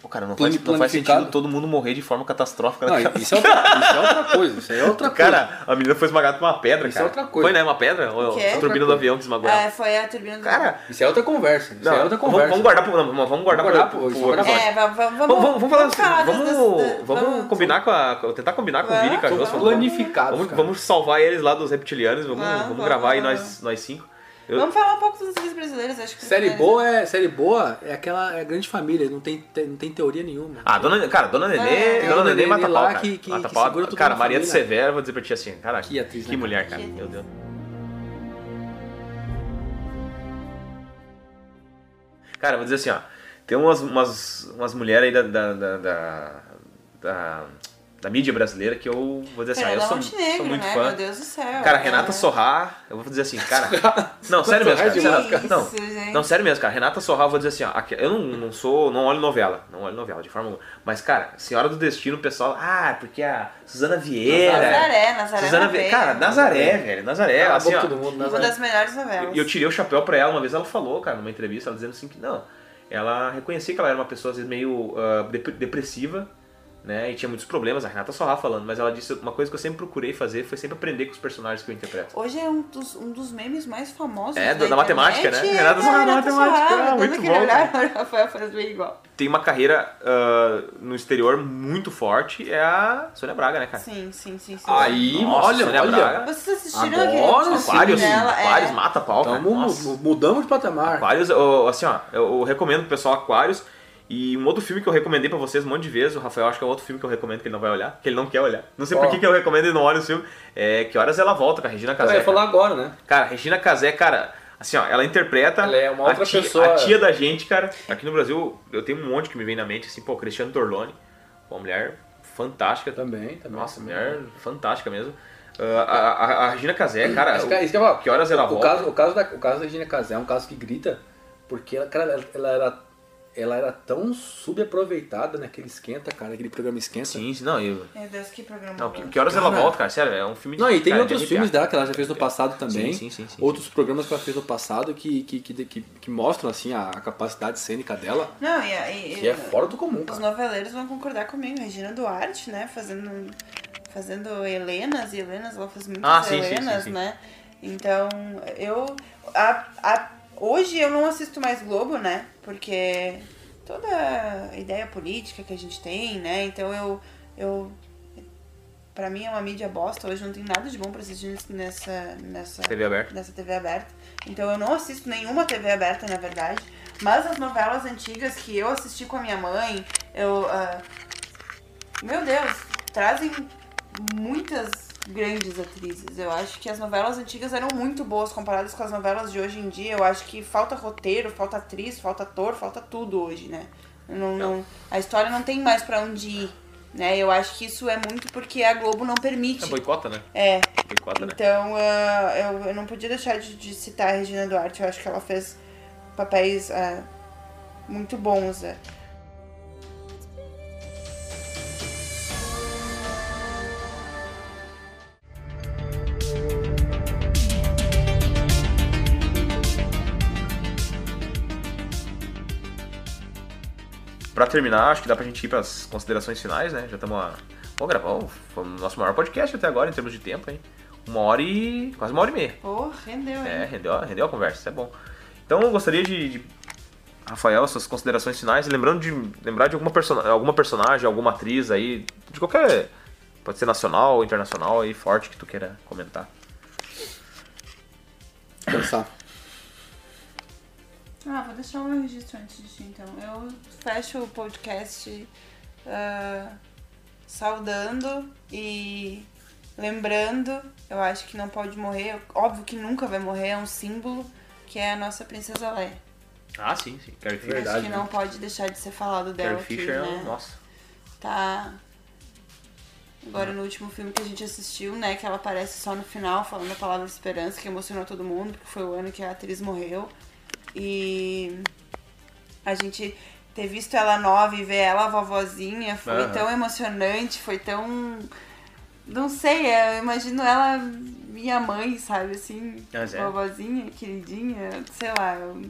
S2: Pô, cara, não faz, não faz
S1: Planificado.
S2: sentido todo mundo morrer de forma catastrófica.
S1: Não,
S2: naquela-
S1: isso, é outra, isso é outra coisa, isso aí é outra coisa.
S2: Cara, a menina foi esmagada por uma pedra,
S1: Isso
S2: cara.
S1: é outra coisa.
S2: Foi, né? Uma pedra? Ou
S4: O quê?
S2: a turbina do
S1: Outra
S2: avião que esmagou ela.
S4: É, foi a turbina do.
S2: Cara,
S1: Isso é outra conversa. Isso
S2: não,
S1: é outra
S2: vamos-
S1: conversa.
S2: Vamos guardar pro. não, Vamos, vamos guardar,
S1: Vamos guardar
S2: pro,
S1: pro-
S2: pro
S1: isso é pra
S2: episódio.
S4: É, vamos, vamos,
S2: Vamos, vamos, vamos falar assim,
S4: das-
S2: vamos,
S4: das-
S2: vamos,
S4: vamos-
S2: combinar com a. com- Tentar combinar com o Vini e com a
S4: Vamos,
S2: Joss.
S1: São
S2: Vamos, vamos,
S1: planificados. cara.
S2: vamos salvar eles lá dos reptilianos, vamos,
S4: Ah,
S2: vamos
S4: vamos,
S2: gravar aí
S4: vamos.
S2: nós, nós cinco. Eu-
S4: Vamos falar um pouco dos filmes brasileiros, acho que.
S1: Série
S4: brasileiros-
S1: boa é série boa é aquela é a grande família, não tem, te- não tem teoria nenhuma.
S2: Ah, dona, cara, dona Nenê,
S1: Tem
S2: dona
S1: uma
S2: Nenê
S1: É, Nenê
S2: mata pau,
S1: lá
S2: cara.
S1: que- que-
S2: mata
S1: que
S2: pau.
S1: segura tudo
S2: Cara,
S1: na
S2: Maria do
S1: família.
S2: Severo, vou dizer pra ti assim, cara,
S1: Que atriz, né,
S2: mulher, cara.
S4: Que
S2: Meu Deus. Cara, vou dizer assim, ó. Tem umas, umas, umas mulheres aí da da, da, da, da- da mídia brasileira que eu vou dizer assim, ó, eu
S4: Fernanda
S2: sou,
S4: Montenegro,
S2: sou muito
S4: né?
S2: fã.
S4: Meu Deus do céu.
S2: Cara, Renata
S4: É.
S2: Sorrá, eu vou dizer assim, cara. Não, sério mesmo, cara.
S1: Sorrá é
S2: sério,
S1: demais,
S2: cara, não,
S4: Isso, gente.
S2: não, sério mesmo, cara. Renata Sorrá, eu vou dizer assim, ó. aqui- eu não, não sou. Não olho novela. Não olho novela, de forma alguma. Mas, cara, Senhora do Destino, o pessoal. Ah, porque a Suzana Vieira.
S4: Nazaré, Nazaré.
S2: Suzana
S4: Nazaré.
S2: Vieira. Cara, Nazaré, velho. Nazaré,
S1: Cala a
S2: assim,
S1: boca
S2: ó.
S1: todo mundo, né,
S4: Uma
S1: Nazaré.
S4: das melhores novelas.
S2: E eu tirei o chapéu pra ela uma vez, ela falou, cara, numa entrevista, ela dizendo assim que não. Ela reconhecia que ela era uma pessoa, às vezes, meio ah, dep- depressiva, né? E tinha muitos problemas, a Renata Sorrá falando, mas ela disse uma coisa que eu sempre procurei fazer foi sempre aprender com os personagens que eu interpreto.
S4: Hoje é um dos, um dos memes mais famosos.
S2: É,
S4: da,
S2: da matemática,
S4: internet,
S2: né?
S4: é
S2: Renata Sorrah da matemática,
S4: Sorrah,
S2: ah,
S4: dando
S2: muito
S4: aquele
S2: bom,
S4: olhar para o Rafael faz bem igual.
S2: Tem uma carreira ah, no exterior muito forte, é a Sônia Braga, né, cara?
S4: Sim, sim, sim. sim.
S1: Aí, olha,
S2: Sônia
S1: olha.
S2: Braga.
S4: Vocês assistiram
S1: Agora,
S4: aquele último filme
S2: Aquários,
S4: dela? É.
S2: Aquários mata pau, cara.
S1: Então mu-
S2: Nossa.
S1: mu- mudamos de patamar.
S2: Aquários, eu- assim, ó, eu, eu recomendo pro pessoal Aquários. E um outro filme que eu recomendei pra vocês um monte de vezes, o Rafael acho que é outro filme que eu recomendo que ele não vai olhar, que ele não quer olhar. Não sei por
S1: Ó.
S2: que que eu recomendo e não olha o filme. É Que Horas Ela Volta, com a Regina
S1: Cara,
S2: Casé.
S1: eu ia falar agora, né?
S2: Cara, Regina Casé, cara, assim, ó, ela interpreta
S1: Ela é uma outra
S2: a, tia,
S1: pessoa.
S2: a tia da gente, cara. Aqui no Brasil, eu tenho um monte que me vem na mente, assim, pô, Cristiano Torlone, uma mulher fantástica.
S1: Também, também.
S2: Nossa,
S1: também.
S2: mulher fantástica mesmo. Ah, a, a- a Regina Casé, cara,
S1: Mas,
S2: o-
S1: cara, isso que eu ia falar.
S2: Que Horas Ela
S1: O
S2: Volta.
S1: caso, o, caso da, o caso da Regina Casé é um caso que grita, porque ela, cara, ela, ela era, ela era tão subaproveitada naquele esquenta, cara, naquele programa esquenta.
S2: Sim, sim, não, eu...
S4: Meu Deus, que programa.
S2: Não,
S4: bom.
S2: que, que horas ela
S1: Cara.
S2: volta, cara? Sério, é um filme de.
S1: Não, e tem
S2: cara, de
S1: outros
S2: arrepiar.
S1: filmes dela que ela já fez no passado também.
S2: Sim, sim, sim, sim,
S1: outros programas que ela fez no passado que, que, que, que, que mostram assim, a, a capacidade cênica dela,
S4: Não, e, e,
S1: que é fora do comum,
S4: Os
S1: cara.
S4: noveleiros vão concordar comigo. Regina Duarte, né? Fazendo, fazendo Helenas e Helenas. Ela fez muitas
S2: Ah, sim, sim,
S4: Helenas,
S2: sim, sim.
S4: né? Então, eu... a- a- hoje eu não assisto mais Globo, né? Porque toda a ideia política que a gente tem, né? Então eu... eu Pra mim é uma mídia bosta, hoje não tem nada de bom pra assistir nesse- nessa, nessa,
S2: TV aberta.
S4: dessa TV aberta. Então eu não assisto nenhuma TV aberta, na verdade. Mas as novelas antigas que eu assisti com a minha mãe, eu. ah, meu Deus, trazem muitas grandes atrizes. Eu acho que as novelas antigas eram muito boas comparadas com as novelas de hoje em dia. Eu acho que falta roteiro, falta atriz, falta ator, falta tudo hoje, né? Não, não- a história não tem mais pra onde ir, né? Eu acho que isso é muito porque a Globo não permite.
S2: É boicota, né?
S4: É,
S2: Boicota, né?
S4: então, ah, eu, eu não podia deixar de, de citar a Regina Duarte. Eu acho que ela fez papéis ah, muito bons. né?
S2: Pra terminar, acho que dá pra gente ir pras considerações finais, né? Já estamos a. Vamos gravar. o- Foi o nosso maior podcast até agora, em termos de tempo, hein? Uma hora e. quase uma hora e meia.
S4: Pô, rendeu, hein?
S2: É, rendeu, a- rendeu a conversa, isso é bom. Então eu gostaria de. de- Rafael, suas considerações finais, lembrando de lembrar de alguma, persona, alguma personagem, alguma atriz aí, de qualquer. Pode ser nacional, internacional aí, forte que tu queira comentar.
S1: Pensar.
S4: Ah, vou deixar o meu registro antes de ti, então. Eu fecho o podcast ah, saudando e lembrando. Eu acho que não pode morrer. Óbvio que nunca vai morrer, é um símbolo que é a nossa princesa Leia.
S2: Ah, sim, sim. Carrie
S1: Fisher.
S4: acho
S1: Verdade,
S4: que
S1: né?
S4: não pode deixar de ser falado dela.
S2: Carrie
S4: aqui,
S2: Fisher é
S4: né?
S2: um. Nossa.
S4: tá agora no último filme que a gente assistiu, né, que ela aparece só no final falando a palavra esperança, que emocionou todo mundo, porque foi o ano que a atriz morreu. E a gente ter visto ela nova e ver ela vovozinha foi
S2: Aham.
S4: tão emocionante, foi tão não sei, é, eu imagino ela minha mãe, sabe, assim,
S2: Mas é.
S4: vovozinha, queridinha, sei lá, eu-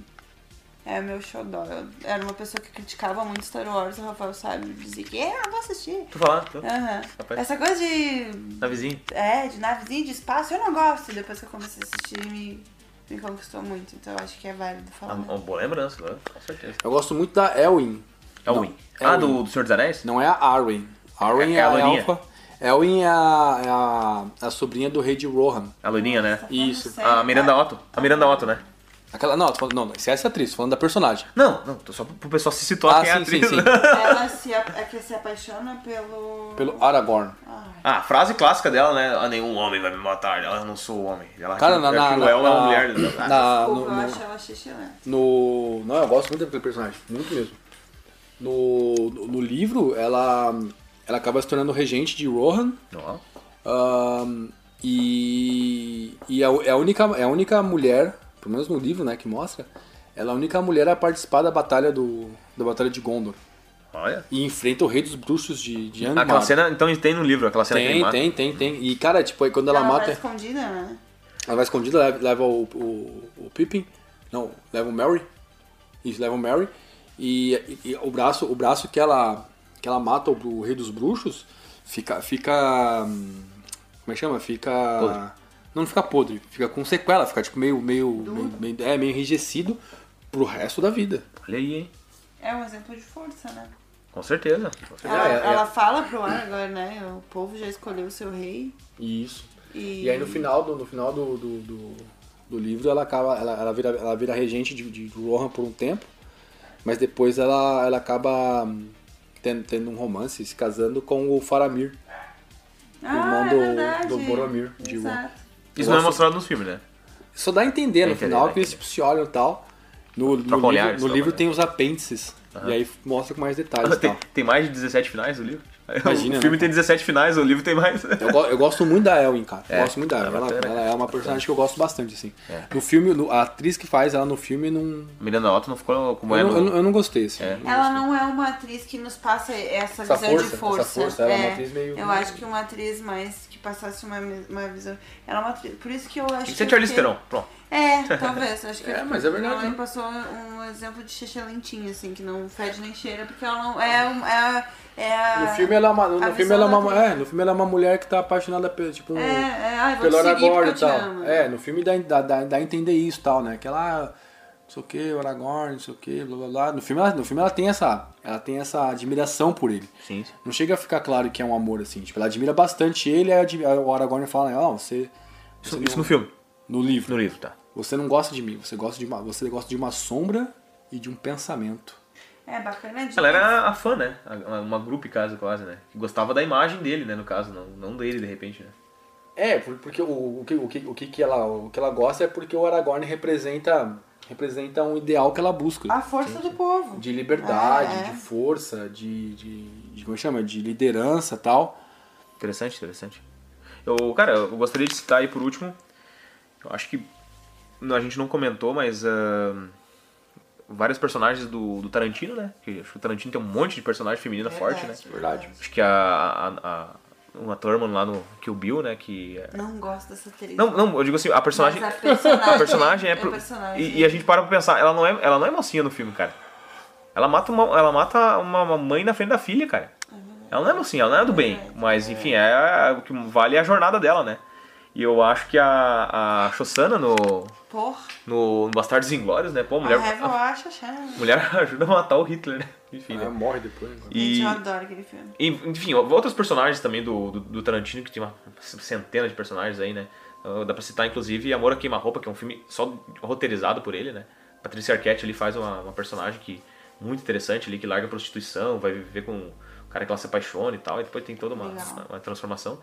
S4: É meu xodó. Eu era uma pessoa que criticava muito Star Wars, o Rafael sabe, dizia que é, eu vou assistir.
S2: Tu falar?
S1: É.
S2: Tu?
S4: Aham.
S2: Rapaz.
S4: Essa coisa de.
S2: Na vizinha?
S4: É, de navezinha, de espaço, eu não gosto. Depois que eu comecei a assistir, me, me conquistou muito. Então eu acho que é válido
S2: Ah,
S4: falar.
S2: Uma boa lembrança, claro, com certeza.
S1: Eu gosto muito da Elwin.
S2: Elwin.
S1: Não,
S2: Ah,
S1: Elwin.
S2: do, do Senhor dos Anéis?
S1: Não é a Arwen. Arwen
S2: É-
S1: é,
S2: é a
S1: a
S2: loirinha.
S1: elfa. Elwin é a, é a, a sobrinha do rei de Rohan.
S2: A loirinha, né?
S1: Isso. é-
S4: Sério,
S2: A Miranda
S4: cara?
S2: Otto. A Miranda Otto, né?
S1: Aquela, não, tô falando- não, não, essa é a atriz, tô falando da personagem.
S2: Não, não, tô só pro pro pessoal se situar
S1: Ah,
S2: quem é a
S1: sim, sim,
S2: atriz.
S1: sim.
S2: né?
S4: Ela se, a- é que se apaixona pelo.
S1: Pelo Aragorn.
S2: Ah, a frase clássica dela, né? Ah, nenhum homem vai me matar. Ela eu não sou homem. Ela
S1: Cara, na, na,
S2: aquilo
S1: na,
S2: é uma
S1: na-
S2: mulher.
S1: na-
S2: Ah,
S1: no,
S4: Desculpa, eu
S1: no-
S4: acho ela né? xixilenta.
S1: no- Não, eu gosto muito daquele personagem, muito mesmo. No, no, no livro, ela, ela acaba se tornando regente de Rohan.
S2: não.
S1: Ahn, e e é, o- é a única, é a única mulher, pelo menos no livro né, que mostra, ela é a única mulher a participar da batalha do. da Batalha de Gondor.
S2: Olha.
S1: E enfrenta o rei dos bruxos de, de Angmar.
S2: Aquela cena, então tem no livro, aquela cena que ele
S1: Tem,
S2: mata.
S1: tem, tem, tem. E cara, tipo, aí quando ela,
S4: ela
S1: mata.
S4: Tá escondida, né?
S1: Ela vai escondida, leva, leva o, o, o Pippin. Não, leva o Mary. Isso, leva o Mary. E, e- e o braço, o braço que ela que ela mata o, o rei dos bruxos fica fica hum, como é que chama? Fica
S2: Podre.
S1: não fica podre, fica com sequela, fica tipo meio meio, meio, meio é meio enrijecido pro resto da vida.
S2: Olha aí, hein?
S4: É um exemplo de força, né?
S2: Com certeza. Com certeza.
S4: Ela,
S1: é, é.
S4: ela fala pro Aragorn, né? O povo já escolheu o seu rei.
S1: Isso.
S4: E,
S1: E aí no final do, no final do, do, do- do livro ela acaba ela, ela vira ela vira regente de, de Rohan por um tempo, mas depois ela ela acaba hum, tendo, tendo um romance, se casando com o Faramir,
S4: ah,
S1: irmão
S4: é
S1: do-
S4: verdade.
S1: do Boromir, de
S4: Exato.
S2: Isso não é
S1: Nossa.
S2: mostrado nos filmes, né?
S1: Só dá a entender no
S2: Entender,
S1: final
S2: né?
S1: que eles tipo, se olham e tal. No, no livro,
S2: olhares,
S1: no
S2: troca
S1: livro
S2: olhares.
S1: tem os apêndices. E aí mostra com mais detalhes e
S2: Ah, Tem,
S1: tal.
S2: tem mais de 17 finais o livro?
S1: então. Imagina,
S2: o filme
S1: né?
S2: tem 17 finais, o livro tem mais.
S1: Eu, go- eu gosto muito da Elwin, cara. Eu
S2: É,
S1: gosto muito da
S2: é
S1: Elwin. Ela,
S2: bacana, É.
S1: ela
S2: cara.
S1: é uma personagem que eu gosto bastante, assim. No filme, no- a atriz que faz ela no filme não.
S2: Miranda Otto não ficou como é
S1: Eu, não, eu
S2: no.
S1: não- eu não gostei, assim.
S2: É.
S4: Ela não é uma atriz que nos passa essa,
S1: Essa
S4: visão
S1: força,
S4: de
S1: essa
S4: força.
S1: força, ela é uma atriz meio-
S4: Eu acho que uma atriz mais que passasse uma, uma visão. Ela é uma atriz. Por isso que eu acho
S2: Tem que
S4: que.
S2: ser
S4: eu
S2: Charlize
S4: fiquei-
S2: Theron. Pronto.
S4: É, talvez. Acho que
S1: É, mas é verdade,
S4: Ela me
S1: né?
S4: passou um exemplo de xixi lentinha, assim, que não fede nem cheira, porque ela não. É. um- é, é
S1: No filme ela é uma,
S4: a
S1: no filme
S4: visão
S1: ela é uma,
S4: da atriz.
S1: é, no filme ela é uma mulher que tá apaixonada pelo, tipo,
S4: É, é, ai, vou
S1: pelo
S4: te seguir porque
S1: Aragorn e
S4: eu te
S1: tal.
S4: amo.
S1: É, no filme dá, dá, dá, dá a entender isso e tal, né? Que ela, não sei o que, o Aragorn, não sei o que, blá blá blá. No filme, ela, no filme ela tem essa, ela tem essa admiração por ele.
S2: Sim, sim.
S1: Não chega a ficar claro que é um amor, assim. Tipo, ela admira bastante ele, aí admi- aí o Aragorn fala, não, você,
S2: Isso, isso no filme.
S1: no livro,
S2: No livro, tá.
S1: você não gosta de mim, você gosta de uma, você gosta de uma sombra e de um pensamento.
S4: É, bacana de.
S2: Ela era a fã, né? A- Uma, uma grupo caso, quase, né? Que gostava da imagem dele, né? No caso, não, não dele, de repente, né?
S1: É, por- porque o, o, que, o, que, o, que, que ela, o que ela gosta é porque o Aragorn representa, representa um ideal que ela busca.
S4: A força do povo.
S1: De liberdade,
S4: Ah. É, é.
S1: de força, de, de, de. Como é chama? De liderança tal.
S2: Interessante, interessante. Eu, cara, eu gostaria de citar aí por último. Eu acho que a gente não comentou, mas ah, vários personagens do, do Tarantino, né? Que acho que o Tarantino tem um monte de personagem feminina forte, né?
S1: Verdade.
S2: Acho que a, a, a uma Thurman lá no Kill Bill, né? Que é-
S4: Não gosto dessa atriz.
S2: não, não, eu digo assim, a personagem,
S4: Mas a personagem-
S2: a personagem é,
S4: é
S2: pro-
S4: personagem.
S2: E, e a gente para pra pensar, ela não é, ela não é mocinha no filme, cara. Ela mata uma, ela mata uma, uma mãe na frente da filha, cara. Ela não é mocinha, ela não é do bem, mas enfim, é o que vale é a jornada dela, né? E eu acho que a, a Shossana no,
S4: Porra.
S2: no, no Bastardos Inglórios, né? Pô, a mulher,
S4: A Revel
S2: a
S4: acha, chama.
S2: mulher ajuda a matar o Hitler, né? Enfim, né?
S1: morre depois.
S2: E-
S4: É. Gente, eu adoro aquele filme.
S2: e, Enfim, outros personagens também do, do, do Tarantino, que tem uma centena de personagens aí, né? Uh, Dá pra citar, inclusive, Amor a Queima-Roupa, que é um filme só roteirizado por ele, né? Patrícia Arquette ali faz uma, uma personagem que muito interessante ali, que larga a prostituição, vai viver com o cara que ela se apaixona e tal, e depois tem toda uma,
S4: Legal.
S2: uma transformação.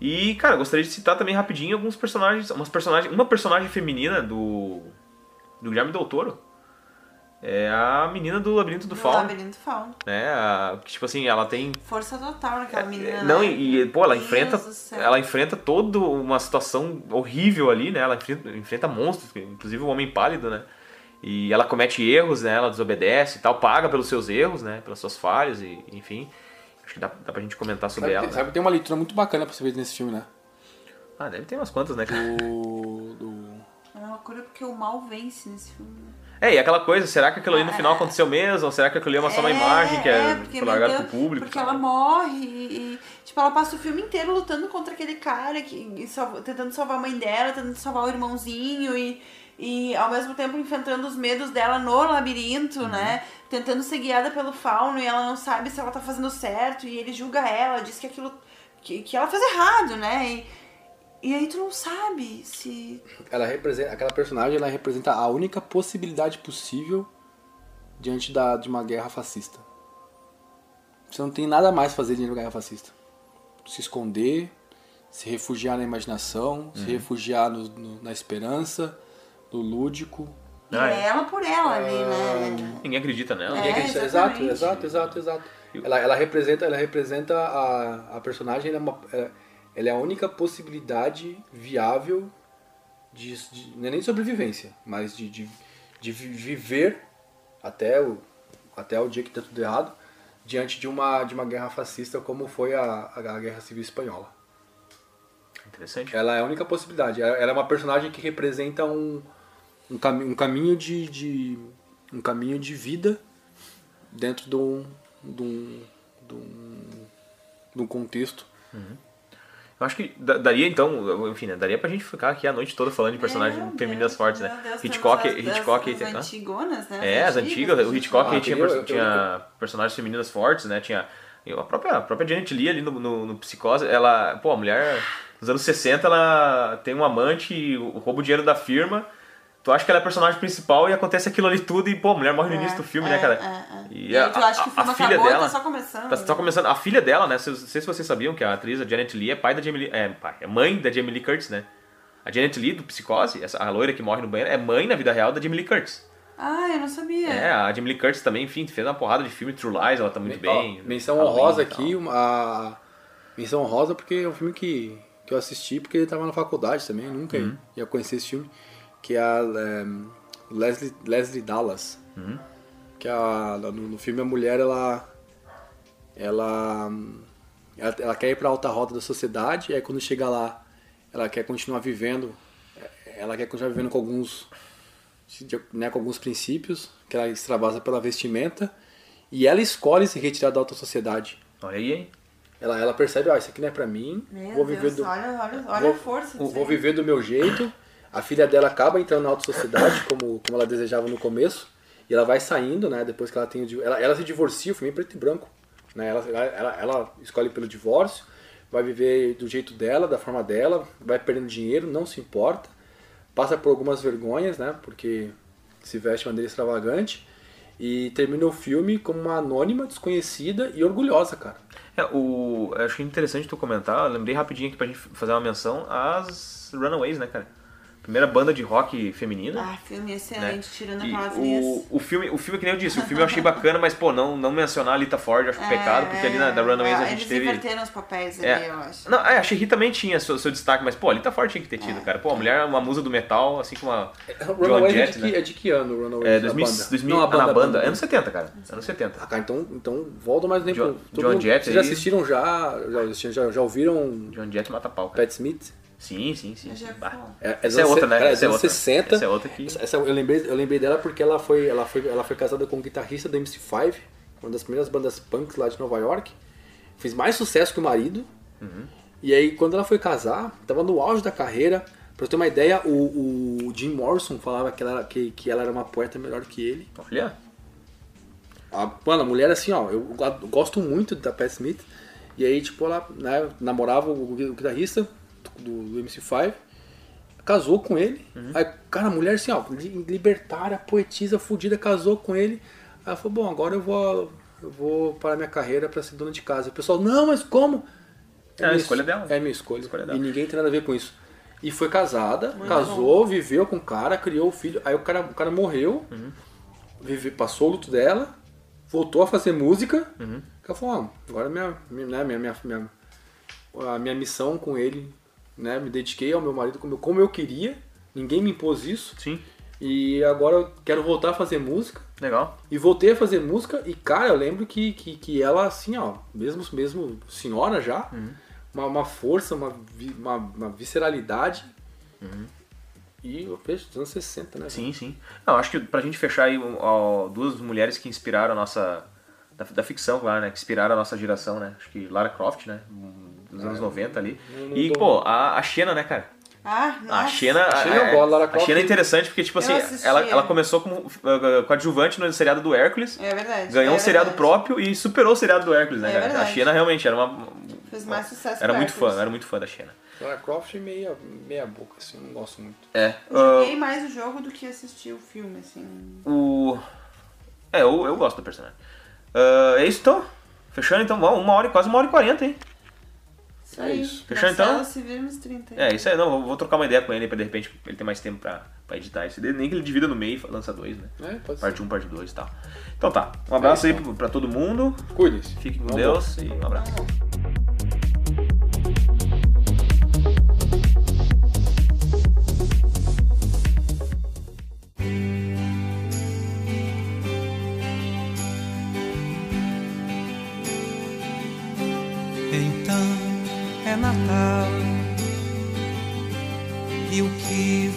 S2: E, cara, eu gostaria de citar também rapidinho alguns personagens, umas personagens, uma personagem feminina do, do Guilherme Del Toro, é a menina do Labirinto do
S4: Do
S2: Fauno,
S4: Labirinto Fauno.
S2: né? A- que, tipo assim, ela tem
S4: Força total naquela menina.
S2: É, não,
S4: né?
S2: e, e, pô, ela
S4: Deus
S2: enfrenta,
S4: do céu.
S2: ela enfrenta toda uma situação horrível ali, né? Ela enfrenta, enfrenta monstros, inclusive o Homem Pálido, né? E ela comete erros, né? Ela desobedece e tal, paga pelos seus erros, né? Pelas suas falhas, e, enfim. Acho que dá, dá pra gente comentar sobre
S1: Sabe,
S2: ela.
S1: que-
S2: né?
S1: sabe que tem uma leitura muito bacana pra você ver nesse filme, né?
S2: Ah, deve ter umas quantas, né? cara?
S1: Do. do...
S4: É uma loucura porque o mal vence nesse filme. né?
S2: É, e aquela coisa, será que aquilo ali no final aconteceu mesmo? Ou será que aquilo ali é uma, só uma imagem que é,
S4: É. porque,
S2: foi
S4: meu
S2: largada
S4: Deus,
S2: pro público?
S4: Porque
S2: sabe?
S4: ela morre e, e, tipo, ela passa o filme inteiro lutando contra aquele cara, que, e salva- tentando salvar a mãe dela, tentando salvar o irmãozinho e, e ao mesmo tempo enfrentando os medos dela no labirinto,
S2: Uhum.
S4: né? Tentando ser guiada pelo fauno e ela não sabe se ela tá fazendo certo e ele julga ela, diz que aquilo. que, que ela fez errado, né? E, e aí tu não sabe se.
S1: Ela representa, aquela personagem ela representa a única possibilidade possível diante da, de uma guerra fascista. Você não tem nada mais a fazer diante de uma guerra fascista. Se esconder, se refugiar na imaginação, se refugiar no- no- na esperança, no lúdico.
S2: Ah,
S4: é
S2: é.
S4: ela por ela ali, né?
S2: Ninguém acredita nela.
S4: É,
S1: Exato, exato,
S4: exatamente.
S1: exato, exato, exato. Ela, ela representa, ela representa a, a personagem, ela é, uma- ela- ela é a única possibilidade viável de, de- não é nem sobrevivência, mas de, de, de vi- viver até o, até o dia que tá tudo errado, diante de uma, de uma guerra fascista como foi a, a Guerra Civil Espanhola.
S2: Interessante.
S1: Ela é a única possibilidade. Ela ela é uma personagem que representa um, um, cami um caminho de, de- um caminho de vida dentro de um, de um, de um, de um contexto.
S2: Eu acho que da- daria, então, enfim, né? Daria pra gente ficar aqui a noite toda falando de personagens
S4: Meu
S2: femininas
S4: Deus,
S2: fortes,
S4: meu
S2: né?
S4: Deus, temos
S2: Hitchcock,
S4: as- as-
S2: Hitchcock.
S4: as
S2: hã?
S4: antigonas, né?
S2: É, as antigas. O Hitchcock
S1: Ah,
S2: tinha,
S1: tem-
S2: perso-
S1: eu- eu-
S2: tinha personagens femininas fortes, né? Tinha a própria, a própria Janet Lee ali no, no, no Psicose. Ela, pô, a mulher nos anos 60 ela tem um amante, rouba o dinheiro da firma. Tu acha que ela é a personagem principal e acontece aquilo ali tudo e, pô, a mulher morre no início do filme, né, cara?
S4: É, é.
S2: E
S4: E,
S2: a-
S4: aí tu acha que o
S2: a- a
S4: filme
S2: filha
S4: acabou
S2: dela-
S4: tá só começando.
S2: Tá só começando. A filha dela, né? se- Não sei se vocês sabiam que a atriz, a Janet Lee, é pai da Jamie Lee. É, pai, é mãe da Jamie Lee Curtis, né? A Janet Lee, do Psicose, essa, a loira que morre no banheiro, é mãe na vida real da Jamie Lee Curtis.
S4: Ah, eu não sabia.
S2: É, a Jamie Lee Curtis também, enfim, fez uma porrada de filme, True Lies, ela tá muito bem.
S1: Ó, menção
S2: Halloween
S1: honrosa
S2: e tal.
S1: aqui, uma- a menção honrosa porque é um filme que, que eu assisti porque ele tava na faculdade também, nunca
S2: Uhum.
S1: ia conhecer esse filme, que é a é, Leslie, Leslie Dallas.
S2: Uhum.
S1: Que a, no, no filme a mulher ela ela ela, ela quer ir para alta roda da sociedade e aí quando chega lá ela quer continuar vivendo ela quer continuar vivendo com alguns de- né, com alguns princípios que ela extravasa pela vestimenta e ela escolhe se retirar da alta sociedade
S2: Olha aí, hein?
S1: ela ela percebe ah isso aqui não é para mim
S4: Meu
S1: vou
S4: Deus,
S1: viver do
S4: olha, olha, olha a
S1: vou,
S4: força
S1: vou-
S4: disso
S1: vou
S4: aí.
S1: viver do meu jeito a filha dela acaba entrando na alta sociedade como como ela desejava no começo e ela vai saindo né depois que ela tem o, di- ela, ela se divorcia o filme é preto e branco né ela, ela ela- ela escolhe pelo divórcio vai viver do jeito dela da forma dela vai perdendo dinheiro não se importa passa por algumas vergonhas né porque se veste de maneira extravagante e termina o filme como uma anônima desconhecida e orgulhosa cara
S2: É, o, eu acho interessante tu comentar, eu lembrei rapidinho aqui pra gente fazer uma menção às Runaways, né, cara? Primeira banda de rock feminina.
S4: Ah, filme
S2: né?
S4: excelente,
S2: E
S4: tirando aquela atriz.
S2: o, o filme, o filme que nem eu disse, o filme eu achei bacana, mas pô, não, não mencionar a Lita Ford, eu acho pecado, porque ali na da Runaways a gente
S4: É, eles
S2: teve.
S4: Eles inverteram os papéis ali,
S2: É.
S4: eu acho.
S2: Não, é, a Shihee também tinha seu, seu destaque, mas pô, a Lita Ford tinha que ter tido, cara. Pô, a mulher é uma musa do metal, assim como a Joan
S1: Runaway é,
S2: Jett,
S1: de
S2: né?
S1: que, é de que ano, Runaway?
S2: É,
S1: A
S2: 2000,
S1: banda?
S2: 2000,
S1: Não, a
S2: ah,
S1: banda.
S2: na
S1: a
S2: banda,
S1: banda.
S2: anos 70, cara. Anos 70.
S1: Ah, cara, então, então volta mais nem
S2: John-
S1: pro... todo
S2: John
S1: mundo-
S2: Jett
S1: Vocês já
S2: aí.
S1: assistiram já, já, assistiram- já, já ouviram
S2: John Jett é mata pau, cara.
S1: Pat Smith?
S2: Sim, sim, sim.
S4: Eu já
S2: sim.
S4: ia
S2: Bah.
S4: falar.
S1: É,
S2: Essa é
S1: anos-
S2: outra, né?
S1: cara,
S2: Essa é
S1: anos
S2: outra.
S1: 60.
S2: Essa é outra que-
S1: Essa- essa- eu, lembrei, eu lembrei dela porque ela foi, ela, foi, ela foi casada com um guitarrista da MC5, uma das primeiras bandas punks lá de Nova York. Fez mais sucesso que o marido.
S2: Uhum.
S1: E aí, quando ela foi casar, tava no auge da carreira. Pra eu ter uma ideia, o, o Jim Morrison falava que ela, era- que, que ela era uma poeta melhor que ele.
S2: Olha,
S1: A, mano, a mulher assim, ó, eu, a- gosto muito da Pat Smith. E aí, tipo, ela né, namorava o, gui- o guitarrista do, do MC5, casou com ele.
S2: Uhum.
S1: Aí, cara, a mulher assim, ó, li- libertária, poetisa, fudida, casou com ele. Aí ela falou, bom, agora eu vou, eu vou parar minha carreira pra ser dona de casa. O pessoal, não, mas como?
S2: É a
S1: minha
S2: escolha
S1: es-
S2: dela.
S1: É a minha escolha.
S2: Escolha dela.
S1: E ninguém tem nada a ver com isso. E foi casada, casou, viveu com o cara, criou o filho. Aí o cara, o cara morreu vive- passou o luto dela, voltou a fazer música. Ela falou, "Ah, agora minha, minha, né, minha, minha, minha- a minha missão com ele, né? Me dediquei ao meu marido como eu, como eu queria, ninguém me impôs isso.
S2: sim.
S1: E agora eu quero voltar a fazer música.
S2: Legal.
S1: E voltei a fazer música e, cara, eu lembro que, que, que ela, assim, ó, mesmo, mesmo senhora já, uma, uma força, uma, vi- uma, uma visceralidade. E o peixe dos anos 60, né?
S2: Sim, sim. Não, acho que pra gente fechar aí um, ó, duas mulheres que inspiraram a nossa. Da, da ficção, claro, né? Que inspiraram a nossa geração, né? Acho que Lara Croft, né? um, Dos anos 90 ali.
S1: É. não
S2: E,
S1: tô-
S2: pô, a, a Xena, né, cara?
S4: Ah, nossa.
S2: A Xena,
S1: A Xena eu
S2: é-
S1: gosto, Lara
S2: a
S1: Croft.
S2: Xena é interessante porque, tipo
S4: Eu
S2: assim,
S4: assisti.
S2: ela, ela começou como uh, uh, coadjuvante no seriado do Hércules,
S4: É verdade.
S2: ganhou
S4: é
S2: um seriado
S4: verdade.
S2: próprio e superou o seriado do Hércules, né,
S4: É
S2: cara? A
S4: verdade.
S2: Xena realmente era uma.
S4: Fez mais sucesso
S2: Era
S4: que
S2: muito fã,
S4: Hércules.
S2: eu era muito fã da Xena.
S1: Lara Croft é meia, meia boca, assim, eu não gosto muito.
S2: É.
S4: Eu joguei mais o jogo do que assisti o filme, assim.
S2: O. É, eu, eu gosto do personagem. Ah, é isso então? Fechando então, Ó, uma hora, e- quase uma hora e quarenta, hein?
S4: Isso
S1: É
S4: aí.
S1: isso.
S2: Fechou,
S4: Marcelo,
S2: então?
S4: se vira nos 30.
S2: É, isso aí, não, vou, vou trocar uma ideia com ele pra de repente ele ter mais tempo pra, pra editar isso. Nem que ele divida no meio e lança dois, né?
S1: É, pode ser.
S2: Parte 1, um, parte 2 e tal. Então tá, um abraço
S1: É
S2: aí
S1: isso,
S2: pro- pra todo mundo,
S1: Cuidem-se.
S2: fique com
S1: Uma boa.
S2: Deus e um abraço.
S3: Então é Natal. E o que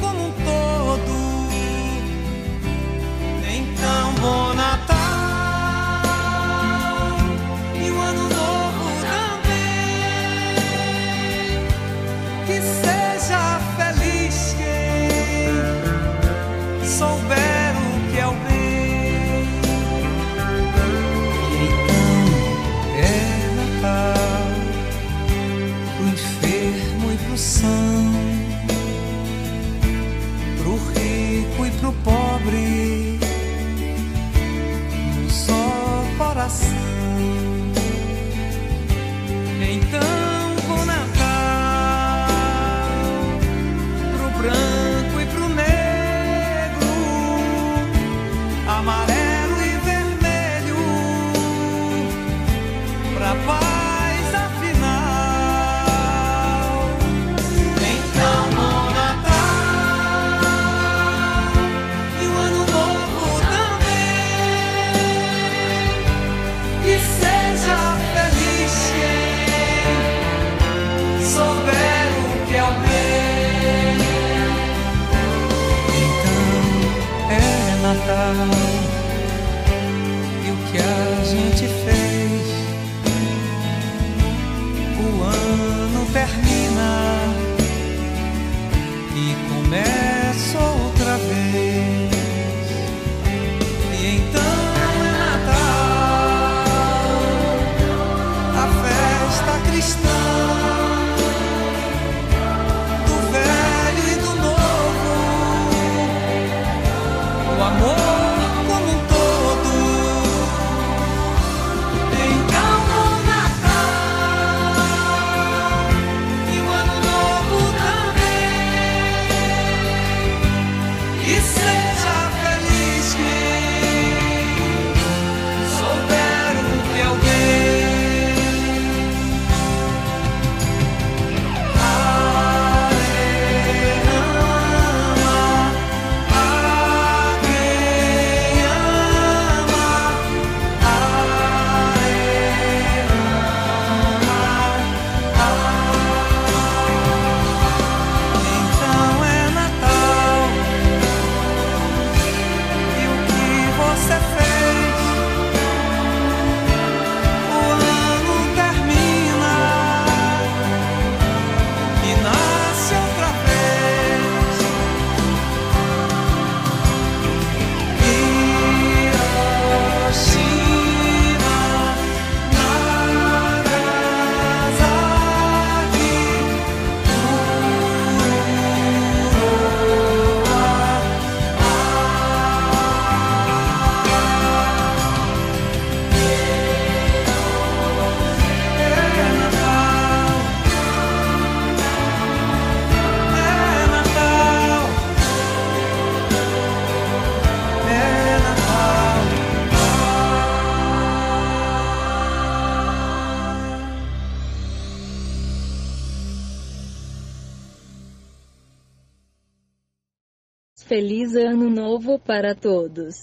S3: como um todo. Então, bom Natal e o ano novo também. Que seja feliz quem souber o que é o bem. E então é Natal pro enfermo e pro são, pro rico e pro pobre, num só coração. Então bom Natal pro branco e pro negro amarelo e vermelho, pra paz afinal. Então, bom Natal e o ano novo também. Que seja feliz quem souber o que é o bem. Então é Natal e o que a gente fez? O ano termina e começa outra vez. E então é Natal, a festa cristã. Do velho e do novo, o amor como um todo. Então o Natal e o ano novo também. Então é
S5: Feliz Ano Novo para todos.